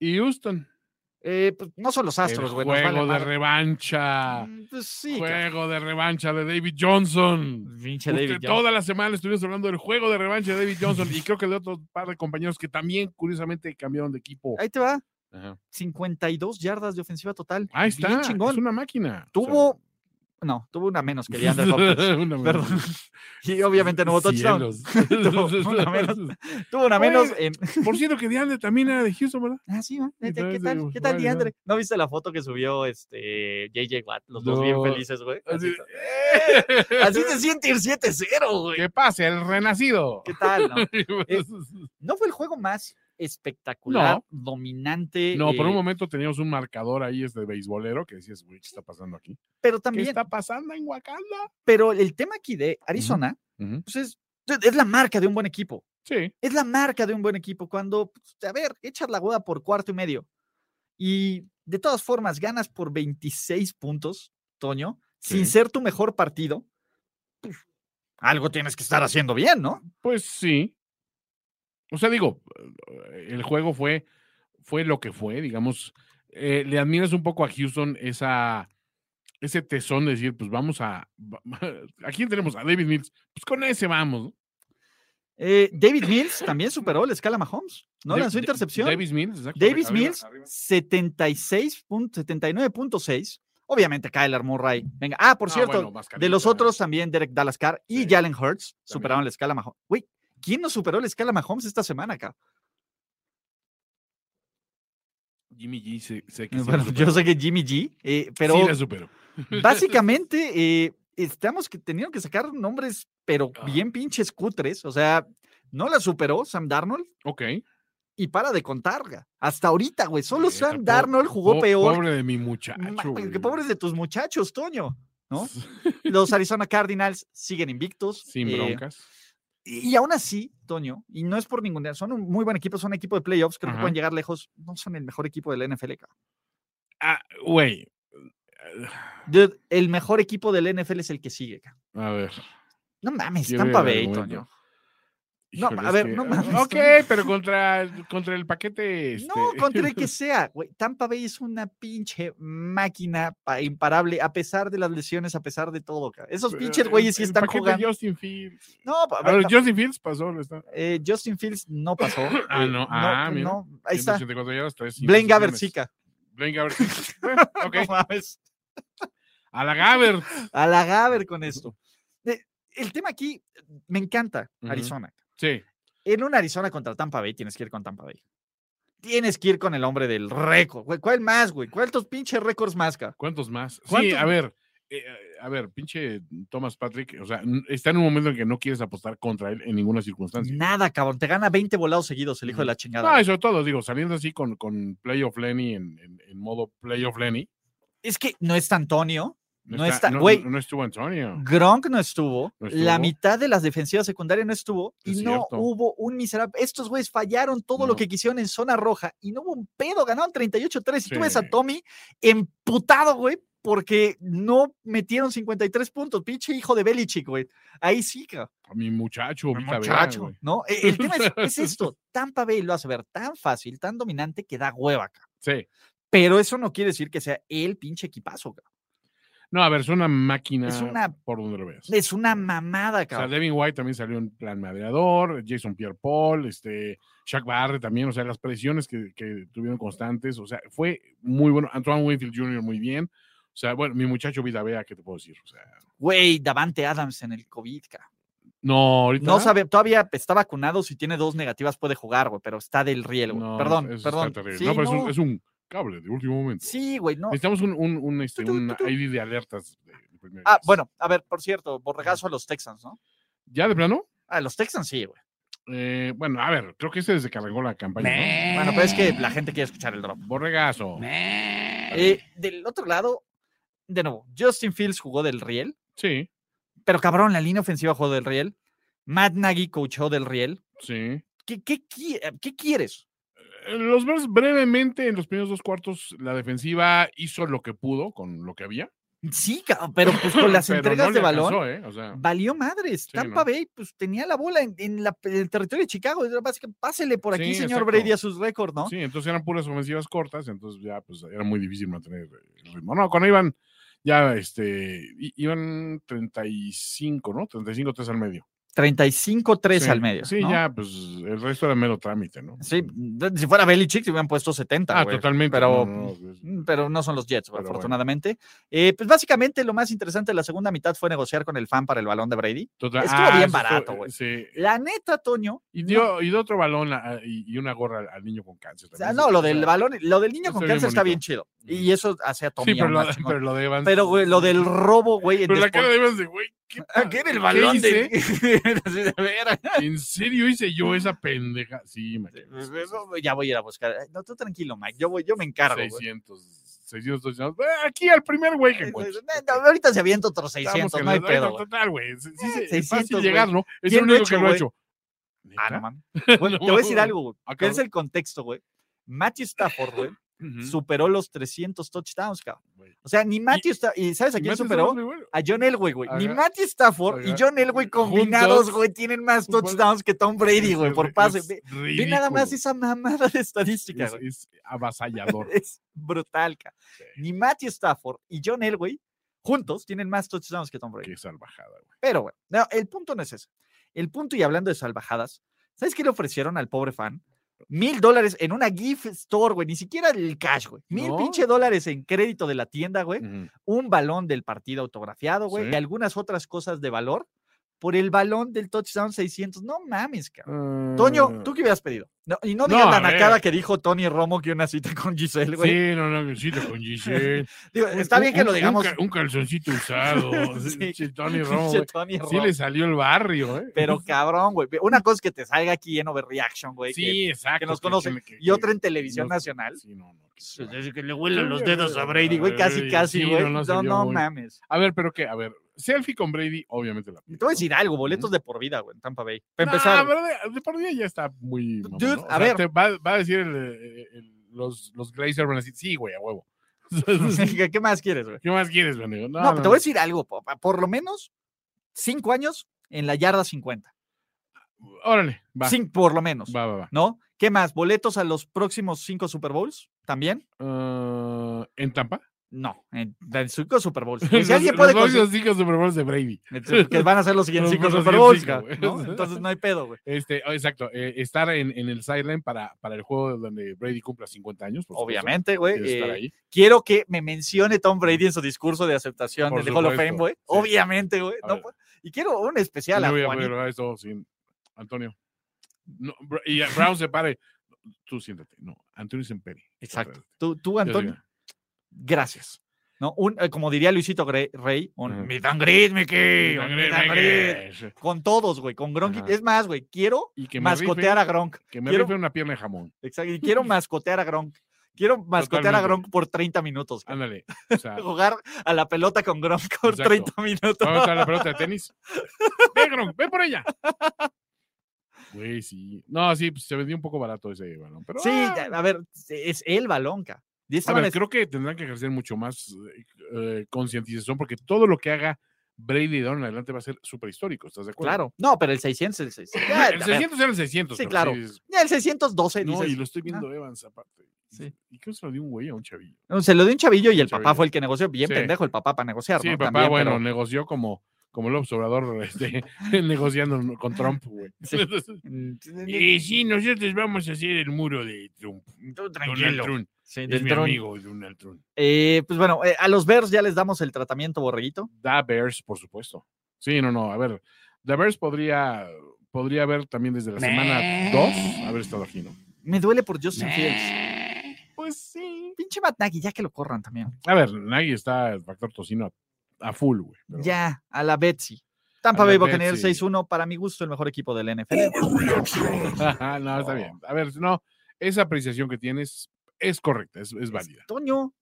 Speaker 4: Y Houston.
Speaker 3: Eh, pues, no son los astros,
Speaker 4: el
Speaker 3: güey. nos vale
Speaker 4: juego de
Speaker 3: madre.
Speaker 4: revancha.
Speaker 3: Mm, pues sí, cabrón.
Speaker 4: juego de revancha de David Johnson.
Speaker 3: Pinche
Speaker 4: Usted
Speaker 3: David Jones.
Speaker 4: Toda la semana estuvimos hablando del juego de revancha de David Johnson y creo que de otros par de compañeros que también curiosamente cambiaron de equipo.
Speaker 3: Ahí te va.
Speaker 4: Ajá.
Speaker 3: 52 yardas de ofensiva total.
Speaker 4: Ahí está.
Speaker 3: Bien
Speaker 4: Es
Speaker 3: chingón.
Speaker 4: una máquina. O sea,
Speaker 3: Tuvo. No, tuvo una menos que
Speaker 4: *laughs*
Speaker 3: DeAndre Hopkins.
Speaker 4: una menos.
Speaker 3: Perdón. Y *laughs* obviamente no hubo touchdown. *laughs*
Speaker 4: Cielos. *laughs*
Speaker 3: Tuvo una menos. Tuvo una menos
Speaker 4: Oye,
Speaker 3: en.
Speaker 4: Por cierto, que DeAndre también era de Houston, ¿verdad?
Speaker 3: Ah, sí, va, neta, ¿Qué
Speaker 4: entonces
Speaker 3: tal?
Speaker 4: digo,
Speaker 3: ¿Qué tal
Speaker 4: vale,
Speaker 3: DeAndre?
Speaker 4: vale.
Speaker 3: ¿No viste la foto que subió este JJ Watt? Los dos bien
Speaker 4: No.
Speaker 3: felices, güey. Así,
Speaker 4: Así-
Speaker 3: está. Así se siente ir 7-0, güey.
Speaker 4: "Eh, que pase, el renacido. *laughs*
Speaker 3: ¿Qué tal? No? No fue el juego más espectacular, dominante.
Speaker 4: no, por un
Speaker 3: eh,
Speaker 4: momento teníamos un marcador ahí este beisbolero que decías, güey, ¿qué está pasando aquí?
Speaker 3: Pero
Speaker 4: ¿Qué
Speaker 3: también,
Speaker 4: está pasando en Wakanda?
Speaker 3: pero el tema aquí de Arizona, pues es, es la marca de un buen equipo.
Speaker 4: Sí.
Speaker 3: es la marca de un buen equipo cuando, pues, a ver, echas la boda por cuarto y medio. Y de todas formas, ganas por 26 puntos, Toño, sin
Speaker 4: Sí.
Speaker 3: ser tu mejor partido. pues, algo tienes que estar haciendo bien, ¿no?
Speaker 4: Pues sí. O sea, digo, eh, el juego fue, fue lo que fue, digamos. Eh, le admiras un poco a Houston esa, ese tesón de decir, pues vamos a. *laughs* ¿A quién tenemos? A David Mills. Pues con ese vamos. ¿no?
Speaker 3: Eh, David Mills también superó la escala Mahomes, ¿no?
Speaker 4: Da-
Speaker 3: lanzó
Speaker 4: Da-
Speaker 3: intercepción.
Speaker 4: Davis Mills, exacto.
Speaker 3: Davis
Speaker 4: Arriba,
Speaker 3: Mills,
Speaker 4: arriba.
Speaker 3: 76 pun- 79.6. Obviamente, Kyler Murray. Venga, ah, por
Speaker 4: Ah,
Speaker 3: cierto,
Speaker 4: bueno, más
Speaker 3: De
Speaker 4: carita,
Speaker 3: los
Speaker 4: ¿no?
Speaker 3: otros también, Derek Dallas Carr y
Speaker 4: Sí,
Speaker 3: Jalen Hurts superaron la escala Mahomes. Güey, ¿quién nos superó la escala Mahomes esta semana, acá?
Speaker 4: Jimmy G se, sé que sí la
Speaker 3: Bueno, yo
Speaker 4: superó.
Speaker 3: sé que Jimmy G, eh, pero
Speaker 4: Sí la superó. *laughs*
Speaker 3: básicamente eh, estamos que teniendo que sacar nombres, pero
Speaker 4: Ah.
Speaker 3: bien pinches cutres. O sea, no la superó Sam Darnold
Speaker 4: Ok.
Speaker 3: y para de contar. ga. Hasta ahorita, güey, solo
Speaker 4: Sí,
Speaker 3: Sam
Speaker 4: está po-
Speaker 3: Darnold jugó
Speaker 4: po-
Speaker 3: peor.
Speaker 4: Pobre de mi
Speaker 3: Ma-
Speaker 4: muchacho.
Speaker 3: que
Speaker 4: güey.
Speaker 3: pobres de tus muchachos, Toño. ¿no?
Speaker 4: *laughs*
Speaker 3: Los Arizona Cardinals siguen invictos.
Speaker 4: Sin
Speaker 3: eh,
Speaker 4: broncas.
Speaker 3: Y y aún así, Toño, y no es por ningún son un muy buen equipo, son equipo de playoffs, creo que
Speaker 4: Ajá.
Speaker 3: pueden llegar lejos, no son el mejor equipo del NFL. cabrón.
Speaker 4: Ah, Güey.
Speaker 3: Dude, el mejor equipo del NFL es el que sigue. cabrón.
Speaker 4: A ver.
Speaker 3: No mames,
Speaker 4: Quiero ir
Speaker 3: Tampa
Speaker 4: al
Speaker 3: Bay,
Speaker 4: argumento.
Speaker 3: Toño. No,
Speaker 4: Híjole,
Speaker 3: a
Speaker 4: es
Speaker 3: ver,
Speaker 4: que- *laughs*
Speaker 3: no mames,
Speaker 4: Ok,
Speaker 3: no.
Speaker 4: pero contra, el- contra el paquete. Este,
Speaker 3: No, contra
Speaker 4: *laughs*
Speaker 3: el que sea, güey. Tampa Bay es una pinche máquina pa- imparable, a pesar de las lesiones, a pesar de todo. cabrón. Esos pinches
Speaker 4: el-
Speaker 3: güeyes sí
Speaker 4: el
Speaker 3: están
Speaker 4: paquete
Speaker 3: jugando.
Speaker 4: Justin Fields.
Speaker 3: No, pa- a
Speaker 4: A
Speaker 3: ver,
Speaker 4: ver,
Speaker 3: ta-
Speaker 4: Justin Fields pasó. le está-
Speaker 3: eh, Justin Fields no pasó.
Speaker 4: *clears throat* Ah,
Speaker 3: eh,
Speaker 4: no, ah, mira,
Speaker 3: no, ahí está.
Speaker 4: 184 yardas, tres
Speaker 3: Blaine Gabbert,
Speaker 4: intercepciones.
Speaker 3: chica.
Speaker 4: Blaine Gabbert.
Speaker 3: *laughs*
Speaker 4: sí. Bueno, ok.
Speaker 3: No mames.
Speaker 4: A la Gabbert.
Speaker 3: A la Gaber con esto. De- el tema aquí, me encanta
Speaker 4: Ujú.
Speaker 3: Arizona.
Speaker 4: Sí.
Speaker 3: En un Arizona contra Tampa Bay tienes que ir con Tampa Bay. Tienes que ir con el hombre del récord. güey. ¿Cuál más, güey? ¿Cuántos pinches récords más, ca?
Speaker 4: ¿Cuántos más? Sí,
Speaker 3: ¿Cuántos
Speaker 4: a
Speaker 3: más?
Speaker 4: ver. eh, a ver, pinche Thomas Patrick. O sea, n- está en un momento en que no quieres apostar contra él en ninguna circunstancia.
Speaker 3: Nada, cabrón. Te gana 20 volados seguidos el hijo de
Speaker 4: Ujú.
Speaker 3: la chingada.
Speaker 4: No,
Speaker 3: güey.
Speaker 4: y sobre todo, digo, saliendo así con, con Playoff Lenny en, en- en modo Playoff Lenny.
Speaker 3: Es que no está Antonio. No está-
Speaker 4: no,
Speaker 3: güey.
Speaker 4: no estuvo Antonio.
Speaker 3: Gronk no estuvo,
Speaker 4: No
Speaker 3: La
Speaker 4: estuvo.
Speaker 3: mitad de las defensivas secundarias no estuvo. Y
Speaker 4: Es
Speaker 3: no
Speaker 4: cierto.
Speaker 3: hubo un miserable. Estos güeyes fallaron todo
Speaker 4: No.
Speaker 3: lo que quisieron en zona roja. Y no hubo un pedo. Ganaron 38-3. Y tú ves
Speaker 4: Sí.
Speaker 3: a Tommy emputado, güey. Porque no metieron 53 puntos. Pinche hijo de Belichick, güey. Ahí sí, cabrón.
Speaker 4: A mi muchacho, Vita Vea,
Speaker 3: Muchacho,
Speaker 4: güey. *laughs*
Speaker 3: ¿no? E- El tema es, es esto, Tampa Bay lo hace ver tan fácil, tan dominante que da hueva acá.
Speaker 4: Sí.
Speaker 3: Pero eso no quiere decir que sea el pinche equipazo. cabrón.
Speaker 4: No, a ver, es una máquina
Speaker 3: Es una-
Speaker 4: por donde lo veas.
Speaker 3: Es una mamada,
Speaker 4: O sea,
Speaker 3: cabrón.
Speaker 4: Devin White también salió en plan madreador, Jason Pierre Paul, este, Shaq Barrett también, o sea, las presiones que, que tuvieron constantes, o sea, fue muy bueno. Antoine Winfield Jr. muy bien. O sea, bueno, mi muchacho Vida Vea, ¿qué te puedo decir? O sea,
Speaker 3: Güey, Davante Adams en el COVID, cabrón.
Speaker 4: no, ahorita.
Speaker 3: No sabe, todavía está vacunado. Si tiene dos negativas puede jugar, güey, pero está del riel, güey.
Speaker 4: No,
Speaker 3: perdón,
Speaker 4: eso está
Speaker 3: perdón.
Speaker 4: terrible.
Speaker 3: Sí,
Speaker 4: no, pero es un-
Speaker 3: no.
Speaker 4: Es, un, cable de último momento.
Speaker 3: Sí, güey, no.
Speaker 4: Necesitamos un, un, un, este,
Speaker 3: Tu, tu,
Speaker 4: un
Speaker 3: tu, tu.
Speaker 4: ID de alertas. de- de primera
Speaker 3: Ah,
Speaker 4: vez.
Speaker 3: bueno, a ver, por cierto, borregazo a los Texans, ¿no?
Speaker 4: ¿Ya de plano?
Speaker 3: A los Texans sí, güey.
Speaker 4: Eh, bueno, a ver, creo que ese descargó la campaña. ¿no?
Speaker 3: Bueno, pero es
Speaker 4: Eh.
Speaker 3: que la gente quiere escuchar el drop.
Speaker 4: Borregazo.
Speaker 3: Eh, del otro lado, de nuevo, Justin Fields jugó del riel,
Speaker 4: Sí,
Speaker 3: pero cabrón, la línea ofensiva jugó del riel. Matt Nagy coachó del riel.
Speaker 4: sí.
Speaker 3: ¿Qué, qué, qui- qué quieres?
Speaker 4: Eh, Los Bears brevemente en los primeros dos cuartos la defensiva hizo lo que pudo con lo que había.
Speaker 3: Sí, cabrón, pero pues
Speaker 4: *laughs*
Speaker 3: con las
Speaker 4: pero
Speaker 3: entregas
Speaker 4: no
Speaker 3: de
Speaker 4: le
Speaker 3: balón.
Speaker 4: alcanzó, ¿eh? O sea,
Speaker 3: valió madres.
Speaker 4: Sí,
Speaker 3: Tampa
Speaker 4: ¿no?
Speaker 3: Bay, pues tenía la bola en, en la- en el territorio de Chicago. Era básicamente, pásele por aquí,
Speaker 4: Sí,
Speaker 3: señor
Speaker 4: exacto.
Speaker 3: Brady, a sus récords, ¿no?
Speaker 4: Sí, entonces eran puras ofensivas cortas, entonces ya pues era muy difícil mantener el ritmo. No, cuando iban ya este i- iban 35, ¿no? 35 3 al medio.
Speaker 3: 35-3
Speaker 4: Sí,
Speaker 3: al medio.
Speaker 4: Sí,
Speaker 3: ¿no?
Speaker 4: ya pues el resto era mero trámite, ¿no?
Speaker 3: Sí, de- si fuera Belichick, se hubieran puesto 70.
Speaker 4: Ah,
Speaker 3: güey,
Speaker 4: totalmente.
Speaker 3: Pero.
Speaker 4: no, no, es-
Speaker 3: mm, Pero no son los Jets, güey,
Speaker 4: Pero bueno.
Speaker 3: afortunadamente. Eh, pues básicamente lo más interesante de la segunda mitad fue negociar con el fan para el balón de Brady.
Speaker 4: total- ah,
Speaker 3: estuvo bien
Speaker 4: eso estuvo- eh,
Speaker 3: barato, güey.
Speaker 4: Sí.
Speaker 3: La neta, Toño.
Speaker 4: Y dio, y dio otro balón a- a- y y una gorra al, al niño con cáncer.
Speaker 3: o sea,
Speaker 4: también,
Speaker 3: no,
Speaker 4: sí,
Speaker 3: lo
Speaker 4: o
Speaker 3: del
Speaker 4: sea,
Speaker 3: balón, lo del niño
Speaker 4: está
Speaker 3: con
Speaker 4: bien
Speaker 3: cáncer está
Speaker 4: bonito.
Speaker 3: bien chido. Y eso hace a Tommy
Speaker 4: Sí, pero
Speaker 3: aún
Speaker 4: lo,
Speaker 3: más chingón.
Speaker 4: pero lo de Evans.
Speaker 3: Pero, güey,
Speaker 4: *laughs*
Speaker 3: lo del robo, güey. en
Speaker 4: Pero la
Speaker 3: despo-
Speaker 4: cara de Evans de, güey, ¿qué
Speaker 3: *laughs* Ah,
Speaker 4: pa-
Speaker 3: ¿qué era el
Speaker 4: qué
Speaker 3: balón de-
Speaker 4: hice?
Speaker 3: Así *laughs* de veras.
Speaker 4: ¿En serio hice yo esa pendeja? Sí, man.
Speaker 3: pues, Ya voy a ir a buscar. Ay, No, tú tranquilo, Mike. Yo voy, yo me encargo. güey.
Speaker 4: 600, 600, 200. Ah, Aquí al primer güey que encuentres.
Speaker 3: No, no, ahorita se aviento otros
Speaker 4: Estamos
Speaker 3: 600,
Speaker 4: que
Speaker 3: no hay
Speaker 4: nos- ay,
Speaker 3: pedo. güey.
Speaker 4: Total, güey. Sí, sí,
Speaker 3: Eh,
Speaker 4: sí, es
Speaker 3: 600,
Speaker 4: fácil
Speaker 3: güey.
Speaker 4: llegar, ¿no? Es
Speaker 3: ¿Quién
Speaker 4: el
Speaker 3: lo ha
Speaker 4: único
Speaker 3: hecho,
Speaker 4: que lo ha
Speaker 3: güey?
Speaker 4: hecho.
Speaker 3: Ah, no
Speaker 4: ¿Neta?
Speaker 3: mames. Güey, Te voy a
Speaker 4: *laughs*
Speaker 3: decir
Speaker 4: mames.
Speaker 3: algo, güey.
Speaker 4: Ah,
Speaker 3: que es
Speaker 4: cabrón.
Speaker 3: el contexto, güey.
Speaker 4: *laughs*
Speaker 3: Matthew Stafford, güey,
Speaker 4: Ujú.
Speaker 3: superó los 300 touchdowns, cabrón.
Speaker 4: Güey.
Speaker 3: O sea, ni Matthew Stafford. ¿Y sabes a
Speaker 4: Y
Speaker 3: quién
Speaker 4: Matthew
Speaker 3: superó?
Speaker 4: Stafford, güey.
Speaker 3: A John Elway, güey. Ni
Speaker 4: Ajá.
Speaker 3: Matthew Stafford y
Speaker 4: Ajá.
Speaker 3: John Elway
Speaker 4: *laughs* Juntos.
Speaker 3: combinados, güey, tienen más
Speaker 4: Juntos.
Speaker 3: touchdowns que Tom
Speaker 4: *laughs*
Speaker 3: Brady, güey,
Speaker 4: Es-
Speaker 3: por
Speaker 4: es
Speaker 3: pase. Ve, ve nada más
Speaker 4: ridículo.
Speaker 3: esa mamada de estadística,
Speaker 4: Es,
Speaker 3: güey.
Speaker 4: es avasallador.
Speaker 3: *laughs* Es brutal, ca. Ni Matthew Stafford y John Elway juntos tienen más touchdowns que Tom Brady.
Speaker 4: Qué salvajada, güey.
Speaker 3: Pero bueno, no, el punto no es ese. El punto, y hablando de salvajadas, ¿sabes qué le ofrecieron al pobre fan? Mil dólares en una gift store, güey. Ni siquiera el cash, güey. Mil
Speaker 4: No.
Speaker 3: pinche dólares en crédito de la tienda, güey.
Speaker 4: Ujú.
Speaker 3: Un balón del partido autografiado, güey. Y
Speaker 4: Sí.
Speaker 3: algunas otras cosas de valor por el balón del touchdown 600. No mames, cabrón. Toño, ¿tú qué hubieras pedido? No, y no
Speaker 4: Mm. No,
Speaker 3: digas
Speaker 4: a
Speaker 3: la
Speaker 4: ver.
Speaker 3: nacada que dijo Tony Romo que una cita con Giselle, güey.
Speaker 4: Sí, no, no, sí, lo con Giselle.
Speaker 3: Digo,
Speaker 4: Un-
Speaker 3: *laughs* está bien
Speaker 4: un-
Speaker 3: que lo
Speaker 4: un
Speaker 3: digamos.
Speaker 4: ca- Un, calzoncito usado.
Speaker 3: *laughs* Sí.
Speaker 4: sí, Tony Romo.
Speaker 3: pinche
Speaker 4: güey.
Speaker 3: Tony
Speaker 4: Sí
Speaker 3: Romo,
Speaker 4: le salió el barrio, ¿eh?
Speaker 3: Pero cabrón, güey. Una cosa es que te salga aquí en Overreaction, güey. que-
Speaker 4: sí, exacto.
Speaker 3: que nos
Speaker 4: que-
Speaker 3: conocen.
Speaker 4: que-
Speaker 3: Y otra
Speaker 4: que-
Speaker 3: en Televisión
Speaker 4: no-
Speaker 3: Nacional.
Speaker 4: Sí, no, no, que se
Speaker 5: Es
Speaker 4: va.
Speaker 5: decir, que le huelen los dedos a Brady,
Speaker 3: Y
Speaker 5: güey.
Speaker 3: güey, casi,
Speaker 4: Ay,
Speaker 3: casi,
Speaker 4: sí,
Speaker 3: güey.
Speaker 4: no,
Speaker 3: No,
Speaker 4: no se
Speaker 3: no,
Speaker 4: vio muy-
Speaker 3: mames.
Speaker 4: A ver, pero qué, a ver, selfie con Brady, obviamente la
Speaker 3: Te
Speaker 4: pido.
Speaker 3: voy a decir algo,
Speaker 4: Mm.
Speaker 3: boletos de por vida, güey, en Tampa Bay. Para empezar,
Speaker 4: pero de, de por día ya está muy. mamón,
Speaker 3: Dude,
Speaker 4: ¿no? O
Speaker 3: a
Speaker 4: sea,
Speaker 3: ver.
Speaker 4: te va, va a decir el, eh, el- los, los Glazer van a decir, sí, güey, a
Speaker 3: *laughs*
Speaker 4: huevo. *laughs*
Speaker 3: ¿qué más quieres, güey?
Speaker 4: ¿Qué más quieres, mi amigo?
Speaker 3: No, pero te voy a decir algo, po- pa- por lo menos cinco años en la yarda 50.
Speaker 4: Órale, va.
Speaker 3: Cin- por lo menos,
Speaker 4: Va, va, va.
Speaker 3: ¿no? ¿Qué más? ¿Boletos a los próximos cinco Super Bowls también?
Speaker 4: Ah, ¿En Tampa?
Speaker 3: No, en, en cinco Super
Speaker 4: *laughs*
Speaker 3: Bowls. Pues, si
Speaker 4: Los-
Speaker 3: alguien puede
Speaker 4: los
Speaker 3: conseguir,
Speaker 4: próximos cinco Super Bowls de Brady.
Speaker 3: entonces, pues, que van a ser los siguientes
Speaker 4: Los
Speaker 3: cinco
Speaker 4: próximos
Speaker 3: Super Bowls,
Speaker 4: cinco,
Speaker 3: ca-
Speaker 4: güey.
Speaker 3: ¿no?
Speaker 4: *laughs*
Speaker 3: Entonces no hay pedo, güey.
Speaker 4: Este, oh, exacto, eh, estar en, en el sideline para, para el juego donde Brady cumpla 50 años. por supuesto,
Speaker 3: Obviamente, güey.
Speaker 4: quieres estar
Speaker 3: eh,
Speaker 4: ahí.
Speaker 3: quiero que me mencione Tom Brady en su discurso de aceptación
Speaker 4: Por
Speaker 3: del Hall of Fame,
Speaker 4: supuesto,
Speaker 3: güey.
Speaker 4: sí.
Speaker 3: Obviamente, güey.
Speaker 4: A
Speaker 3: no
Speaker 4: ver.
Speaker 3: puedo- y quiero un especial a
Speaker 4: No voy a
Speaker 3: Juanito.
Speaker 4: poder lograr esto sin Antonio. No, Bra- y a Brown se pare. Tú siéntate. No, Antonio Semperi.
Speaker 3: Exacto.
Speaker 4: Yo
Speaker 3: Tú, tú,
Speaker 4: sigo.
Speaker 3: Antonio, gracias. ¿No? Un, eh, como diría Luisito Gre- Rey, un-
Speaker 4: Ajá.
Speaker 5: Mi tangrid, mi
Speaker 4: Sí,
Speaker 5: que.
Speaker 4: hombre,
Speaker 3: hombre,
Speaker 4: hombre.
Speaker 3: con todos, güey, con Gronk. y-
Speaker 4: Ajá.
Speaker 3: Es más, güey, quiero
Speaker 4: Y que me
Speaker 3: mascotear
Speaker 4: rife-
Speaker 3: a Gronk.
Speaker 4: Que me
Speaker 3: quiero-
Speaker 4: rife una pierna de jamón.
Speaker 3: Exacto. y Quiero mascotear a Gronk. Quiero mascotear a
Speaker 4: Totalmente.
Speaker 3: Gronk por 30 minutos. güey.
Speaker 4: Ándale. O
Speaker 3: *laughs*
Speaker 4: sea,
Speaker 3: Jugar a la pelota con Gronk por
Speaker 4: Exacto. Ah,
Speaker 3: 30 minutos.
Speaker 4: *laughs* vamos a estar la pelota de tenis. Ve, Gronk, ve por ella. Güey, sí. No, sí, pues, se vendió un poco barato ese balón.
Speaker 3: *laughs*
Speaker 4: Pero,
Speaker 3: Sí,
Speaker 4: ah,
Speaker 3: a ver, es el balón, ca. De esta
Speaker 4: A ver,
Speaker 3: manera-
Speaker 4: creo que tendrán que ejercer mucho más eh, eh, concientización porque todo lo que haga Brady de ahora en adelante va a ser súper histórico, ¿estás de acuerdo?
Speaker 3: Claro. No, pero el 600 el
Speaker 4: *laughs*
Speaker 3: 600. Ya,
Speaker 4: El 600 era el 600.
Speaker 3: Sí,
Speaker 4: pero
Speaker 3: claro.
Speaker 4: dices,
Speaker 3: ya el 612.
Speaker 4: no,
Speaker 3: dices.
Speaker 4: y lo estoy viendo Evans aparte.
Speaker 3: Sí.
Speaker 4: ¿Y qué se lo dio un güey a un chavillo?
Speaker 3: No, se lo dio un chavillo y el papá
Speaker 4: Chavillo.
Speaker 3: fue el que negoció. Bien
Speaker 4: Sí.
Speaker 3: pendejo el papá para negociar.
Speaker 4: Sí,
Speaker 3: ¿no?
Speaker 4: papá,
Speaker 3: También,
Speaker 4: bueno,
Speaker 3: pero-
Speaker 4: negoció como, como el observador este, *laughs* negociando con Trump, güey.
Speaker 3: Sí.
Speaker 4: *laughs*
Speaker 3: mm,
Speaker 4: Eh, sí, nosotros vamos a hacer el muro de Trump.
Speaker 5: Tú
Speaker 4: Donald
Speaker 5: tranquilo.
Speaker 4: Trump.
Speaker 3: Sí,
Speaker 4: Es
Speaker 3: del
Speaker 4: mi
Speaker 3: tron.
Speaker 4: amigo Donald Trump.
Speaker 3: Eh, pues bueno, eh, a los Bears ya les damos el tratamiento borreguito.
Speaker 4: Da Bears, por supuesto. Sí, no, no, a ver. Da Bears podría, podría haber también desde la semana 2 haber estado aquí, ¿no?
Speaker 3: Me duele por Justin Fields.
Speaker 4: Pues sí.
Speaker 3: Pinche Matt Nagy, ya que lo corran también.
Speaker 4: A ver, Nagy está el factor tocino a, a full, güey. pero-
Speaker 3: Ya, a la Betsy. Tampa
Speaker 4: A la
Speaker 3: Bay Buccaneers
Speaker 4: Betsy.
Speaker 3: 6-1, para mi gusto, el mejor equipo del NFL.
Speaker 4: Ajá, *laughs* no, está bien. A ver, no, esa apreciación que tienes es correcta, es, es válida.
Speaker 3: Pues, Toño,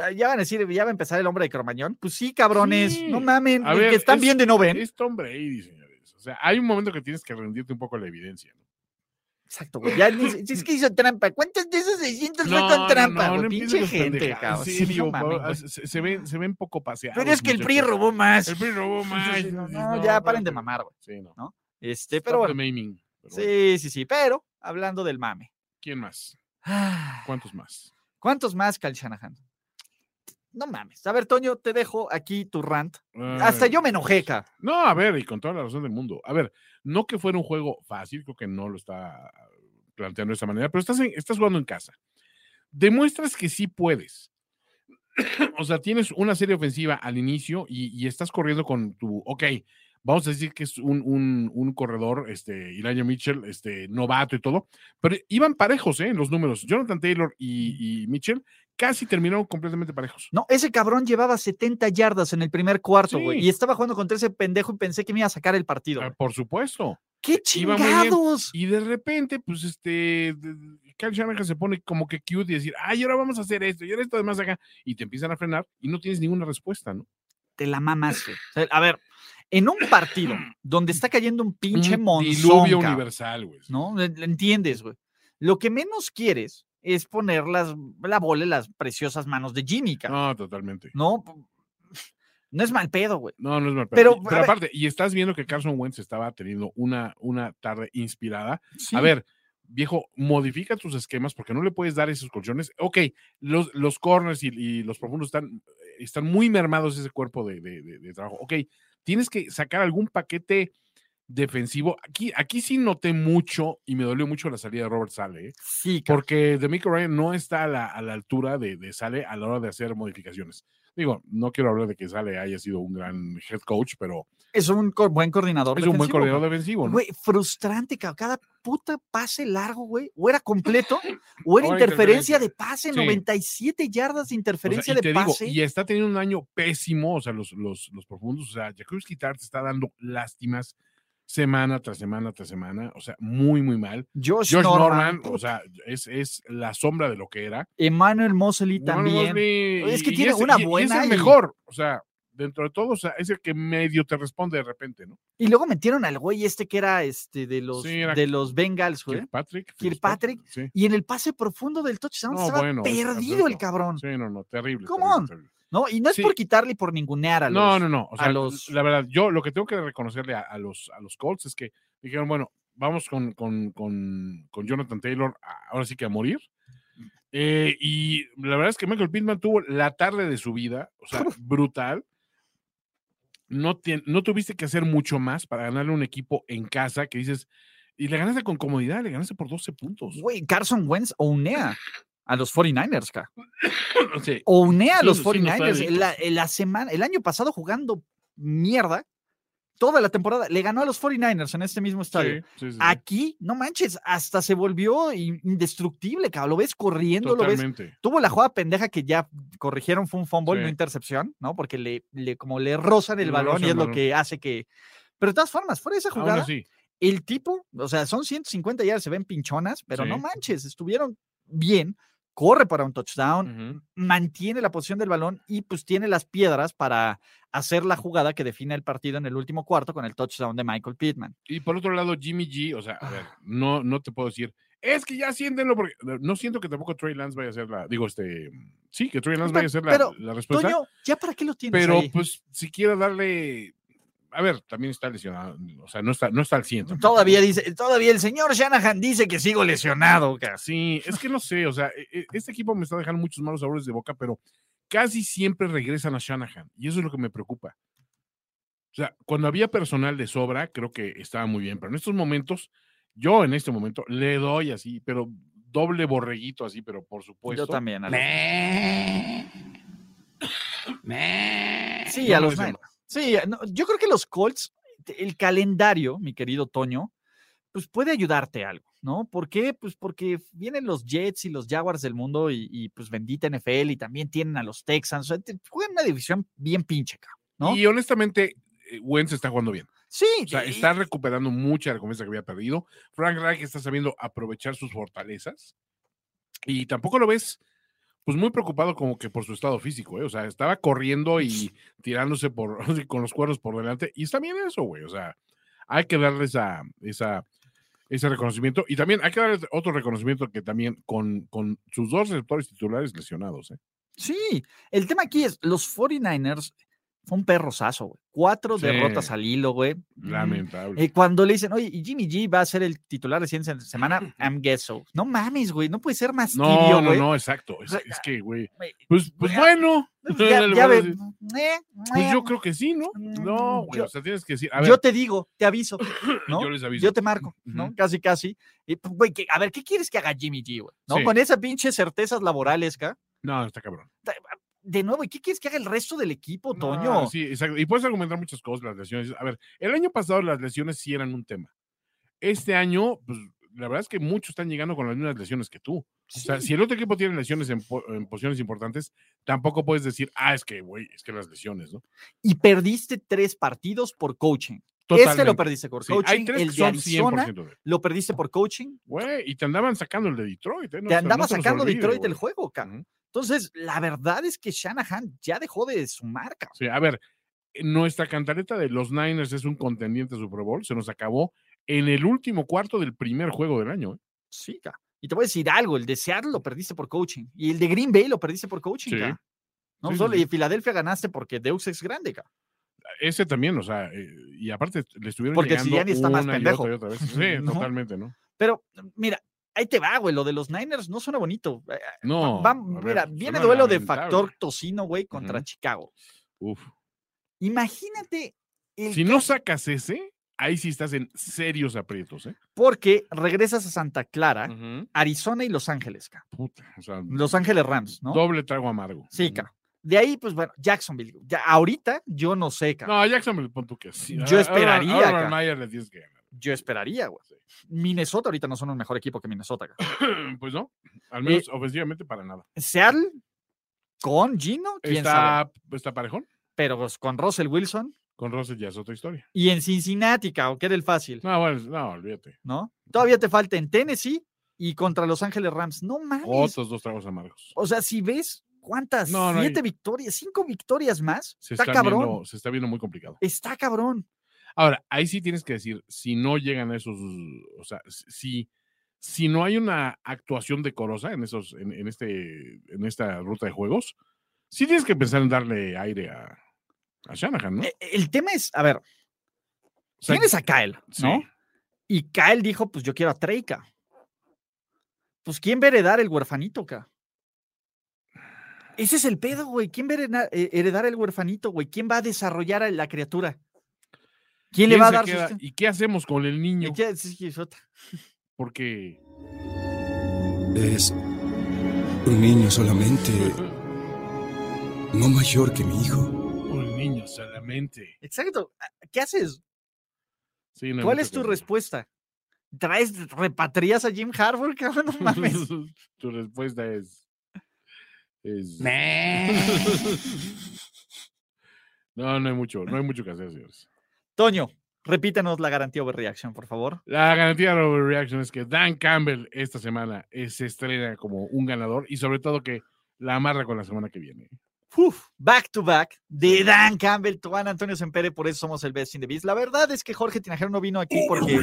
Speaker 3: ah, ya van a decir, ya va a empezar el hombre de Cromañón. Pues sí, cabrones,
Speaker 4: Sí.
Speaker 3: no mamen,
Speaker 4: A
Speaker 3: el
Speaker 4: ver,
Speaker 3: que están
Speaker 4: es-
Speaker 3: viendo y no ven.
Speaker 4: Es Tom Brady, Este señores. O sea, hay un momento que tienes que rendirte un poco a la evidencia. ¿no?
Speaker 3: Exacto, güey. Ya
Speaker 4: *laughs*
Speaker 3: ni- si es que hizo trampa. ¿Cuántas de esos 600 *laughs* fue con trampa? güey?
Speaker 4: empieces
Speaker 3: Pinche
Speaker 4: con
Speaker 3: gente,
Speaker 4: pendejadas.
Speaker 3: cabrón.
Speaker 4: En
Speaker 3: Sí, no
Speaker 4: serio,
Speaker 3: mamen,
Speaker 4: pa-
Speaker 3: güey.
Speaker 4: se, se ven, se ven poco paseados.
Speaker 5: Pero es que el PRI
Speaker 4: muchachos.
Speaker 5: robó más.
Speaker 4: El PRI robó más.
Speaker 3: sí, no,
Speaker 4: dices,
Speaker 3: no, ya paren de
Speaker 4: espérate".
Speaker 3: mamar, güey.
Speaker 4: Sí, no.
Speaker 3: Este,
Speaker 4: Stop
Speaker 3: pero bueno.
Speaker 4: the maiming, pero bueno.
Speaker 3: Sí, sí, sí. Pero hablando del mame.
Speaker 4: ¿Quién más?
Speaker 3: Ah,
Speaker 4: ¿Cuántos más?
Speaker 3: ¿Cuántos más, Cal Shanahan? No mames. A ver, Toño, te dejo aquí tu rant. Hasta
Speaker 4: Ay,
Speaker 3: yo me enojé, ca.
Speaker 4: No, a ver, y con toda la razón del mundo. A ver, no que fuera un juego fácil, creo que no lo está planteando de esa manera, pero estás, en- estás jugando en casa. Demuestras que sí puedes. *clears throat* o sea, tienes una serie ofensiva al inicio y, y estás corriendo con tu, ok, vamos a decir que es un, un- un corredor, este, Elijah Mitchell, este, novato y todo, pero iban parejos, ¿eh? en Los números. Jonathan Taylor y, y Mitchell casi terminaron completamente parejos.
Speaker 3: No, ese cabrón llevaba 70 yardas en el primer cuarto, güey.
Speaker 4: Sí.
Speaker 3: Y estaba jugando contra ese pendejo y pensé que me iba a sacar el partido.
Speaker 4: Ah,
Speaker 3: güey.
Speaker 4: Por supuesto.
Speaker 3: ¡Qué
Speaker 4: iba muy bien.
Speaker 3: chingados!
Speaker 4: Y de repente, pues este, de- Kyle Shanahan se pone como que cute y decir, ay, ahora vamos a hacer esto, y ahora esto además acá, y te empiezan a frenar y no tienes ninguna respuesta, ¿no?
Speaker 3: Te la mamaste. O sea, a ver, en un partido donde está cayendo un pinche
Speaker 4: Un
Speaker 3: monzón,
Speaker 4: Diluvio
Speaker 3: cabrón,
Speaker 4: universal, güey.
Speaker 3: ¿no? Le- le ¿Entiendes, güey? Lo que menos quieres es poner las, la bola en las preciosas manos de Jimmy, cabrón.
Speaker 4: No, totalmente.
Speaker 3: No, po- no es mal pedo, güey.
Speaker 4: No, no es mal.
Speaker 3: Pero,
Speaker 4: Pero,
Speaker 3: a
Speaker 4: pero
Speaker 3: ver-
Speaker 4: aparte, y estás viendo que Carson Wentz estaba teniendo una, una tarde inspirada.
Speaker 3: Sí.
Speaker 4: A ver, viejo, modifica tus esquemas porque no le puedes dar esos colchones. Ok, los, los corners y, y los profundos están, están muy mermados ese cuerpo de, de- de- de trabajo. Ok, tienes que sacar algún paquete defensivo. Aquí, aquí sí noté mucho y me dolió mucho la salida de Robert Sale, ¿eh?
Speaker 3: Sí, cabrón.
Speaker 4: porque Demico Ryan no está a la, a la altura de, de Sale a la hora de hacer modificaciones. Digo, no quiero hablar de que Sale haya sido un gran head coach, pero
Speaker 3: es un co- buen coordinador.
Speaker 4: es un buen
Speaker 3: defensivo,
Speaker 4: coordinador defensivo. ¿no?
Speaker 3: Güey, frustrante, cabrón. Cada puta pase largo, güey. O era
Speaker 4: *laughs*
Speaker 3: completo, o era
Speaker 4: O era
Speaker 3: interferencia
Speaker 4: interferencia.
Speaker 3: de pase.
Speaker 4: Sí.
Speaker 3: 97 yardas de
Speaker 4: O sea,
Speaker 3: interferencia
Speaker 4: y
Speaker 3: de
Speaker 4: te digo,
Speaker 3: pase.
Speaker 4: y está teniendo un año pésimo, o sea, los, los, los profundos, o sea, Jakubski Tart está dando lástimas semana tras semana tras semana, o sea, muy, muy mal.
Speaker 3: Josh,
Speaker 4: Josh
Speaker 3: Pues Norman,
Speaker 4: Norman, o sea, es, es la sombra de lo que era.
Speaker 3: Emmanuel Mosley
Speaker 4: Norman
Speaker 3: también.
Speaker 4: Mosley,
Speaker 3: Es que
Speaker 4: y
Speaker 3: tiene una
Speaker 4: y- y
Speaker 3: buena
Speaker 4: es
Speaker 3: y-
Speaker 4: el mejor, o sea, dentro de todo, o sea, es el que medio te responde de repente, ¿no?
Speaker 3: Y luego metieron al güey este que era este de los,
Speaker 4: Sí, era
Speaker 3: de los Bengals, güey.
Speaker 4: Kirkpatrick.
Speaker 3: Kirkpatrick.
Speaker 4: Sí,
Speaker 3: Y en el pase profundo del touchdown
Speaker 4: No,
Speaker 3: estaba
Speaker 4: bueno, es
Speaker 3: perdido el
Speaker 4: absurdo.
Speaker 3: cabrón.
Speaker 4: sí, no, no, terrible.
Speaker 3: Come
Speaker 4: terrible,
Speaker 3: on.
Speaker 4: terrible.
Speaker 3: ¿no? Y no es
Speaker 4: Sí.
Speaker 3: por quitarle y por ningunear a los.
Speaker 4: No, no, no. O
Speaker 3: a
Speaker 4: sea,
Speaker 3: los-
Speaker 4: la verdad, yo lo que tengo que reconocerle a, a los, a los Colts es que dijeron, bueno, vamos con, con, con, con Jonathan Taylor, a- ahora sí que a morir. Eh, y la verdad es que Michael Pittman tuvo la tarde de su vida, o
Speaker 3: *laughs*
Speaker 4: sea, brutal. No, tien- no tuviste que hacer mucho más para ganarle a un equipo en casa que dices, y le ganaste con comodidad, le ganaste por 12 puntos.
Speaker 3: Güey, Carson Wentz unea a los 49ers, ca.
Speaker 4: O sea,
Speaker 3: Unea a
Speaker 4: *laughs* Sí,
Speaker 3: los
Speaker 4: sí, no está
Speaker 3: 49ers.
Speaker 4: bien.
Speaker 3: la, eh, la semana, el año pasado jugando mierda, toda la temporada, le ganó a los 49ers en este mismo estadio.
Speaker 4: sí, sí, sí,
Speaker 3: Aquí, no manches, hasta se volvió in- indestructible, cabrón. Lo ves corriendo, lo ves.
Speaker 4: totalmente.
Speaker 3: Tuvo la jugada pendeja que ya corrigieron, fue un fumble, no
Speaker 4: Sí.
Speaker 3: intercepción, ¿no? Porque le, le- como le rozan el
Speaker 4: Le
Speaker 3: balón
Speaker 4: rozan
Speaker 3: y
Speaker 4: el
Speaker 3: es lo
Speaker 4: balón.
Speaker 3: que hace que. Pero de todas formas, fuera de esa
Speaker 4: Aún
Speaker 3: jugada,
Speaker 4: así,
Speaker 3: el tipo, o sea, son 150 yardas, se ven pinchonas, pero no
Speaker 4: Sí.
Speaker 3: manches, estuvieron bien, corre para un touchdown,
Speaker 4: ujú.
Speaker 3: mantiene la posición del balón y pues tiene las piedras para hacer la jugada que define el partido en el último cuarto con el touchdown de Michael Pittman.
Speaker 4: Y por otro lado, Jimmy G, o sea, a
Speaker 3: Ah.
Speaker 4: ver, no, no te puedo decir, es que ya siéntenlo, porque no- no siento que tampoco Trey Lance vaya a ser la, digo, este, sí, que Trey Lance
Speaker 3: Pero-
Speaker 4: vaya a ser la,
Speaker 3: pero,
Speaker 4: la respuesta,
Speaker 3: Toño, ¿ya para qué lo tienes
Speaker 4: Pues pero
Speaker 3: ahí?
Speaker 4: pues si quiero darle a ver, también está lesionado, o sea, no está, no está al 100. tampoco.
Speaker 3: *laughs* Todavía dice, todavía el señor Shanahan dice que sigo lesionado, cara.
Speaker 4: Sí, es que no sé, o sea, e- e- este equipo me está dejando muchos malos sabores de boca, pero casi siempre regresan a Shanahan y eso es lo que me preocupa. O sea, cuando había personal de sobra, creo que estaba muy bien, pero en estos momentos, yo en este momento le doy así, pero doble borreguito así, pero por supuesto.
Speaker 3: Yo también. Alex. Sí, a
Speaker 4: No
Speaker 3: los
Speaker 4: merecen
Speaker 3: Niners. Sí, no, yo creo que los Colts, te- el calendario, mi querido Toño, pues puede ayudarte algo, ¿no? ¿Por qué? Pues porque vienen los Jets y los Jaguars del mundo y, y, pues bendita NFL y también tienen a los Texans. O sea, te- juegan una división bien pinche, cabrón, ¿no?
Speaker 4: Y honestamente, eh, Wentz está jugando bien.
Speaker 3: sí,
Speaker 4: O sea,
Speaker 3: y-
Speaker 4: está recuperando mucha recompensa que había perdido. Frank Reich está sabiendo aprovechar sus fortalezas. Y tampoco lo ves, pues muy preocupado como que por su estado físico, ¿eh? O sea, estaba corriendo y
Speaker 3: *laughs*
Speaker 4: tirándose por, *laughs* así con los cuernos por delante. Y está bien eso, güey. O sea, hay que darle esa, esa, ese reconocimiento. Y también hay que darle otro reconocimiento que también con, con sus dos receptores titulares lesionados, ¿eh?
Speaker 3: Sí, el tema aquí es, los 49ers fue un perrozazo, güey. Cuatro
Speaker 4: Sí.
Speaker 3: derrotas al hilo, güey. Mm.
Speaker 4: Lamentable.
Speaker 3: Eh, cuando le dicen, oye, y Jimmy G va a ser el titular de ciencia
Speaker 4: *laughs*
Speaker 3: semana, I'm guess so. No mames, güey, no puede ser más tibio,
Speaker 4: no, no,
Speaker 3: güey.
Speaker 4: no, exacto. Es,
Speaker 3: sea,
Speaker 4: es que, güey.
Speaker 3: güey,
Speaker 4: Pues, pues
Speaker 3: ya-
Speaker 4: bueno.
Speaker 3: Ya,
Speaker 4: *laughs* Le
Speaker 3: ya
Speaker 4: van a
Speaker 3: ve-
Speaker 4: decir.
Speaker 3: eh,
Speaker 4: Pues
Speaker 3: eh,
Speaker 4: yo creo que sí, ¿no? No,
Speaker 3: Mm,
Speaker 4: güey.
Speaker 3: yo-
Speaker 4: O sea, tienes que decir. A ver,
Speaker 3: yo te digo, te
Speaker 4: *clears throat*
Speaker 3: aviso, ¿no?
Speaker 4: yo les aviso.
Speaker 3: Yo te marco, ¿no?
Speaker 4: Ujú.
Speaker 3: Casi, casi. Y, pues, güey, que- a ver, ¿qué quieres que haga Jimmy G, güey? ¿No?
Speaker 4: Sí.
Speaker 3: Con esas pinches certezas laborales, ca.
Speaker 4: No, está cabrón.
Speaker 3: De nuevo, ¿y qué quieres que haga el resto del equipo,
Speaker 4: No,
Speaker 3: Toño?
Speaker 4: sí, exacto. Y puedes argumentar muchas cosas, las lesiones. A ver, el año pasado las lesiones sí eran un tema. Este año, pues la verdad es que muchos están llegando con las mismas lesiones que tú. O sea, si el otro equipo tiene lesiones en, po- en posiciones importantes, tampoco puedes decir, ah, es que, güey, es que las lesiones, ¿no?
Speaker 3: Y perdiste tres partidos por coaching. Este lo
Speaker 4: Totalmente.
Speaker 3: perdiste por
Speaker 4: Sí,
Speaker 3: coaching,
Speaker 4: hay tres
Speaker 3: el
Speaker 4: que
Speaker 3: de
Speaker 4: son
Speaker 3: Arizona
Speaker 4: 100% de-
Speaker 3: lo perdiste por coaching,
Speaker 4: Güey, y te andaban sacando el de Detroit. ¿eh? No
Speaker 3: te
Speaker 4: se- no
Speaker 3: andaba
Speaker 4: se nos
Speaker 3: sacando
Speaker 4: olvide,
Speaker 3: Detroit del
Speaker 4: güey.
Speaker 3: juego, ca.
Speaker 4: Ujú.
Speaker 3: Entonces, la verdad es que Shanahan ya dejó de sumar, ca.
Speaker 4: Sí, a ver, nuestra cantaleta de los Niners es un contendiente a Super Bowl, se nos acabó en el último cuarto del primer juego del año. ¿eh?
Speaker 3: Sí, ca. Y te voy a decir algo, el de Seattle lo perdiste por coaching y el de Green Bay lo perdiste por coaching,
Speaker 4: Sí.
Speaker 3: ca. No
Speaker 4: Sí, sí,
Speaker 3: solo
Speaker 4: sí.
Speaker 3: y Filadelfia ganaste porque Deux es grande, ca.
Speaker 4: Ese también, o sea, eh, y aparte le estuvieron
Speaker 3: Porque
Speaker 4: llegando
Speaker 3: Sirianni está más
Speaker 4: una y
Speaker 3: pendejo.
Speaker 4: otra
Speaker 3: *laughs*
Speaker 4: y otra vez. Sí,
Speaker 3: No.
Speaker 4: totalmente, ¿no?
Speaker 3: Pero mira, ahí te va, güey, lo de los Niners no suena bonito. Eh,
Speaker 4: No.
Speaker 3: va-
Speaker 4: a ver,
Speaker 3: mira, viene
Speaker 4: suena
Speaker 3: duelo de
Speaker 4: lamentable.
Speaker 3: factor tocino, güey, contra
Speaker 4: Ujú.
Speaker 3: Chicago.
Speaker 4: Uf.
Speaker 3: Imagínate el
Speaker 4: Si no sacas ese, ahí sí estás en serios aprietos, ¿eh?
Speaker 3: porque regresas a Santa Clara,
Speaker 4: Ujú.
Speaker 3: Arizona y Los Ángeles, ca.
Speaker 4: Puta, o sea,
Speaker 3: Los Ángeles Rams, ¿no?
Speaker 4: doble trago amargo. Mm.
Speaker 3: Sí,
Speaker 4: Ujú.
Speaker 3: ca. De ahí, pues bueno, Jacksonville. Ya, ahorita yo no sé, ca.
Speaker 4: No, a Jackson me pon tú que sí.
Speaker 3: Yo
Speaker 4: a- a Urban-
Speaker 3: esperaría,
Speaker 4: a Urban
Speaker 3: ca.
Speaker 4: Meyer le tienes que ganar.
Speaker 3: Yo esperaría, güey. Minnesota ahorita no son un mejor equipo que Minnesota. ca.
Speaker 4: Pues no, al
Speaker 3: Eh,
Speaker 4: menos ofensivamente para nada.
Speaker 3: Seattle con Gino, quién sabe.
Speaker 4: Está, pues, está parejón.
Speaker 3: Pero pues, con Russell Wilson
Speaker 4: Con Russell ya es otra historia.
Speaker 3: y en Cincinnati, cabrón, que era el fácil,
Speaker 4: No, bueno, no, olvídate.
Speaker 3: ¿no? Todavía te falta en Tennessee y contra Los Ángeles Rams. No mames.
Speaker 4: Otros dos tragos amargos.
Speaker 3: O sea, si ves cuántas,
Speaker 4: No, no hay-
Speaker 3: siete victorias, cinco victorias más,
Speaker 4: Se
Speaker 3: está
Speaker 4: está,
Speaker 3: cabrón.
Speaker 4: viendo, se está viendo muy complicado.
Speaker 3: Está cabrón.
Speaker 4: Ahora, ahí sí tienes que decir, si no llegan a esos, o sea, si, si no hay una actuación decorosa en esos, en, en este, en esta ruta de juegos, sí tienes que pensar en darle aire a, a Shanahan, ¿no?
Speaker 3: E- El tema es, a ver,
Speaker 4: O sea,
Speaker 3: tienes a Kyle,
Speaker 4: sí.
Speaker 3: ¿no? Y Kyle dijo, pues yo quiero a Treika. Pues ¿quién va a heredar el huerfanito acá? Ese es el pedo, güey. ¿Quién va a hereda- eh, heredar el huerfanito, güey? ¿Quién va a desarrollar a la criatura? ¿Quién, le
Speaker 4: ¿Quién
Speaker 3: va a
Speaker 4: se
Speaker 3: dar
Speaker 4: queda?
Speaker 3: sustento?
Speaker 4: ¿Y qué hacemos con el niño?
Speaker 3: Eh, ya, sí, sí, es otra.
Speaker 4: Porque
Speaker 7: Es un niño solamente, no mayor que mi hijo.
Speaker 4: un niño solamente.
Speaker 3: Exacto. Ah, ¿Qué haces?
Speaker 4: Sí, no hay
Speaker 3: ¿Cuál
Speaker 4: mucho
Speaker 3: es tu
Speaker 4: que-
Speaker 3: respuesta? ¿Traes, repatrias a Jim Harbour,
Speaker 4: *laughs*
Speaker 3: cabrón? No mames.
Speaker 4: tu respuesta es. es- *laughs* no, no hay mucho, no hay mucho que hacer, señores.
Speaker 3: Toño, repítanos la garantía overreaction, por favor.
Speaker 4: La garantía de overreaction es que Dan Campbell esta semana eh, se estrena como un ganador y sobre todo que la amarra con la semana que viene.
Speaker 3: uf, back to back de Dan Campbell, Juan Antonio Sempere, por eso somos el Best in the Beast. La verdad es que Jorge Tinajero no vino aquí porque,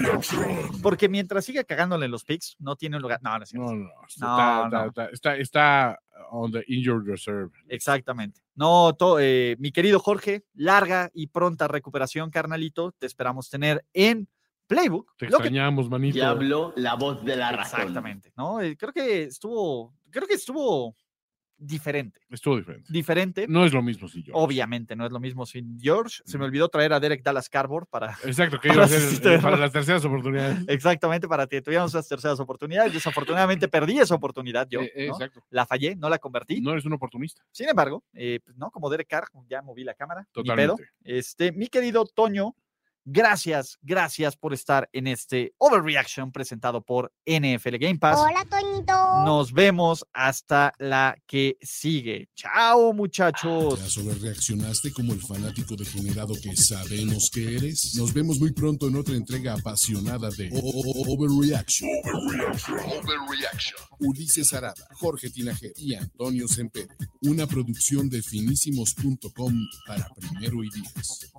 Speaker 3: porque mientras siga cagándole en los picks, no tiene un lugar. No, no es cierto.
Speaker 4: No, no,
Speaker 3: No,
Speaker 4: está, está-
Speaker 3: no.
Speaker 4: está- está- está on the injured reserve.
Speaker 3: Exactamente. No, to- eh, mi querido Jorge, larga y pronta recuperación, carnalito. Te esperamos tener en Playbook.
Speaker 4: Te
Speaker 3: Lo que-
Speaker 4: extrañamos, manito.
Speaker 8: Y habló la voz de la razón.
Speaker 3: Exactamente. No, Eh, creo que estuvo, creo que estuvo diferente.
Speaker 4: Estuvo diferente.
Speaker 3: Diferente.
Speaker 4: No es lo mismo si
Speaker 3: Oh.
Speaker 4: yo.
Speaker 3: Obviamente, no es lo mismo sin George.
Speaker 4: Mm.
Speaker 3: Se me olvidó traer a Derek Dallas Cardboard para.
Speaker 4: Exacto, que iba a
Speaker 3: Ahora sí
Speaker 4: ser
Speaker 3: estoy
Speaker 4: eh, para
Speaker 3: errado.
Speaker 4: las terceras oportunidades.
Speaker 3: Exactamente, para que tuviéramos esas terceras oportunidades.
Speaker 4: *laughs*
Speaker 3: Desafortunadamente perdí esa oportunidad yo.
Speaker 4: Eh, eh,
Speaker 3: ¿no?
Speaker 4: Exacto.
Speaker 3: La fallé, no la convertí.
Speaker 4: No eres un oportunista.
Speaker 3: Sin embargo, eh, pues, no, como Derek Carr, ya moví la cámara. ni pedo.
Speaker 4: Totalmente.
Speaker 3: Este, mi querido Toño, gracias, gracias por estar en este Overreaction presentado por NFL Game Pass.
Speaker 9: Hola, Toñito.
Speaker 3: Nos vemos hasta la que sigue. Chao,
Speaker 1: ¿Ya
Speaker 3: muchachos.
Speaker 1: sobrereaccionaste como el fanático degenerado que sabemos que eres? Nos vemos muy pronto en otra entrega apasionada de O- O- O- Overreaction. Ulises Arada, Jorge Tinajero y Antonio Semper. Una producción de finísimos.com para primero y diez.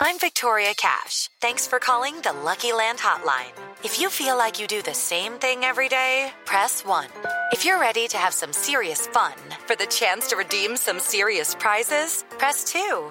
Speaker 10: I'm Victoria Cash. Thanks for calling the Lucky Land Hotline. If you feel like you do the same thing every day, press 1. If you're ready to have some serious fun for the chance to redeem some serious prizes, press 2.